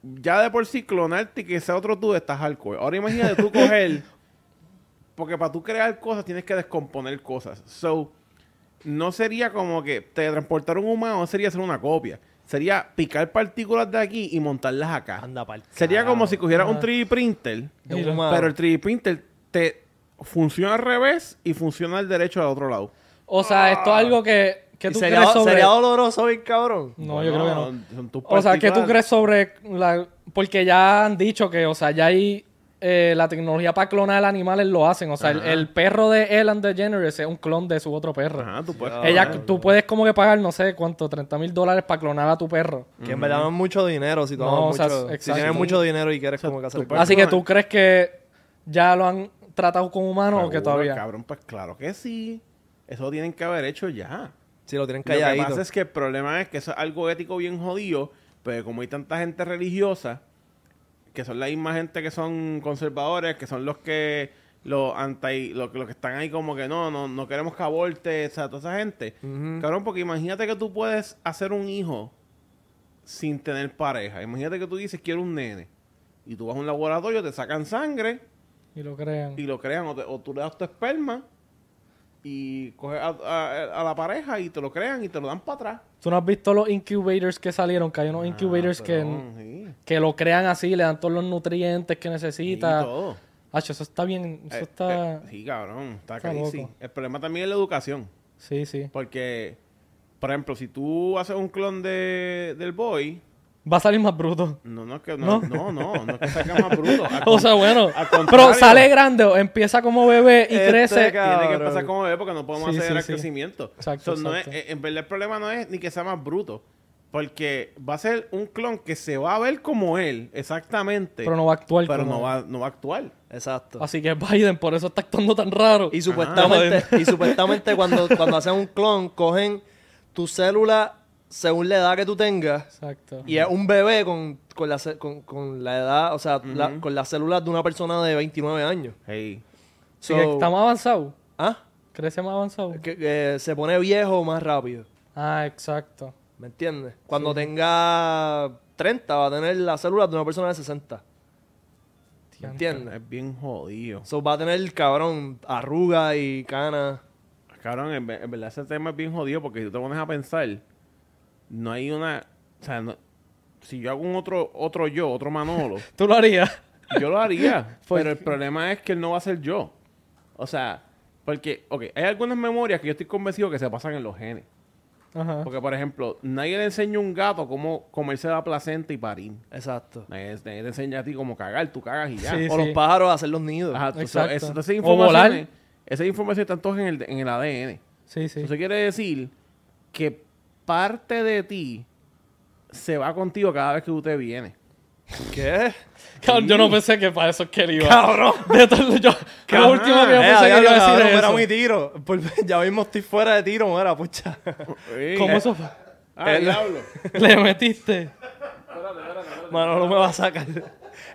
Speaker 2: ya de por sí clonarte y que sea otro tú estás hardcore. Ahora imagínate tú
Speaker 3: [LAUGHS]
Speaker 2: coger, porque para tú crear cosas tienes que descomponer cosas. So, no sería como que teletransportar un humano, no sería hacer una copia. Sería picar partículas de aquí y montarlas acá.
Speaker 1: Anda pa'l
Speaker 2: Sería
Speaker 1: carajo.
Speaker 2: como si cogieras un
Speaker 3: Ajá.
Speaker 2: 3D printer,
Speaker 1: De un
Speaker 3: Mira.
Speaker 1: humano.
Speaker 2: pero el 3D printer te funciona al revés y funciona al derecho al otro lado.
Speaker 3: O sea, esto es algo que, que
Speaker 1: Y
Speaker 3: tú
Speaker 1: sería,
Speaker 3: crees sobre...
Speaker 1: sería doloroso, bien cabrón.
Speaker 3: No, yo creo que no.
Speaker 2: son tus
Speaker 3: O sea, ¿qué tú
Speaker 2: partículas.
Speaker 3: crees sobre la...? Porque ya han dicho que, o sea, ya hay... eh, la tecnología para clonar animales lo hacen. O sea, el,
Speaker 2: Ajá.
Speaker 3: el perro de Ellen DeGeneres es un clon de su otro perro.
Speaker 2: Ajá, tú puedes
Speaker 3: Ella,
Speaker 2: clonar.
Speaker 3: tú puedes como que pagar, no sé cuánto, 30 mil dólares para clonar a tu perro.
Speaker 1: Que en verdad no es mucho dinero si tú
Speaker 3: No,
Speaker 1: amas
Speaker 3: o sea,
Speaker 1: mucho- si
Speaker 3: exacto.
Speaker 1: tienes mucho dinero y quieres
Speaker 2: O sea,
Speaker 1: como que
Speaker 2: tú
Speaker 1: hacer
Speaker 2: puedes-
Speaker 1: cosas.
Speaker 3: Así que tú crees que ya lo han tratado con humanos o que
Speaker 2: Seguro,
Speaker 3: todavía.
Speaker 2: Cabrón, pues claro que sí. Eso lo tienen que haber hecho ya.
Speaker 1: Si lo tienen
Speaker 2: Lo que
Speaker 1: calladito.
Speaker 2: pasa es que el problema es que eso es algo ético bien jodido, pero como hay tanta gente religiosa, que son la misma gente que son conservadores, que son los que los anti, los, los que están ahí como que no, no, no queremos que aborte, o sea, toda esa gente. Cabrón, porque imagínate que tú puedes hacer un hijo sin tener pareja. Imagínate que tú dices quiero un nene. Y tú vas a un laboratorio, te sacan sangre
Speaker 3: Y lo crean.
Speaker 2: y lo crean, o, te- o tú le das tu esperma y coges a, a- a la pareja y te lo crean y te lo dan para atrás.
Speaker 3: ¿Tú no has visto los incubators que salieron? Que hay
Speaker 2: Ah,
Speaker 3: unos incubators que, que lo crean así, le dan todos los nutrientes que
Speaker 2: Y
Speaker 3: necesita.
Speaker 2: todo.
Speaker 3: Hacho, eso está bien. Eso
Speaker 2: Eh,
Speaker 3: está.
Speaker 2: eh, sí, cabrón, está,
Speaker 3: está
Speaker 2: crazy.
Speaker 3: loco.
Speaker 2: El problema también es la educación.
Speaker 3: Sí, sí.
Speaker 2: Porque, por ejemplo, si tú haces un clon de, del boy,
Speaker 3: Va a salir más bruto.
Speaker 2: no, no es que no, no, no, no, es que salga más
Speaker 3: [LAUGHS]
Speaker 2: bruto. Al
Speaker 3: O sea,
Speaker 2: con-
Speaker 3: bueno.
Speaker 2: al contrario,
Speaker 3: Pero sale grande, o empieza como bebé y
Speaker 1: Este
Speaker 3: crece.
Speaker 1: ca-
Speaker 2: Tiene que
Speaker 1: Cabrón.
Speaker 2: empezar como bebé porque no podemos
Speaker 3: Sí,
Speaker 2: hacer
Speaker 3: sí,
Speaker 2: el
Speaker 3: sí.
Speaker 2: crecimiento.
Speaker 3: Exacto,
Speaker 2: So, no es-
Speaker 3: exacto.
Speaker 2: eh, en verdad el problema no es ni que sea más bruto. Porque va a ser un clon que se va a ver como él, exactamente.
Speaker 3: Pero no va a actuar
Speaker 2: Pero
Speaker 3: como
Speaker 2: no
Speaker 3: él.
Speaker 2: va, no va a actuar.
Speaker 1: Exacto.
Speaker 3: Así que Biden, por eso está actuando tan raro.
Speaker 1: Y supuestamente, y supuestamente
Speaker 3: [LAUGHS]
Speaker 1: cuando, cuando hacen un clon, cogen tu célula según la edad que tú tengas.
Speaker 3: Exacto.
Speaker 1: Y es un bebé con, con, la, ce- con, con la edad, o sea, la- con las células de una persona de 29 años.
Speaker 2: Hey.
Speaker 3: Así
Speaker 1: So-
Speaker 3: que está más avanzado.
Speaker 1: ¿Ah?
Speaker 3: Crece más avanzado.
Speaker 1: Que, que se pone viejo más rápido.
Speaker 3: Ah, exacto.
Speaker 1: ¿Me entiendes? Cuando tenga 30 va a tener las células de una persona de 60. ¿Me entiendes?
Speaker 2: Es bien jodido.
Speaker 1: So, va a tener, cabrón, arrugas y canas.
Speaker 2: Cabrón, en, ve- en verdad ese tema es bien jodido porque si tú te pones a pensar, no hay una... O sea, no- si yo hago un otro, otro yo, otro
Speaker 3: [LAUGHS]
Speaker 2: Manolo,
Speaker 3: ¿Tú lo harías?
Speaker 2: yo lo
Speaker 3: [LAUGHS]
Speaker 2: haría.
Speaker 3: Pues
Speaker 2: pero el problema es que él no va a ser yo. O sea, porque, ok, hay algunas memorias que yo estoy convencido que se pasan en los genes.
Speaker 3: Ajá.
Speaker 2: Porque, por ejemplo, nadie le enseña a un gato cómo comerse la placenta y parir.
Speaker 1: Exacto.
Speaker 2: Nadie, nadie te enseña a ti cómo cagar, tú cagas y ya.
Speaker 3: Sí, Ah,
Speaker 1: O los pájaros a hacer los nidos.
Speaker 2: Ajá, tú
Speaker 3: Exacto.
Speaker 2: sabes, esas- esas
Speaker 3: O volar.
Speaker 2: informaciones, esas informaciones están todas en el, en el ADN.
Speaker 3: Sí, sí.
Speaker 2: Eso quiere decir que parte de ti se va contigo cada vez que tú te vienes.
Speaker 1: ¿Qué?
Speaker 3: Cabrón, yo no pensé que para eso es que él iba. ¡Cabrón! [LAUGHS] De todo, yo, lo último que yo
Speaker 1: Eh,
Speaker 3: pensé
Speaker 1: diablo,
Speaker 3: que iba a
Speaker 1: cabrón,
Speaker 3: decir
Speaker 1: mira
Speaker 3: era
Speaker 1: mi tiro. Por- [LAUGHS] ya mismo estoy fuera de tiro, mira, pucha.
Speaker 3: ¿Cómo
Speaker 1: Eh.
Speaker 3: eso fue? [LAUGHS]
Speaker 2: Ah, diablo.
Speaker 3: Le metiste.
Speaker 1: Mano, no me va a sacar.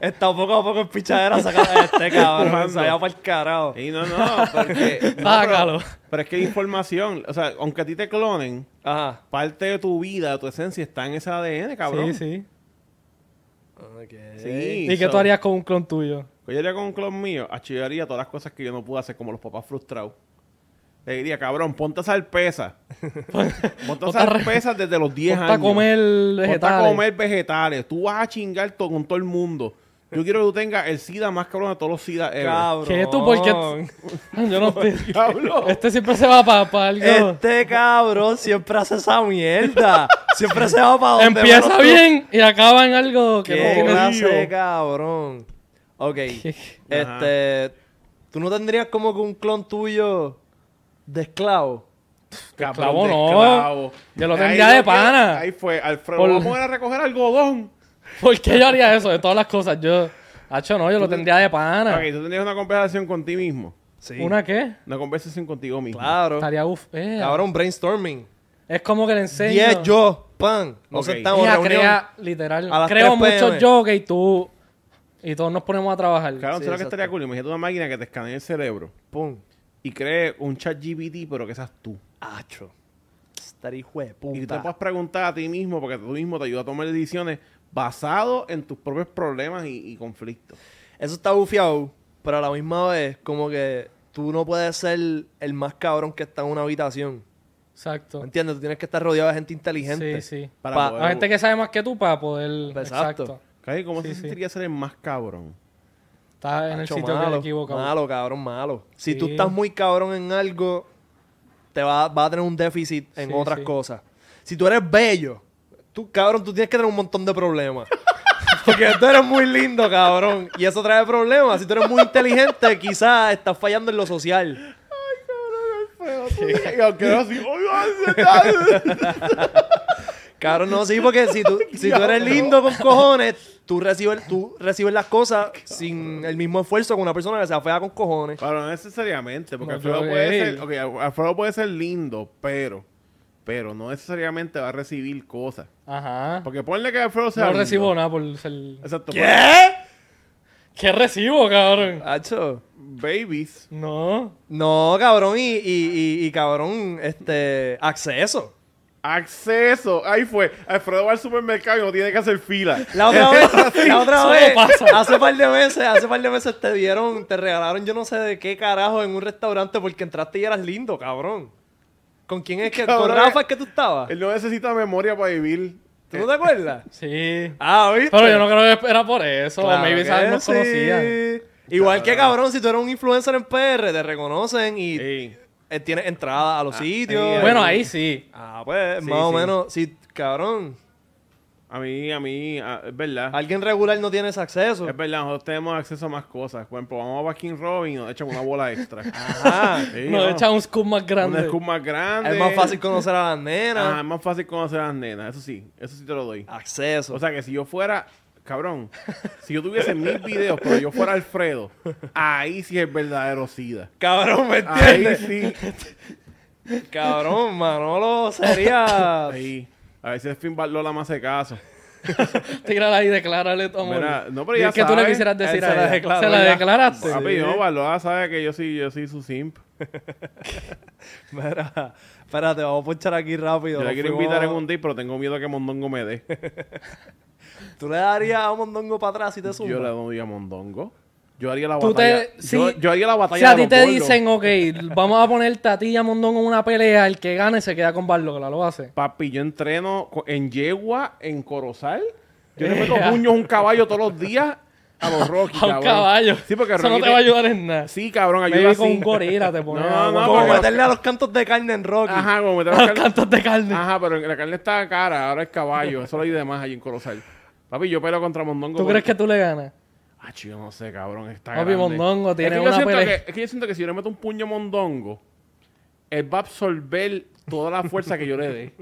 Speaker 1: Está poco a poco en pichadera sacada este cabrón.
Speaker 2: Empujando.
Speaker 1: Se para el carajo.
Speaker 2: Y no, no,
Speaker 3: [LAUGHS]
Speaker 2: porque... no, pero-
Speaker 3: Sácalo.
Speaker 2: Pero es que hay información, o sea, aunque a ti te clonen,
Speaker 1: Ajá.
Speaker 2: parte de tu vida, de tu esencia está en ese ADN, cabrón.
Speaker 3: Sí, sí.
Speaker 2: Sí,
Speaker 3: ¿Y qué
Speaker 2: so-
Speaker 3: tú harías con un clon tuyo?
Speaker 2: Pues yo haría con un clon mío, achillaría todas las cosas que yo no pude hacer, como los papás frustrados. Le diría, cabrón, ponte a hacer
Speaker 3: [LAUGHS]
Speaker 2: pesas. ponte a
Speaker 3: Pues, Ponte a re-
Speaker 2: hacer pesas desde los 10
Speaker 3: Ponte a
Speaker 2: años.
Speaker 3: comer
Speaker 2: Ponte
Speaker 3: vegetales.
Speaker 2: a comer vegetales. Tú vas a chingar to- con todo el mundo. Yo quiero que tú tengas el SIDA más cabrón de todos los SIDA ever.
Speaker 1: Cabrón.
Speaker 3: ¿Qué tú? ¿Por qué? [LAUGHS] Yo no te...
Speaker 2: Diablo.
Speaker 3: Este siempre se va para algo.
Speaker 1: Este cabrón siempre hace esa mierda. Siempre se va para donde menos
Speaker 3: Empieza
Speaker 1: tú-
Speaker 3: bien y acaba en algo que
Speaker 1: Qué
Speaker 3: no
Speaker 1: clase de
Speaker 3: tiene
Speaker 1: cabrón.
Speaker 3: [LAUGHS]
Speaker 1: Ok.
Speaker 2: Ajá.
Speaker 1: Este. ¿Tú no tendrías como que un clon tuyo de esclavo?
Speaker 2: Cabrón,
Speaker 3: esclavo
Speaker 2: de
Speaker 3: no.
Speaker 2: esclavo.
Speaker 3: Yo lo
Speaker 2: Ahí
Speaker 3: tendría de
Speaker 2: que-
Speaker 3: pana.
Speaker 2: Ahí fue, Alfredo,
Speaker 3: Por-
Speaker 2: vamos a ir a recoger algodón.
Speaker 3: [LAUGHS] ¿Por qué yo haría eso? De todas las cosas, yo... Hacho, no, yo lo tendría de pana.
Speaker 2: Ok, tú tendrías una conversación con ti mismo.
Speaker 1: Sí.
Speaker 3: ¿Una qué?
Speaker 2: Una conversación contigo mismo.
Speaker 1: Claro.
Speaker 3: Estaría uf. eh.
Speaker 1: Cabrón, brainstorming.
Speaker 3: Es como que le enseño.
Speaker 1: 10 yo, pan. Nos
Speaker 2: Ok.
Speaker 1: sentamos
Speaker 3: Ella
Speaker 1: reunión.
Speaker 3: crea,
Speaker 1: A
Speaker 3: literal,
Speaker 1: las
Speaker 3: creo
Speaker 1: 3 PM.
Speaker 3: mucho yoga y tú... Y todos nos ponemos a trabajar.
Speaker 2: Claro,
Speaker 1: Sí,
Speaker 2: ¿sabes lo que
Speaker 1: exacto.
Speaker 2: estaría cool? Imagínate una máquina que te escanee el cerebro
Speaker 1: Pum.
Speaker 2: y cree un chat GPT, pero que seas tú.
Speaker 1: Acho. Estar hijo de
Speaker 2: Y tú te puedes
Speaker 1: puta.
Speaker 2: preguntar a ti mismo, porque tú mismo te ayuda a tomar decisiones basado en tus propios problemas y, y conflictos.
Speaker 1: Eso está bufiado, pero a la misma vez, como que tú no puedes ser el más cabrón que está en una habitación. ¿Me
Speaker 3: Exacto.
Speaker 1: entiendes? Tú tienes que estar rodeado de gente inteligente.
Speaker 3: Sí, sí.
Speaker 2: Para
Speaker 1: Pa-
Speaker 2: poder-
Speaker 3: La gente que sabe más que tú para poder...
Speaker 1: Exacto.
Speaker 3: Exacto.
Speaker 2: Calle, ¿Cómo
Speaker 3: Sí,
Speaker 2: se
Speaker 3: sí.
Speaker 2: sentiría ser el más cabrón?
Speaker 3: Está en
Speaker 1: Acho,
Speaker 3: el sitio que
Speaker 1: malo,
Speaker 3: le equivoco.
Speaker 1: malo, cabrón, malo. Si tú
Speaker 3: Sí.
Speaker 1: estás muy cabrón en algo, te va, vas a tener un déficit en
Speaker 3: Sí,
Speaker 1: otras
Speaker 3: sí.
Speaker 1: cosas. Si tú eres bello, tú, cabrón, tú tienes que tener un montón de problemas. [LAUGHS] Porque tú eres muy lindo, cabrón. Y eso trae problemas. Si tú eres muy inteligente, quizás estás fallando en lo social.
Speaker 2: Y aunque era así, "Ay, ay, ay, ay".
Speaker 1: Cabrón, no, sí, porque si tú, si tú eres lindo con cojones, tú recibes, tú recibes las cosas sin el mismo esfuerzo que una persona que sea fea con cojones.
Speaker 2: Pero no necesariamente, porque
Speaker 3: No,
Speaker 2: Alfredo
Speaker 3: yo-
Speaker 2: puede
Speaker 3: él.
Speaker 2: ser, ok, Al- Alfredo puede ser lindo, pero, pero no necesariamente va a recibir cosas.
Speaker 3: Ajá.
Speaker 2: Porque ponle que Alfredo sea
Speaker 3: No
Speaker 2: lindo.
Speaker 3: recibo nada por ser...
Speaker 2: Exacto.
Speaker 3: ¿Eh? ¿Qué recibo, cabrón?
Speaker 1: Hacho.
Speaker 2: Babies.
Speaker 3: No.
Speaker 1: No, cabrón, y, y, y- y, cabrón, este, acceso.
Speaker 2: Acceso. Ahí fue. Alfredo va al supermercado y no tiene que hacer
Speaker 3: [LAUGHS]
Speaker 2: fila.
Speaker 1: La otra vez, la otra
Speaker 3: Eso no
Speaker 1: vez,
Speaker 3: pasa.
Speaker 1: hace par de meses, hace par de meses te dieron, te regalaron yo no sé de qué carajo en un restaurante porque entraste y eras lindo, cabrón. ¿Con quién es que,
Speaker 2: Cabrón,
Speaker 1: con Rafa es que tú estabas?
Speaker 2: Él no necesita memoria para vivir.
Speaker 1: ¿Tú no te acuerdas? [LAUGHS]
Speaker 3: Sí.
Speaker 1: Ah, ¿viste?
Speaker 3: Pero yo no creo que era por eso.
Speaker 1: Claro
Speaker 3: Maybe
Speaker 1: que
Speaker 3: sabes, nos
Speaker 1: sí.
Speaker 3: conocían.
Speaker 1: Igual que cabrón, si tú eres un influencer en PR, te reconocen y
Speaker 2: Ey.
Speaker 1: eh, tienes entrada a los sitios.
Speaker 2: ahí,
Speaker 3: Bueno, Ah, ahí sí.
Speaker 1: Ah, pues,
Speaker 2: Sí,
Speaker 1: más o
Speaker 2: sí.
Speaker 1: menos, si, cabrón,
Speaker 2: A mí, a mí, a- es verdad.
Speaker 1: alguien regular no tienes acceso.
Speaker 2: Es verdad, nosotros tenemos acceso a más cosas. Por ejemplo, vamos a King Robin y nos echan una bola extra.
Speaker 1: Ah,
Speaker 2: Sí,
Speaker 3: Nos
Speaker 2: no.
Speaker 3: echa un scoop más
Speaker 2: Un
Speaker 3: grande.
Speaker 2: scoop más grande.
Speaker 1: es más fácil conocer a las nenas.
Speaker 2: Ajá, es Ah, más fácil conocer a las nenas. Eso sí, eso sí te lo
Speaker 3: Ah.
Speaker 2: doy.
Speaker 1: Acceso.
Speaker 2: O sea que si yo fuera, cabrón, si yo tuviese mil videos, pero yo fuera Alfredo, ahí sí es verdadero SIDA.
Speaker 1: cabrón, ¿me
Speaker 3: [LAUGHS]
Speaker 2: Ahí
Speaker 1: entiendes?
Speaker 2: sí.
Speaker 1: Cabrón, Manolo sería...
Speaker 2: Ahí. A ver si el Finn Balor me hace caso.
Speaker 3: Tírala ahí, declárale tu amor.
Speaker 2: Mira, no, pero
Speaker 3: Di
Speaker 2: ya
Speaker 3: que tú le
Speaker 2: sabe.
Speaker 3: quisieras
Speaker 1: Él
Speaker 3: decir
Speaker 1: se
Speaker 3: a
Speaker 1: la
Speaker 3: ella.
Speaker 1: declaró,
Speaker 3: Se la
Speaker 1: ¿verdad?
Speaker 3: declaraste.
Speaker 2: Papi, yo, Balor sabe que yo soy, yo soy su simp.
Speaker 1: Mira, espérate, vamos a ponchar aquí rápido.
Speaker 2: Yo la
Speaker 1: Nos
Speaker 2: quiero
Speaker 1: fuimos
Speaker 2: invitar
Speaker 1: a-
Speaker 2: en un día, pero tengo miedo a que Mondongo me dé.
Speaker 1: ¿Tú le darías a Mondongo para atrás y te zumba?
Speaker 2: Yo le doy a Mondongo. Yo haría la
Speaker 3: Tú
Speaker 2: batalla.
Speaker 3: te- sí.
Speaker 2: yo, yo haría la batalla.
Speaker 3: Si a
Speaker 2: de
Speaker 3: ti
Speaker 2: los
Speaker 3: te
Speaker 2: gordos.
Speaker 3: dicen, ok, vamos a poner a ti y a Mondongo en una pelea, el que gane se queda con Barlo, que la lo hace.
Speaker 2: Papi, yo entreno co- en yegua, en corozal. Yo le
Speaker 3: Eh,
Speaker 2: meto
Speaker 3: ah.
Speaker 2: puños a un caballo todos los días a
Speaker 3: [LAUGHS]
Speaker 2: los Rocky,
Speaker 3: A un
Speaker 2: cabrón.
Speaker 3: caballo.
Speaker 2: Sí, porque
Speaker 3: Eso no
Speaker 2: Rocky
Speaker 3: te va a
Speaker 2: tiene-
Speaker 3: ayudar en nada.
Speaker 2: Sí, cabrón, ayuda
Speaker 3: Maybe
Speaker 2: así.
Speaker 3: con un gorila te pone
Speaker 2: No,
Speaker 3: a-
Speaker 2: no,
Speaker 1: Como
Speaker 2: porque-
Speaker 1: meterle a los cantos de carne en Rocky.
Speaker 2: Ajá, como meter
Speaker 3: [LAUGHS] los
Speaker 2: la carne-
Speaker 3: cantos de carne.
Speaker 2: Ajá, pero la carne está cara, ahora es caballo. Eso lo hay de más allí en corozal. Papi, yo peleo contra Mondongo.
Speaker 3: ¿Tú crees que tú le ganas?
Speaker 2: Ah, yo no sé, cabrón, está
Speaker 3: Papi,
Speaker 2: grande.
Speaker 3: Mondongo tiene
Speaker 2: es que yo
Speaker 3: una
Speaker 2: siento
Speaker 3: pelea.
Speaker 2: que- es que yo siento que si yo le meto un puño a Mondongo, él va a absorber toda la fuerza que yo le dé.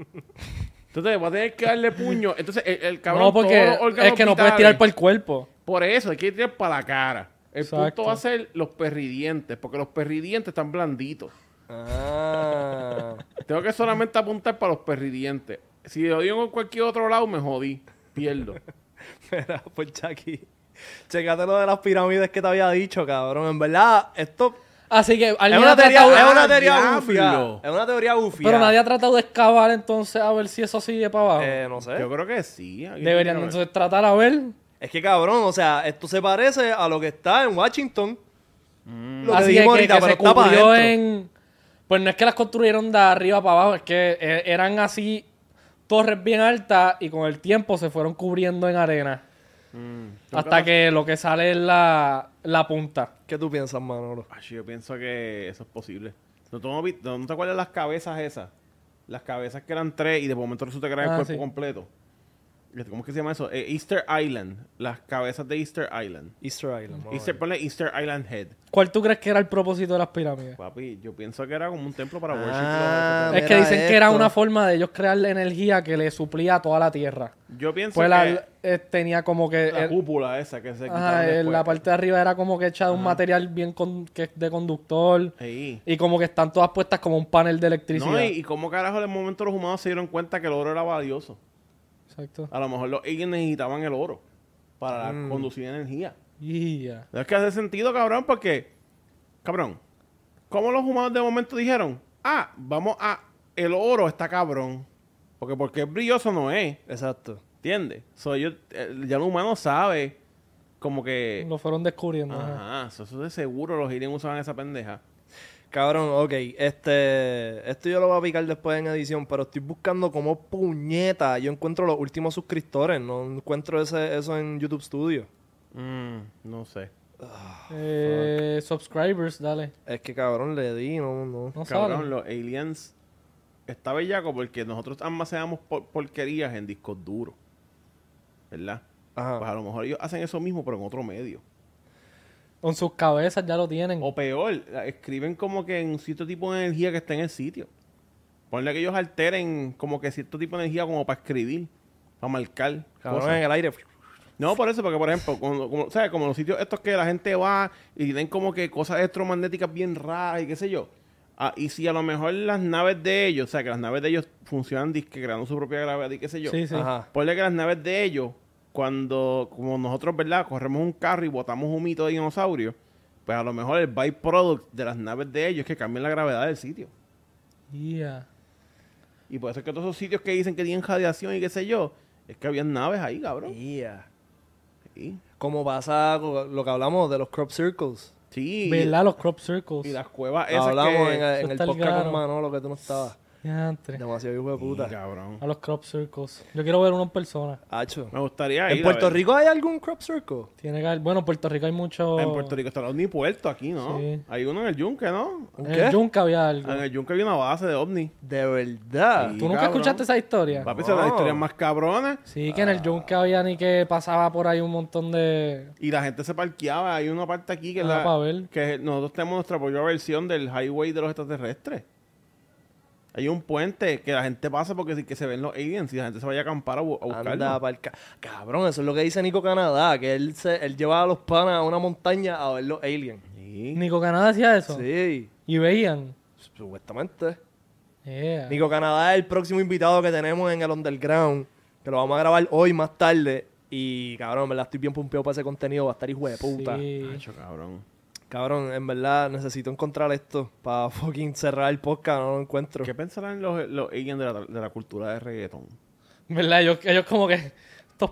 Speaker 2: Entonces, va a tener que darle puño. Entonces, el, el cabrón...
Speaker 3: no, porque
Speaker 2: todos los órganos
Speaker 3: es que no puedes
Speaker 2: vitales-
Speaker 3: tirar por el cuerpo.
Speaker 2: Por eso, hay que tirar para la cara. El
Speaker 3: Exacto.
Speaker 2: punto va a ser los perridientes, porque los perridientes están blanditos.
Speaker 1: Ah.
Speaker 2: Tengo que solamente apuntar para los perridientes. Si lo digo en cualquier otro lado, me jodí. Pierdo.
Speaker 1: Mira, por aquí. Checate lo de las pirámides que te había dicho, cabrón. En verdad, esto
Speaker 3: Así que
Speaker 1: es
Speaker 3: alguien
Speaker 1: una
Speaker 3: ha
Speaker 1: teoría,
Speaker 3: tratado-
Speaker 1: es una
Speaker 2: ¡Ah,
Speaker 1: teoría
Speaker 2: diablo!
Speaker 1: ufia. Es una teoría ufia.
Speaker 3: Pero nadie ha tratado de excavar entonces a ver si eso sigue para abajo.
Speaker 1: Eh, no sé.
Speaker 2: Yo creo que sí.
Speaker 3: Deberían entonces tratar a ver.
Speaker 1: Es que, cabrón, o sea, esto se parece a lo que está en Washington. Lo
Speaker 3: Mm. Así que,
Speaker 1: dijimos
Speaker 3: que- que
Speaker 1: pero
Speaker 3: se
Speaker 1: está pa'
Speaker 3: cubrió
Speaker 1: adentro.
Speaker 3: en... Pues no es que las construyeron de arriba para abajo, es que eh, eran así torres bien altas y con el tiempo se fueron cubriendo en arena. hasta que lo que sale es la, la punta.
Speaker 1: ¿Qué tú piensas, Manolo?
Speaker 2: Ay, yo pienso que eso es posible. ¿No, tú no vi- no- no te acuerdas las cabezas esas? Las cabezas que eran tres y de momento resulta que era el
Speaker 3: Ah,
Speaker 2: cuerpo
Speaker 3: sí.
Speaker 2: completo. Este, ¿Cómo es que se llama eso? Eh, Easter Island. Las cabezas de Easter Island.
Speaker 1: Easter Island. vamos a
Speaker 2: Easter,
Speaker 1: ver.
Speaker 2: ponle Easter Island Head.
Speaker 3: ¿Cuál tú crees que era el propósito de las pirámides?
Speaker 1: Pues,
Speaker 2: Papi, yo pienso que era como un templo para
Speaker 1: Ah,
Speaker 2: worship. y todo eso.
Speaker 3: es que
Speaker 1: mira
Speaker 3: dicen que era
Speaker 1: esto.
Speaker 3: una forma de ellos crear la energía que le suplía a toda la tierra.
Speaker 2: Yo pienso
Speaker 3: Pues
Speaker 2: que
Speaker 3: la, eh, tenía como que...
Speaker 2: la
Speaker 3: el-
Speaker 2: cúpula esa que se
Speaker 3: Ajá,
Speaker 2: quitaron
Speaker 3: eh,
Speaker 2: después.
Speaker 3: la parte de arriba era como que hecha de un material bien con- que es de conductor.
Speaker 2: Ahí.
Speaker 3: Y como que están todas puestas como un panel de electricidad.
Speaker 2: No, y, y cómo carajo en el momento los humanos se dieron cuenta que el oro era valioso.
Speaker 3: Exacto.
Speaker 2: A lo mejor los aliens necesitaban el oro para conducir energía.
Speaker 3: Yeah.
Speaker 2: No es que hace sentido, cabrón, porque, cabrón, ¿cómo los humanos de momento dijeron? Ah, vamos a, el oro está cabrón. Porque porque es brilloso no es,
Speaker 1: Exacto.
Speaker 2: ¿entiendes? So, ellos, eh, ya el humano sabe como que...
Speaker 3: Lo fueron descubriendo. ajá.
Speaker 2: Ajá, so, eso de seguro los aliens usaban esa pendeja.
Speaker 1: Cabrón, ok, este, esto yo lo voy a picar después en edición, pero estoy buscando como puñeta, yo encuentro los últimos suscriptores, no encuentro ese, eso en YouTube Studio.
Speaker 2: Mm, no sé.
Speaker 3: Eh, subscribers, dale.
Speaker 1: Es que cabrón, le di, no, no.
Speaker 3: No
Speaker 2: Cabrón,
Speaker 3: sale.
Speaker 2: los aliens está bellaco porque nosotros almacenamos por- porquerías en discos duros. ¿Verdad?
Speaker 1: Ajá.
Speaker 2: Pues a lo mejor ellos hacen eso mismo pero en otro medio.
Speaker 3: Con sus
Speaker 2: Oh,
Speaker 3: cabezas ya lo tienen.
Speaker 2: O peor, la- escriben como que en un cierto tipo de energía que está en el sitio. Ponle que ellos alteren como que cierto tipo de energía como para escribir, para marcar
Speaker 1: Cabrón,
Speaker 2: cosas.
Speaker 1: en el aire.
Speaker 2: No, por eso, porque por ejemplo, cuando- como, ¿sabes? Como los sitios estos que la gente va y tienen como que cosas electromagnéticas bien raras y qué sé yo. Ah, y si a lo mejor las naves de ellos, o sea, que las naves de ellos funcionan disque creando su propia gravedad y qué sé yo.
Speaker 3: Sí, sí.
Speaker 1: Ajá.
Speaker 2: Ponle que las naves de ellos, cuando, como nosotros, ¿verdad? Corremos un carro y botamos un mito de dinosaurio, pues a lo mejor el byproduct de las naves de ellos es que cambian la gravedad del sitio.
Speaker 3: Yeah.
Speaker 2: Y por eso es que todos esos sitios que dicen que tienen radiación y qué sé yo, es que habían naves ahí, cabrón.
Speaker 1: Yeah.
Speaker 2: Sí.
Speaker 1: Como pasa con lo que hablamos de los crop circles.
Speaker 2: Sí.
Speaker 3: ¿Verdad? Los crop circles.
Speaker 2: Y las cuevas
Speaker 1: Lo
Speaker 2: esas
Speaker 1: hablamos
Speaker 2: que...
Speaker 1: en, el- en
Speaker 3: Eso
Speaker 1: el
Speaker 3: está
Speaker 1: podcast
Speaker 3: ligado.
Speaker 1: con Manolo, que tú no estabas.
Speaker 3: Diantre.
Speaker 1: Demasiado hijo de
Speaker 2: Sí,
Speaker 1: puta.
Speaker 2: cabrón.
Speaker 3: A los crop circles. Yo quiero ver uno en persona.
Speaker 1: Hacho.
Speaker 2: Me gustaría
Speaker 1: ¿En
Speaker 2: ir. a
Speaker 1: Puerto
Speaker 2: ver.
Speaker 1: Rico hay algún crop circle?
Speaker 3: Tiene que haber- Bueno, en Puerto Rico hay mucho.
Speaker 2: En Puerto Rico está ni puerto aquí, ¿no?
Speaker 3: Sí.
Speaker 2: Hay uno en el Yunque, ¿no?
Speaker 1: ¿Un
Speaker 3: En
Speaker 1: qué?
Speaker 3: el Yunca había algo.
Speaker 2: En el Yunque hay una base de ovni.
Speaker 1: De verdad.
Speaker 2: Sí.
Speaker 3: ¿Tú nunca
Speaker 2: cabrón.
Speaker 3: escuchaste esa historia?
Speaker 2: Papi, esa es la
Speaker 1: No.
Speaker 2: historia más cabrona.
Speaker 3: Sí, que en
Speaker 2: Ah.
Speaker 3: el Yunca había ni que pasaba por ahí un montón de.
Speaker 2: Y la gente se parqueaba. Hay una parte aquí que, es
Speaker 3: Ah,
Speaker 2: la,
Speaker 3: pa' ver.
Speaker 2: que es- nosotros tenemos nuestra propia versión del highway de los extraterrestres. Hay un puente que la gente pasa porque sí que se ven los aliens y la gente se vaya a acampar a, bu- a
Speaker 1: Anda
Speaker 2: buscarlos.
Speaker 1: pa'l ca- Cabrón, eso es lo que dice Nico Canadá, que él, se, él lleva a los panas a una montaña a ver los aliens.
Speaker 2: Sí.
Speaker 3: Nico Canadá hacía eso.
Speaker 1: Sí,
Speaker 3: Y veían.
Speaker 1: supuestamente.
Speaker 3: Yeah.
Speaker 1: Nico Canadá es el próximo invitado que tenemos en el Underground, que lo vamos a grabar hoy más tarde. Y cabrón, en verdad estoy bien pumpeado para ese contenido, va a estar hijo de puta.
Speaker 3: Sí.
Speaker 2: Nacho, cabrón.
Speaker 1: Cabrón, en verdad necesito encontrar esto para [LAUGHS] fucking cerrar el podcast, no lo encuentro.
Speaker 2: ¿Qué pensarán los, los aliens de la, de la cultura de reggaetón?
Speaker 3: ¿Verdad? Ellos, ellos como que. Estos,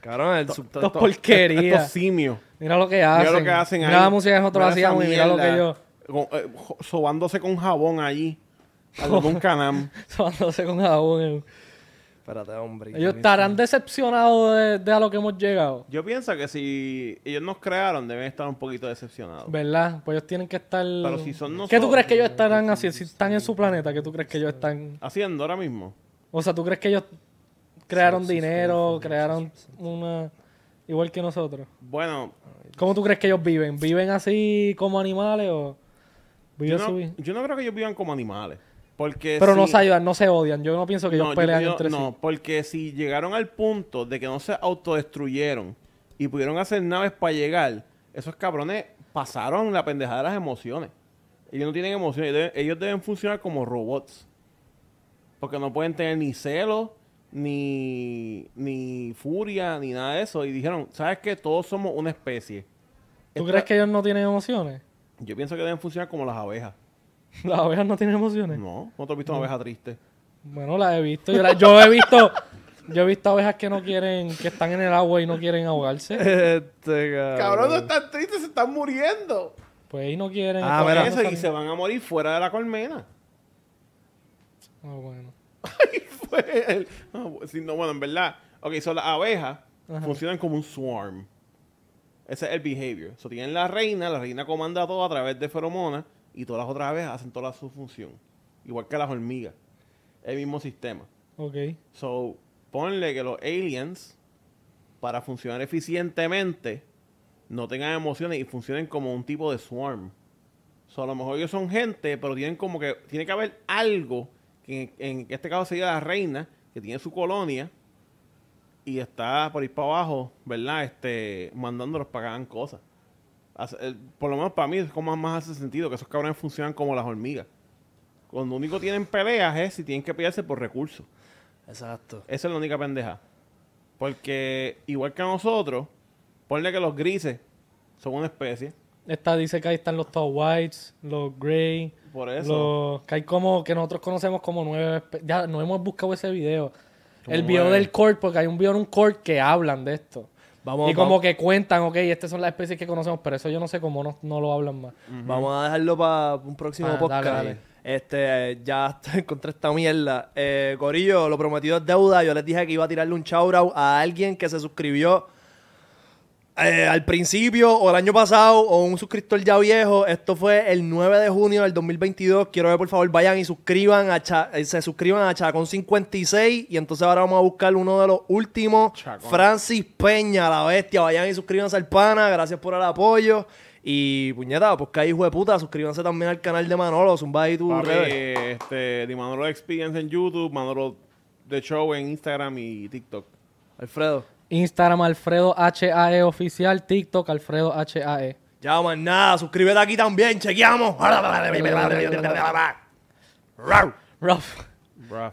Speaker 1: Cabrón, el sub-
Speaker 3: estos porquerías.
Speaker 2: Estos simios.
Speaker 3: Mira lo que hacen.
Speaker 2: Mira lo que hacen ahí.
Speaker 3: Mira la música que nosotros
Speaker 2: Mira esa
Speaker 3: hacíamos y mira lo que
Speaker 2: mierda.
Speaker 3: ellos. [LAUGHS]
Speaker 2: Con- eh, jo- sobándose con jabón allí. Al
Speaker 3: [LAUGHS]
Speaker 2: lado de un canam.
Speaker 3: Sobándose con jabón. eh.
Speaker 1: Espérate, hombre.
Speaker 3: Ellos estarán decepcionados de, de a lo que hemos llegado.
Speaker 2: Yo pienso que si ellos nos crearon, deben estar un poquito decepcionados.
Speaker 3: ¿Verdad? Pues ellos tienen que estar.
Speaker 2: Pero si son
Speaker 3: ¿Qué tú
Speaker 2: nosotros,
Speaker 3: crees que ellos estarán así? Si están en su planeta, ¿qué tú crees que ellos están.?
Speaker 2: Haciendo ahora mismo.
Speaker 3: O sea, ¿tú crees que ellos crearon dinero, crearon una. igual que nosotros?
Speaker 2: Bueno,
Speaker 3: ¿Cómo tú crees que ellos viven? ¿Viven así como animales
Speaker 2: yo
Speaker 3: o.? Viven
Speaker 2: no,
Speaker 3: su-
Speaker 2: yo no creo que ellos vivan como animales. Porque
Speaker 3: Pero
Speaker 2: si-
Speaker 3: no se ayudan, no se odian. Yo no pienso que
Speaker 2: No,
Speaker 3: ellos
Speaker 2: yo-
Speaker 3: pelean
Speaker 2: yo-
Speaker 3: entre
Speaker 2: no,
Speaker 3: sí.
Speaker 2: porque si llegaron al punto de que no se autodestruyeron y pudieron hacer naves para llegar, esos cabrones pasaron la pendejada de las emociones. Ellos no tienen emociones, ellos deben, ellos deben funcionar como robots. Porque no pueden tener ni celos, ni, ni furia, ni nada de eso. Y dijeron, ¿sabes qué? Todos somos una especie.
Speaker 3: ¿Tú
Speaker 2: Esta-
Speaker 3: crees que ellos no tienen emociones? [LAUGHS]
Speaker 2: Yo pienso que deben funcionar como las abejas.
Speaker 3: ¿Las ovejas no tienen emociones?
Speaker 2: No, no te has visto una abeja triste.
Speaker 3: Bueno, las he visto. Yo, la- yo he visto. Yo he visto ovejas que no quieren, que están en el agua y no quieren ahogarse.
Speaker 1: [LAUGHS] Este, cabrón.
Speaker 2: están tristes, se están muriendo.
Speaker 3: Pues ahí no quieren.
Speaker 1: Ah,
Speaker 3: entonces
Speaker 1: mira.
Speaker 2: Eso,
Speaker 3: no
Speaker 2: y
Speaker 3: salen-
Speaker 2: se van a morir fuera de la [LAUGHS] colmena.
Speaker 3: Ah, bueno.
Speaker 2: Fue él. Ah, bu- sí, no, bueno, en verdad. Ok, so las abejas funcionan como un swarm. Ese es el behavior. So tienen la reina, la reina comanda todo a través de feromonas y todas las otras abejas hacen toda su función. Igual que las hormigas. El mismo sistema.
Speaker 3: Ok.
Speaker 2: So, ponle que los aliens, para funcionar eficientemente, no tengan emociones y funcionen como un tipo de swarm. So, a lo mejor ellos son gente, pero tienen como que. Tiene que haber algo, que en, en este caso sería la reina, que tiene su colonia y está por ir para abajo, ¿verdad? Este, mandándolos para que hagan cosas. Hace- eh, por lo menos para mí es como más hace sentido que esos cabrones funcionan como las hormigas. Cuando único tienen peleas es si tienen que pelearse por recursos.
Speaker 1: Exacto.
Speaker 2: Esa es la única pendeja. Porque igual que nosotros, ponle que los grises son una especie.
Speaker 3: Esta dice que ahí están los top whites, los grey,
Speaker 2: Por eso.
Speaker 3: los que hay como que nosotros conocemos como nueve. espe- Ya no hemos buscado ese video. El
Speaker 2: Como
Speaker 3: video
Speaker 2: nueve.
Speaker 3: del court, porque hay un video en un court que hablan de esto.
Speaker 1: Vamos,
Speaker 3: y como
Speaker 1: vamos-
Speaker 3: que cuentan, ok, estas son las especies que conocemos, pero eso yo no sé cómo no, no lo hablan más.
Speaker 1: Vamos a dejarlo para un próximo
Speaker 3: Ah,
Speaker 1: podcast.
Speaker 3: dale, dale.
Speaker 1: Este, eh, ya [LAUGHS] encontré esta mierda. Eh, Corillo, lo prometido es deuda. Yo les dije que iba a tirarle un shout out a alguien que se suscribió eh, al principio o el año pasado o un suscriptor ya viejo. Esto fue el 9 de junio del 2022. Quiero ver, por favor, vayan y suscriban a Cha- eh, se suscriban a Chacón 56 y entonces ahora vamos a buscar uno de los últimos,
Speaker 2: Chacón.
Speaker 1: Francis Peña, la bestia. Vayan y suscríbanse al pana. Gracias por el apoyo. Y puñeta, pues que hijo de puta, suscríbanse también al canal de Manolo, zumba ahí tu
Speaker 2: Papi,
Speaker 1: redes.
Speaker 2: este, de Manolo Experience en YouTube, Manolo The Show en Instagram y TikTok.
Speaker 1: Alfredo.
Speaker 3: Instagram Alfredo HAE oficial, TikTok Alfredo E. HAE.
Speaker 1: Ya, más nada, suscríbete aquí también, chequeamos.
Speaker 3: Ruff.
Speaker 2: Bruh.